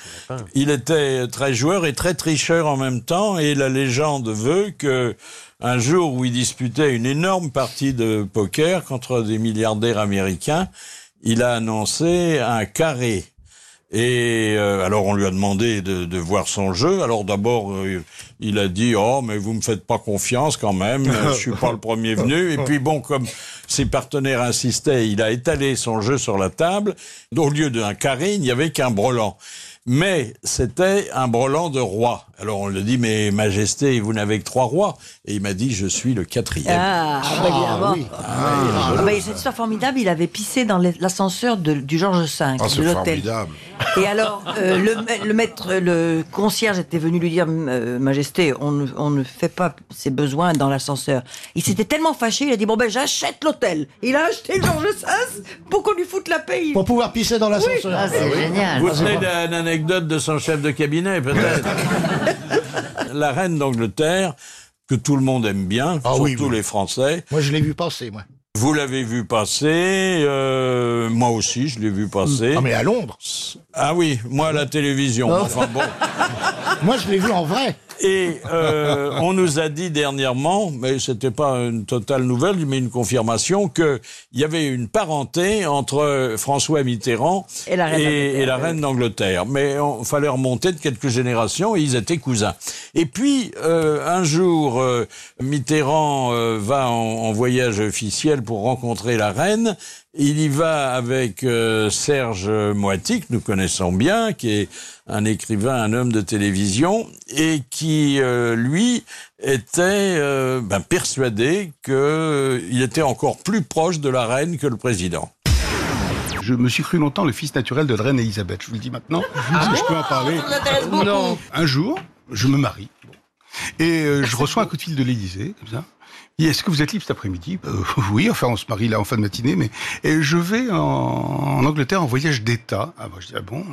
Speaker 2: il était très joueur et très tricheur en même temps. Et la légende veut que un jour où il disputait une énorme partie de poker contre des milliardaires américains, il a annoncé un carré. Et euh, alors on lui a demandé de, de voir son jeu. Alors d'abord euh, il a dit oh mais vous me faites pas confiance quand même, je suis pas le premier venu. Et puis bon comme ses partenaires insistaient, il a étalé son jeu sur la table. Au lieu d'un carré, il n'y avait qu'un brelan. Mais c'était un brelan de roi. Alors on lui a dit mais Majesté vous n'avez que trois rois. Et il m'a dit je suis le quatrième.
Speaker 5: Ah, bah, évidemment.
Speaker 2: Ah,
Speaker 5: Ah, bah, cette histoire formidable, il avait pissé dans les- l'ascenseur de- du Georges V,
Speaker 2: Ah,
Speaker 5: de l'hôtel. Et alors, euh, le, ma- le maître, le concierge était venu lui dire, euh, Majesté, on, ne- on ne fait pas ses besoins dans l'ascenseur. Il s'était tellement fâché, il a dit, bon ben j'achète l'hôtel. Il a acheté le Georges V pour qu'on lui foute la paix.
Speaker 7: Pour pouvoir pisser dans l'ascenseur.
Speaker 5: Oui.
Speaker 7: Ah, c'est
Speaker 2: Ah oui.
Speaker 7: génial.
Speaker 2: Vous
Speaker 7: Ah, c'est
Speaker 2: tenez
Speaker 7: bon.
Speaker 2: une anecdote de son chef de cabinet, peut-être.
Speaker 5: [LAUGHS]
Speaker 2: la reine d'Angleterre, que tout le monde aime bien, surtout
Speaker 7: Ah oui, oui.
Speaker 2: les Français.
Speaker 7: Moi, je l'ai vu passer, moi.
Speaker 2: Vous l'avez vu passer, euh, moi aussi, je l'ai vu passer.
Speaker 7: Ah, mais à Londres.
Speaker 2: Ah oui, moi à la télévision.
Speaker 7: Oh.
Speaker 2: Enfin bon.
Speaker 7: [LAUGHS] Moi, je l'ai vu en vrai.
Speaker 2: Et euh, on nous a dit dernièrement, mais c'était pas une totale nouvelle, mais une confirmation que il y avait une parenté entre François Mitterrand
Speaker 5: Et la reine d'Angleterre,
Speaker 2: et la
Speaker 5: oui.
Speaker 2: reine d'Angleterre. Mais il fallait remonter de quelques générations et ils étaient cousins. Et puis euh, un jour, euh, Mitterrand euh, va en, en voyage officiel pour rencontrer la reine. Il y va avec euh, Serge Moiti, que nous connaissons bien, qui est un écrivain, un homme de télévision, et qui, euh, lui, était euh, ben, persuadé qu'il était encore plus proche de la reine que le président.
Speaker 18: Je me suis cru longtemps le fils naturel de la reine Elisabeth. Je vous le dis maintenant, parce que je peux en parler.
Speaker 19: Ça nous intéresse beaucoup.
Speaker 18: Non. Un jour, je me marie. Bon. Et euh, je reçois un coup de fil de l'Élysée, comme ça. Et est-ce que vous êtes libre cet après-midi Euh, [LAUGHS] Oui, enfin, on se marie là en fin de matinée, mais et je vais en, en Angleterre en voyage d'État. Ah, moi, je dis, ah bon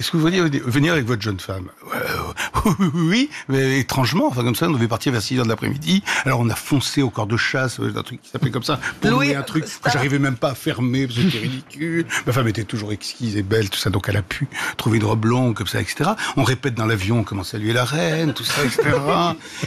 Speaker 18: Est-ce que vous voulez venir avec votre jeune femme Ouais, [LAUGHS] oui, oui, oui, mais étrangement, enfin, comme ça, on devait partir vers 6 heures de l'après-midi. Alors, on a foncé au corps de chasse, euh, un truc qui s'appelait comme ça, pour
Speaker 19: Louis,
Speaker 18: louer un truc que j'arrivais même pas à fermer, parce que c'était ridicule. Ma femme était toujours exquise et belle, tout ça, donc elle a pu trouver une robe longue, comme ça, etc. On répète dans l'avion comment saluer la reine, tout ça, etc.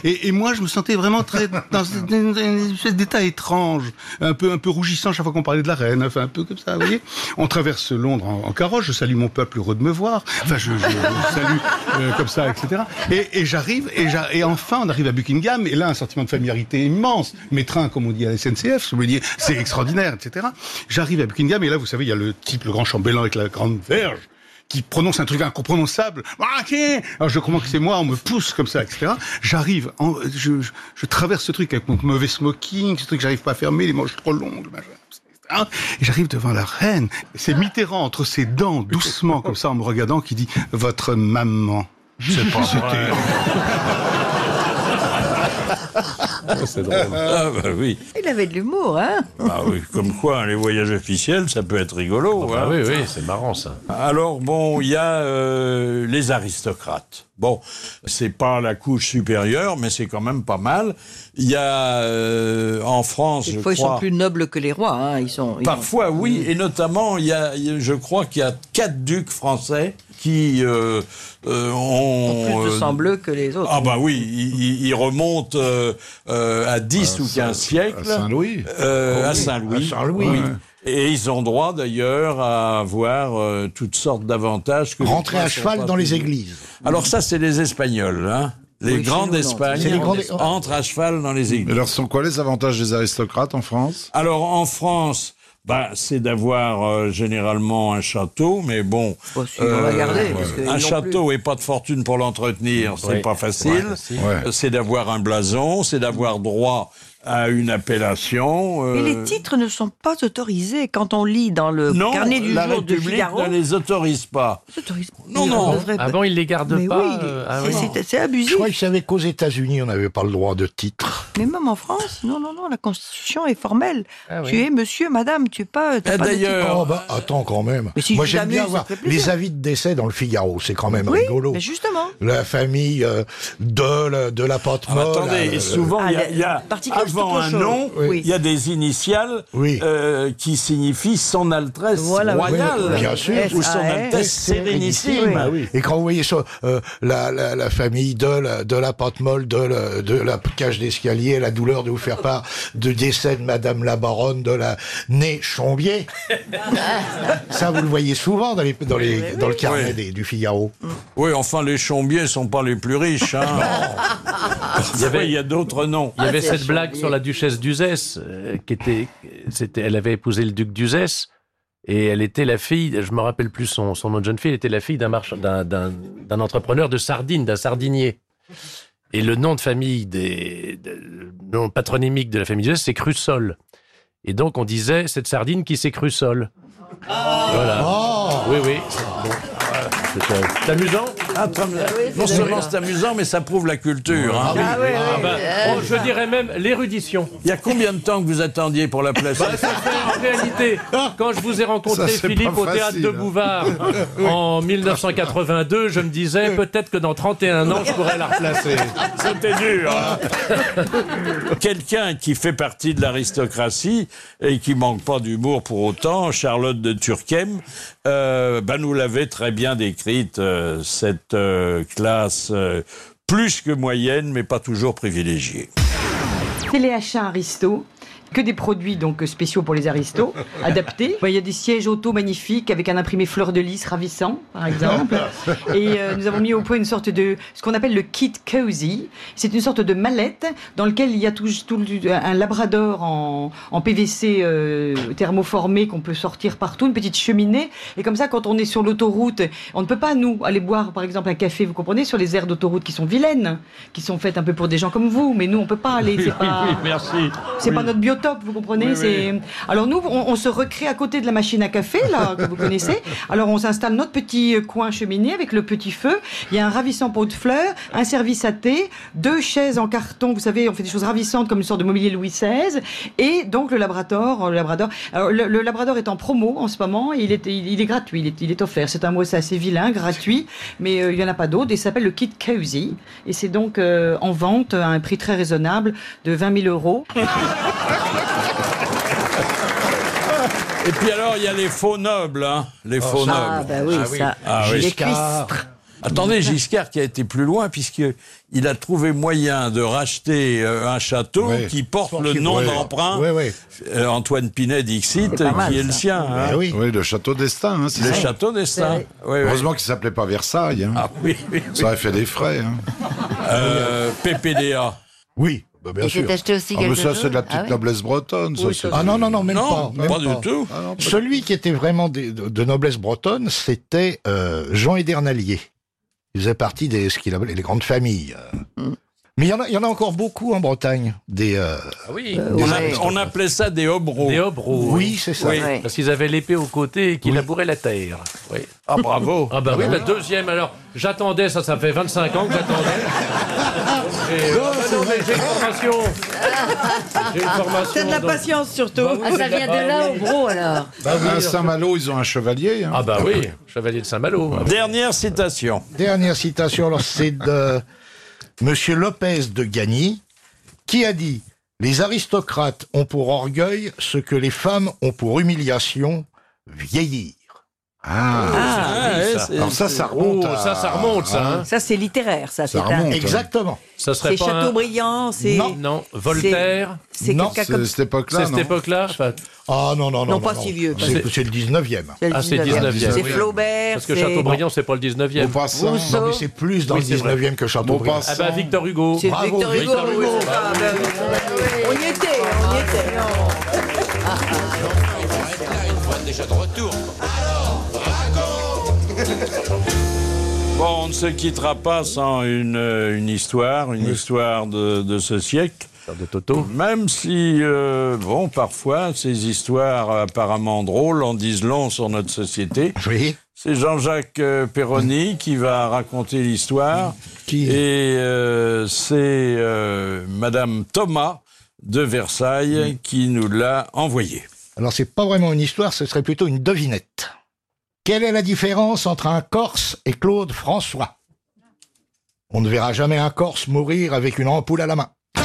Speaker 18: Et, et moi, je me sentais vraiment très dans une, une espèce d'état étrange, un peu, un peu rougissant chaque fois qu'on parlait de la reine, enfin, un peu comme ça, vous voyez. On traverse Londres en, en carrosse, je salue mon peuple heureux de me voir, enfin, je, je- je salue euh, comme ça, etc. Et, et j'arrive, et, j'a- et enfin, on arrive à Buckingham, et là, un sentiment de familiarité immense. Mes trains, comme on dit à la SNCF, je me dis, c'est extraordinaire, etc. J'arrive à Buckingham, et là, vous savez, il y a le type, le grand chambellan avec la grande verge qui prononce un truc incompréhensible. Ah, ok Alors je comprends que c'est moi, on me pousse comme ça, etc. J'arrive, en- je, je- je traverse ce truc avec mon mauvais smoking, ce truc que j'arrive pas à fermer, les manches trop longues, machin, etc. Et j'arrive devant la reine. C'est Mitterrand entre ses dents, doucement comme ça, en me regardant, qui dit votre maman. C'est
Speaker 2: [LAUGHS]
Speaker 19: pas vrai.
Speaker 6: [LAUGHS]
Speaker 18: c'est
Speaker 2: drôle. Ah bah oui.
Speaker 5: Il avait de l'humour, hein
Speaker 2: Ah oui, comme quoi, les voyages officiels, ça peut être rigolo.
Speaker 6: Ah
Speaker 2: hein.
Speaker 6: oui, oui, c'est marrant ça.
Speaker 2: Alors bon, il y a euh, les aristocrates. Bon, c'est pas la couche supérieure, mais c'est quand même pas mal. Il y a euh, en France, je
Speaker 5: Des fois, ils sont
Speaker 2: crois,
Speaker 5: plus Mm. nobles que les rois. hein. Ils sont, ils
Speaker 2: Parfois, oui, et notamment, il y a, il y a- je crois qu'il y a quatre ducs français qui euh, euh, ont,
Speaker 5: ont plus de
Speaker 2: euh,
Speaker 5: sang bleu que les autres.
Speaker 2: Ah bah oui, ils- ils ils remontent euh, euh, à 10 ou 15 siècles.
Speaker 4: Saint-Louis.
Speaker 2: Euh,
Speaker 4: Oh
Speaker 2: à
Speaker 4: oui,
Speaker 2: Saint-Louis.
Speaker 4: à Saint-Louis.
Speaker 2: Oui.
Speaker 4: Ouais.
Speaker 2: Et ils ont droit d'ailleurs à avoir euh, toutes sortes d'avantages. que les
Speaker 7: Rentrer à
Speaker 2: Français ont
Speaker 7: cheval
Speaker 2: pas
Speaker 7: dans les
Speaker 2: toujours.
Speaker 7: églises.
Speaker 2: Alors ça, c'est les Espagnols. Hein. Les
Speaker 4: Oui, chez
Speaker 2: grandes
Speaker 4: nous, non.
Speaker 2: Espagnes
Speaker 4: C'est les grandes-
Speaker 2: entrent à cheval dans les églises.
Speaker 4: Alors, sont quoi les avantages des aristocrates en France
Speaker 2: Alors en France, bah, c'est d'avoir euh, généralement un château, mais bon, euh,
Speaker 5: si, on va garder, parce qu'ils l'ont
Speaker 2: un
Speaker 5: plus.
Speaker 2: château et pas de fortune pour l'entretenir, c'est
Speaker 5: Oui.
Speaker 2: pas facile.
Speaker 5: Ouais, facile.
Speaker 2: Euh, C'est d'avoir un blason, c'est d'avoir droit à une appellation.
Speaker 5: Mais
Speaker 2: euh,
Speaker 5: les titres ne sont pas autorisés quand on lit dans le
Speaker 2: non,
Speaker 5: carnet du
Speaker 2: la
Speaker 5: jour de
Speaker 2: République
Speaker 5: Figaro.
Speaker 2: ne les autorise pas. Non, non.
Speaker 6: Avant, ils les gardent
Speaker 5: Mais
Speaker 6: pas.
Speaker 5: oui,
Speaker 6: euh, ah
Speaker 5: c'est-
Speaker 6: oui.
Speaker 5: c'est- c'est abusif.
Speaker 7: Je crois que je savais qu'aux États-Unis, on n'avait pas le droit de titre.
Speaker 5: Mais même en France, non, non, non, la Constitution est formelle.
Speaker 7: oui.
Speaker 5: Tu es monsieur, madame, tu es pas.
Speaker 6: Eh,
Speaker 5: t'as pas de titre.
Speaker 7: Oh, bah, attends quand même.
Speaker 5: Ah, Mais si
Speaker 7: Moi,
Speaker 5: je
Speaker 7: j'aime bien
Speaker 5: t'amuse, ça
Speaker 7: avoir
Speaker 5: te fait plaisir.
Speaker 7: les avis de décès dans le Figaro. C'est quand même
Speaker 5: oui,
Speaker 7: rigolo.
Speaker 5: mais justement.
Speaker 7: La famille euh, de, la- de la pâte
Speaker 2: Ah, mais
Speaker 7: molle,
Speaker 2: attendez,
Speaker 7: euh,
Speaker 2: et souvent,
Speaker 6: Ah,
Speaker 2: il y a, il y a-
Speaker 5: particules, Ah, c'est
Speaker 2: avant
Speaker 5: autre
Speaker 2: un
Speaker 5: chose.
Speaker 2: nom, il
Speaker 5: Oui.
Speaker 2: y a des initiales euh, qui signifient son Altesse
Speaker 5: Voilà, oui.
Speaker 2: royale
Speaker 7: Oui, bien sûr.
Speaker 2: ou son Altesse sérénissime.
Speaker 7: Et quand vous voyez ça, euh, la, la, la famille de la, de la pâte molle, de la, de la cage d'escalier, la douleur de vous faire part du décès de Madame la Baronne de la née Chambier, ça vous le voyez souvent dans, les, dans, les, dans le carnet
Speaker 2: Oui. Mm.
Speaker 7: des- du Figaro.
Speaker 2: Oui, enfin, les Chambiers ne sont pas les plus riches. hein.
Speaker 6: Il y avait-
Speaker 2: il y a d'autres noms.
Speaker 6: Il y avait cette blague sur la duchesse d'Uzès, euh, qui était, c'était, elle avait épousé le duc d'Uzès, et elle était la fille, je me rappelle plus son, son nom de jeune fille, elle était la fille d'un marchand, d'un, d'un, d'un entrepreneur de sardines, d'un sardinier. Et le nom de famille des, de- le nom patronymique de la famille d'Uzès, c'est Crussol. Et donc on disait cette sardine qui s'est Crussol. Voilà.
Speaker 2: Ah. Oh.
Speaker 6: Oui, oui. C'est, euh, c'est amusant.
Speaker 2: Non
Speaker 6: c'est
Speaker 2: seulement
Speaker 6: vrai.
Speaker 2: c'est amusant, mais ça prouve la culture. hein.
Speaker 6: Ah oui, Ah oui, bah, oui. oh, je dirais même l'érudition.
Speaker 2: Euh, Il y a combien de temps que vous attendiez pour la place
Speaker 6: Bah, ça fait,
Speaker 2: [LAUGHS]
Speaker 6: en réalité, quand je vous ai
Speaker 2: Ça,
Speaker 6: rencontré,
Speaker 2: c'est
Speaker 6: Philippe,
Speaker 2: pas
Speaker 6: au théâtre
Speaker 2: facile,
Speaker 6: de
Speaker 2: hein.
Speaker 6: Bouvard en 1982, je me disais peut-être que dans 31 ans, je pourrais la replacer.
Speaker 2: C'était dur. hein. Quelqu'un qui fait partie de l'aristocratie et qui manque pas d'humour pour autant, Charlotte de Turckheim, euh, ben nous l'avait très bien décrite, euh, cette euh, classe euh, plus que moyenne, mais pas toujours privilégiée.
Speaker 19: C'est les achats Aristo, que des produits donc spéciaux pour les aristos, adaptés. Il y a des sièges auto magnifiques avec un imprimé fleur de lys ravissant, par exemple. Et euh, nous avons mis au point une sorte de ce qu'on appelle le kit cozy. C'est une sorte de mallette dans lequel il y a tout, tout le- un labrador en, en PVC euh, thermoformé qu'on peut sortir partout, une petite cheminée. Et comme ça, quand on est sur l'autoroute, on ne peut pas nous aller boire par exemple un café, vous comprenez, sur les aires d'autoroute qui sont vilaines, qui sont faites un peu pour des gens comme vous. Mais nous, on peut pas aller. c'est pas...
Speaker 2: merci.
Speaker 19: C'est pas notre biotope, vous comprenez
Speaker 2: Oui, oui.
Speaker 19: c'est- Alors nous, on, on se recrée à côté de la machine à café,
Speaker 2: [LAUGHS]
Speaker 19: là, que vous connaissez. Alors on s'installe notre petit euh, coin cheminée avec le petit feu. Il y a un ravissant pot de fleurs, un service à thé, deux chaises en carton, vous savez, on fait des choses ravissantes comme une sorte de mobilier Louis XVI. Et donc le labrador. Le labrador, alors, le, le labrador est en promo en ce moment, et il est, il, il est gratuit, il est, il est offert. C'est un mot c'est assez vilain, gratuit, mais euh, il y en a pas d'autres. Et ça s'appelle le kit Cozy. Et c'est donc euh, en vente à un prix très raisonnable de 20 000 euros.
Speaker 2: Et puis alors, il y a les faux nobles, hein, les
Speaker 19: Oh,
Speaker 2: faux
Speaker 19: ça.
Speaker 2: nobles.
Speaker 19: Ah, bah oui, ça. Les
Speaker 2: Giscard.
Speaker 19: cuistres.
Speaker 2: Attendez, Giscard qui a été plus loin puisque il a trouvé moyen de racheter euh, un château
Speaker 7: Oui.
Speaker 2: qui porte
Speaker 7: Porte-
Speaker 2: le nom
Speaker 7: oui.
Speaker 2: d'emprunt
Speaker 7: Oui, oui.
Speaker 2: euh, Antoine Pinet Dixit,
Speaker 7: C'est pas mal,
Speaker 2: qui est le
Speaker 7: ça.
Speaker 2: sien. hein.
Speaker 7: Ben oui. le château d'Estaing.
Speaker 2: c'est Le ça château d'Estaing, oui, oui.
Speaker 4: hein,
Speaker 2: Ah
Speaker 4: Heureusement qu'il s'appelait pas Versailles. hein. Ça aurait fait des frais. hein.
Speaker 2: Euh, PPDA.
Speaker 4: Oui, bah,
Speaker 7: bien Et sûr. c'est acheté aussi
Speaker 4: mais
Speaker 7: quelque
Speaker 4: ça,
Speaker 7: chose
Speaker 4: c'est de la petite
Speaker 7: Ah oui.
Speaker 4: noblesse bretonne. ça, c'est-
Speaker 7: Ah non, non, non, même pas. même
Speaker 4: du tout. Ah non, pas du
Speaker 7: Celui qui était vraiment des- de, de noblesse bretonne, c'était euh, Jean Edernalier. Il faisait partie des ce qu'il appelait les grandes familles. euh. Mais il y, en a, il y en a encore beaucoup en Bretagne. Des, euh,
Speaker 6: oui.
Speaker 7: des
Speaker 2: on, a-
Speaker 7: aristos-
Speaker 2: on appelait ça des obros.
Speaker 6: Des obros.
Speaker 7: Oui, c'est ça. Ouais.
Speaker 6: Parce qu'ils avaient l'épée au côté et qu'ils labouraient la terre. Oui.
Speaker 2: Ah bravo.
Speaker 6: Ah bah oui, bah, deuxième alors. J'attendais, ça, ça fait 25 ans que
Speaker 7: [LAUGHS]
Speaker 6: j'attendais. J'ai-
Speaker 5: Non,
Speaker 6: ah, bah,
Speaker 5: c'est
Speaker 6: non,
Speaker 5: vrai.
Speaker 6: mais j'ai une formation. [LAUGHS] J'ai une formation.
Speaker 5: T'as de la
Speaker 6: donc-
Speaker 5: patience surtout.
Speaker 6: Bah oui, Ah, ça j'ai de la- vient de là, bah oui. au
Speaker 5: gros alors.
Speaker 6: Bah oui,
Speaker 4: à
Speaker 6: alors.
Speaker 4: Saint-Malo, ils ont un chevalier. hein.
Speaker 6: Ah bah oui, chevalier de Saint-Malo.
Speaker 2: Dernière citation.
Speaker 7: Dernière citation, alors c'est de Monsieur Lopez de Gagny, qui a dit Les aristocrates ont pour orgueil ce que les femmes ont pour humiliation, vieillir. Ah,
Speaker 6: c'est joli, ça.
Speaker 7: Alors ça, ça remonte.
Speaker 6: Oh, ça, ça remonte, ça, hein.
Speaker 5: Ça, c'est littéraire, ça. c'est un-
Speaker 7: hein. Exactement.
Speaker 6: Ça
Speaker 5: C'est
Speaker 6: serait pas un-
Speaker 5: Chateaubriand, c'est.
Speaker 6: Non, non, Voltaire.
Speaker 5: c'est- c'est Non, quelqu'un c'est comme-
Speaker 7: cette époque-là,
Speaker 6: C'est cette
Speaker 7: non
Speaker 6: époque-là. enfin,
Speaker 7: Ah non, non, non.
Speaker 5: Non, pas si vieux, pas
Speaker 7: C'est
Speaker 5: si-
Speaker 7: c'est le 19e.
Speaker 5: C'est le
Speaker 6: Ah, c'est
Speaker 5: 19e.
Speaker 6: 19e.
Speaker 5: C'est
Speaker 6: oui.
Speaker 5: Flaubert,
Speaker 6: Parce que
Speaker 5: c'est-
Speaker 6: Chateaubriand, c'est pas le 19e.
Speaker 7: Maupassant. Non, mais c'est plus dans
Speaker 6: Oui,
Speaker 7: le
Speaker 6: c'est vrai.
Speaker 7: 19e que Chateaubriand.
Speaker 6: Ah bah Victor Hugo.
Speaker 7: C'est Bravo, Victor Hugo, Victor Hugo.
Speaker 6: c'est ça.
Speaker 5: On y était, on y était.
Speaker 14: Déjà de retour.
Speaker 2: Bon, on ne se quittera pas sans une, euh, une histoire, une histoire de, de ce siècle.
Speaker 6: L'histoire de Toto.
Speaker 2: Même si, euh, bon, parfois, ces histoires apparemment drôles en disent long sur notre société. C'est Jean-Jacques euh, Perroni qui va raconter l'histoire. Et euh, c'est euh, Madame Thomas de Versailles qui nous l'a envoyé.
Speaker 7: [LAUGHS] Alors, c'est pas vraiment une histoire, ce serait plutôt une devinette. Quelle est la différence entre un Corse et Claude François On ne verra jamais un Corse mourir avec une ampoule à la main.
Speaker 5: Ça,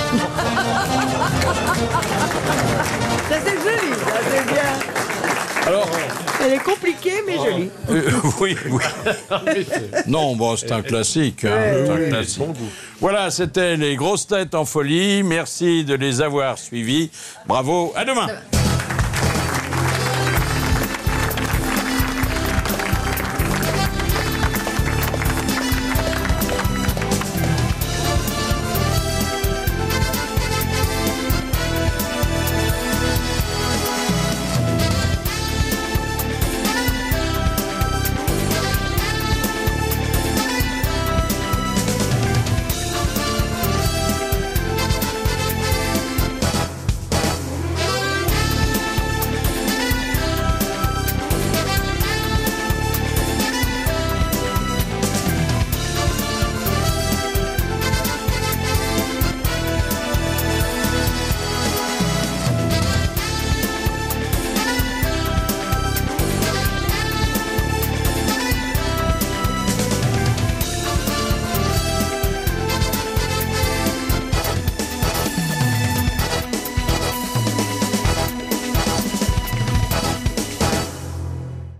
Speaker 5: c'est joli, ça, c'est bien.
Speaker 2: Alors,
Speaker 5: Elle est compliquée, mais jolie.
Speaker 2: euh, oui, oui. [LAUGHS] Non, bon, c'est un classique. hein,
Speaker 5: Ouais,
Speaker 2: c'est un
Speaker 5: oui.
Speaker 2: classique. Voilà, c'était les grosses têtes en folie. Merci de les avoir suivies. Bravo, à demain.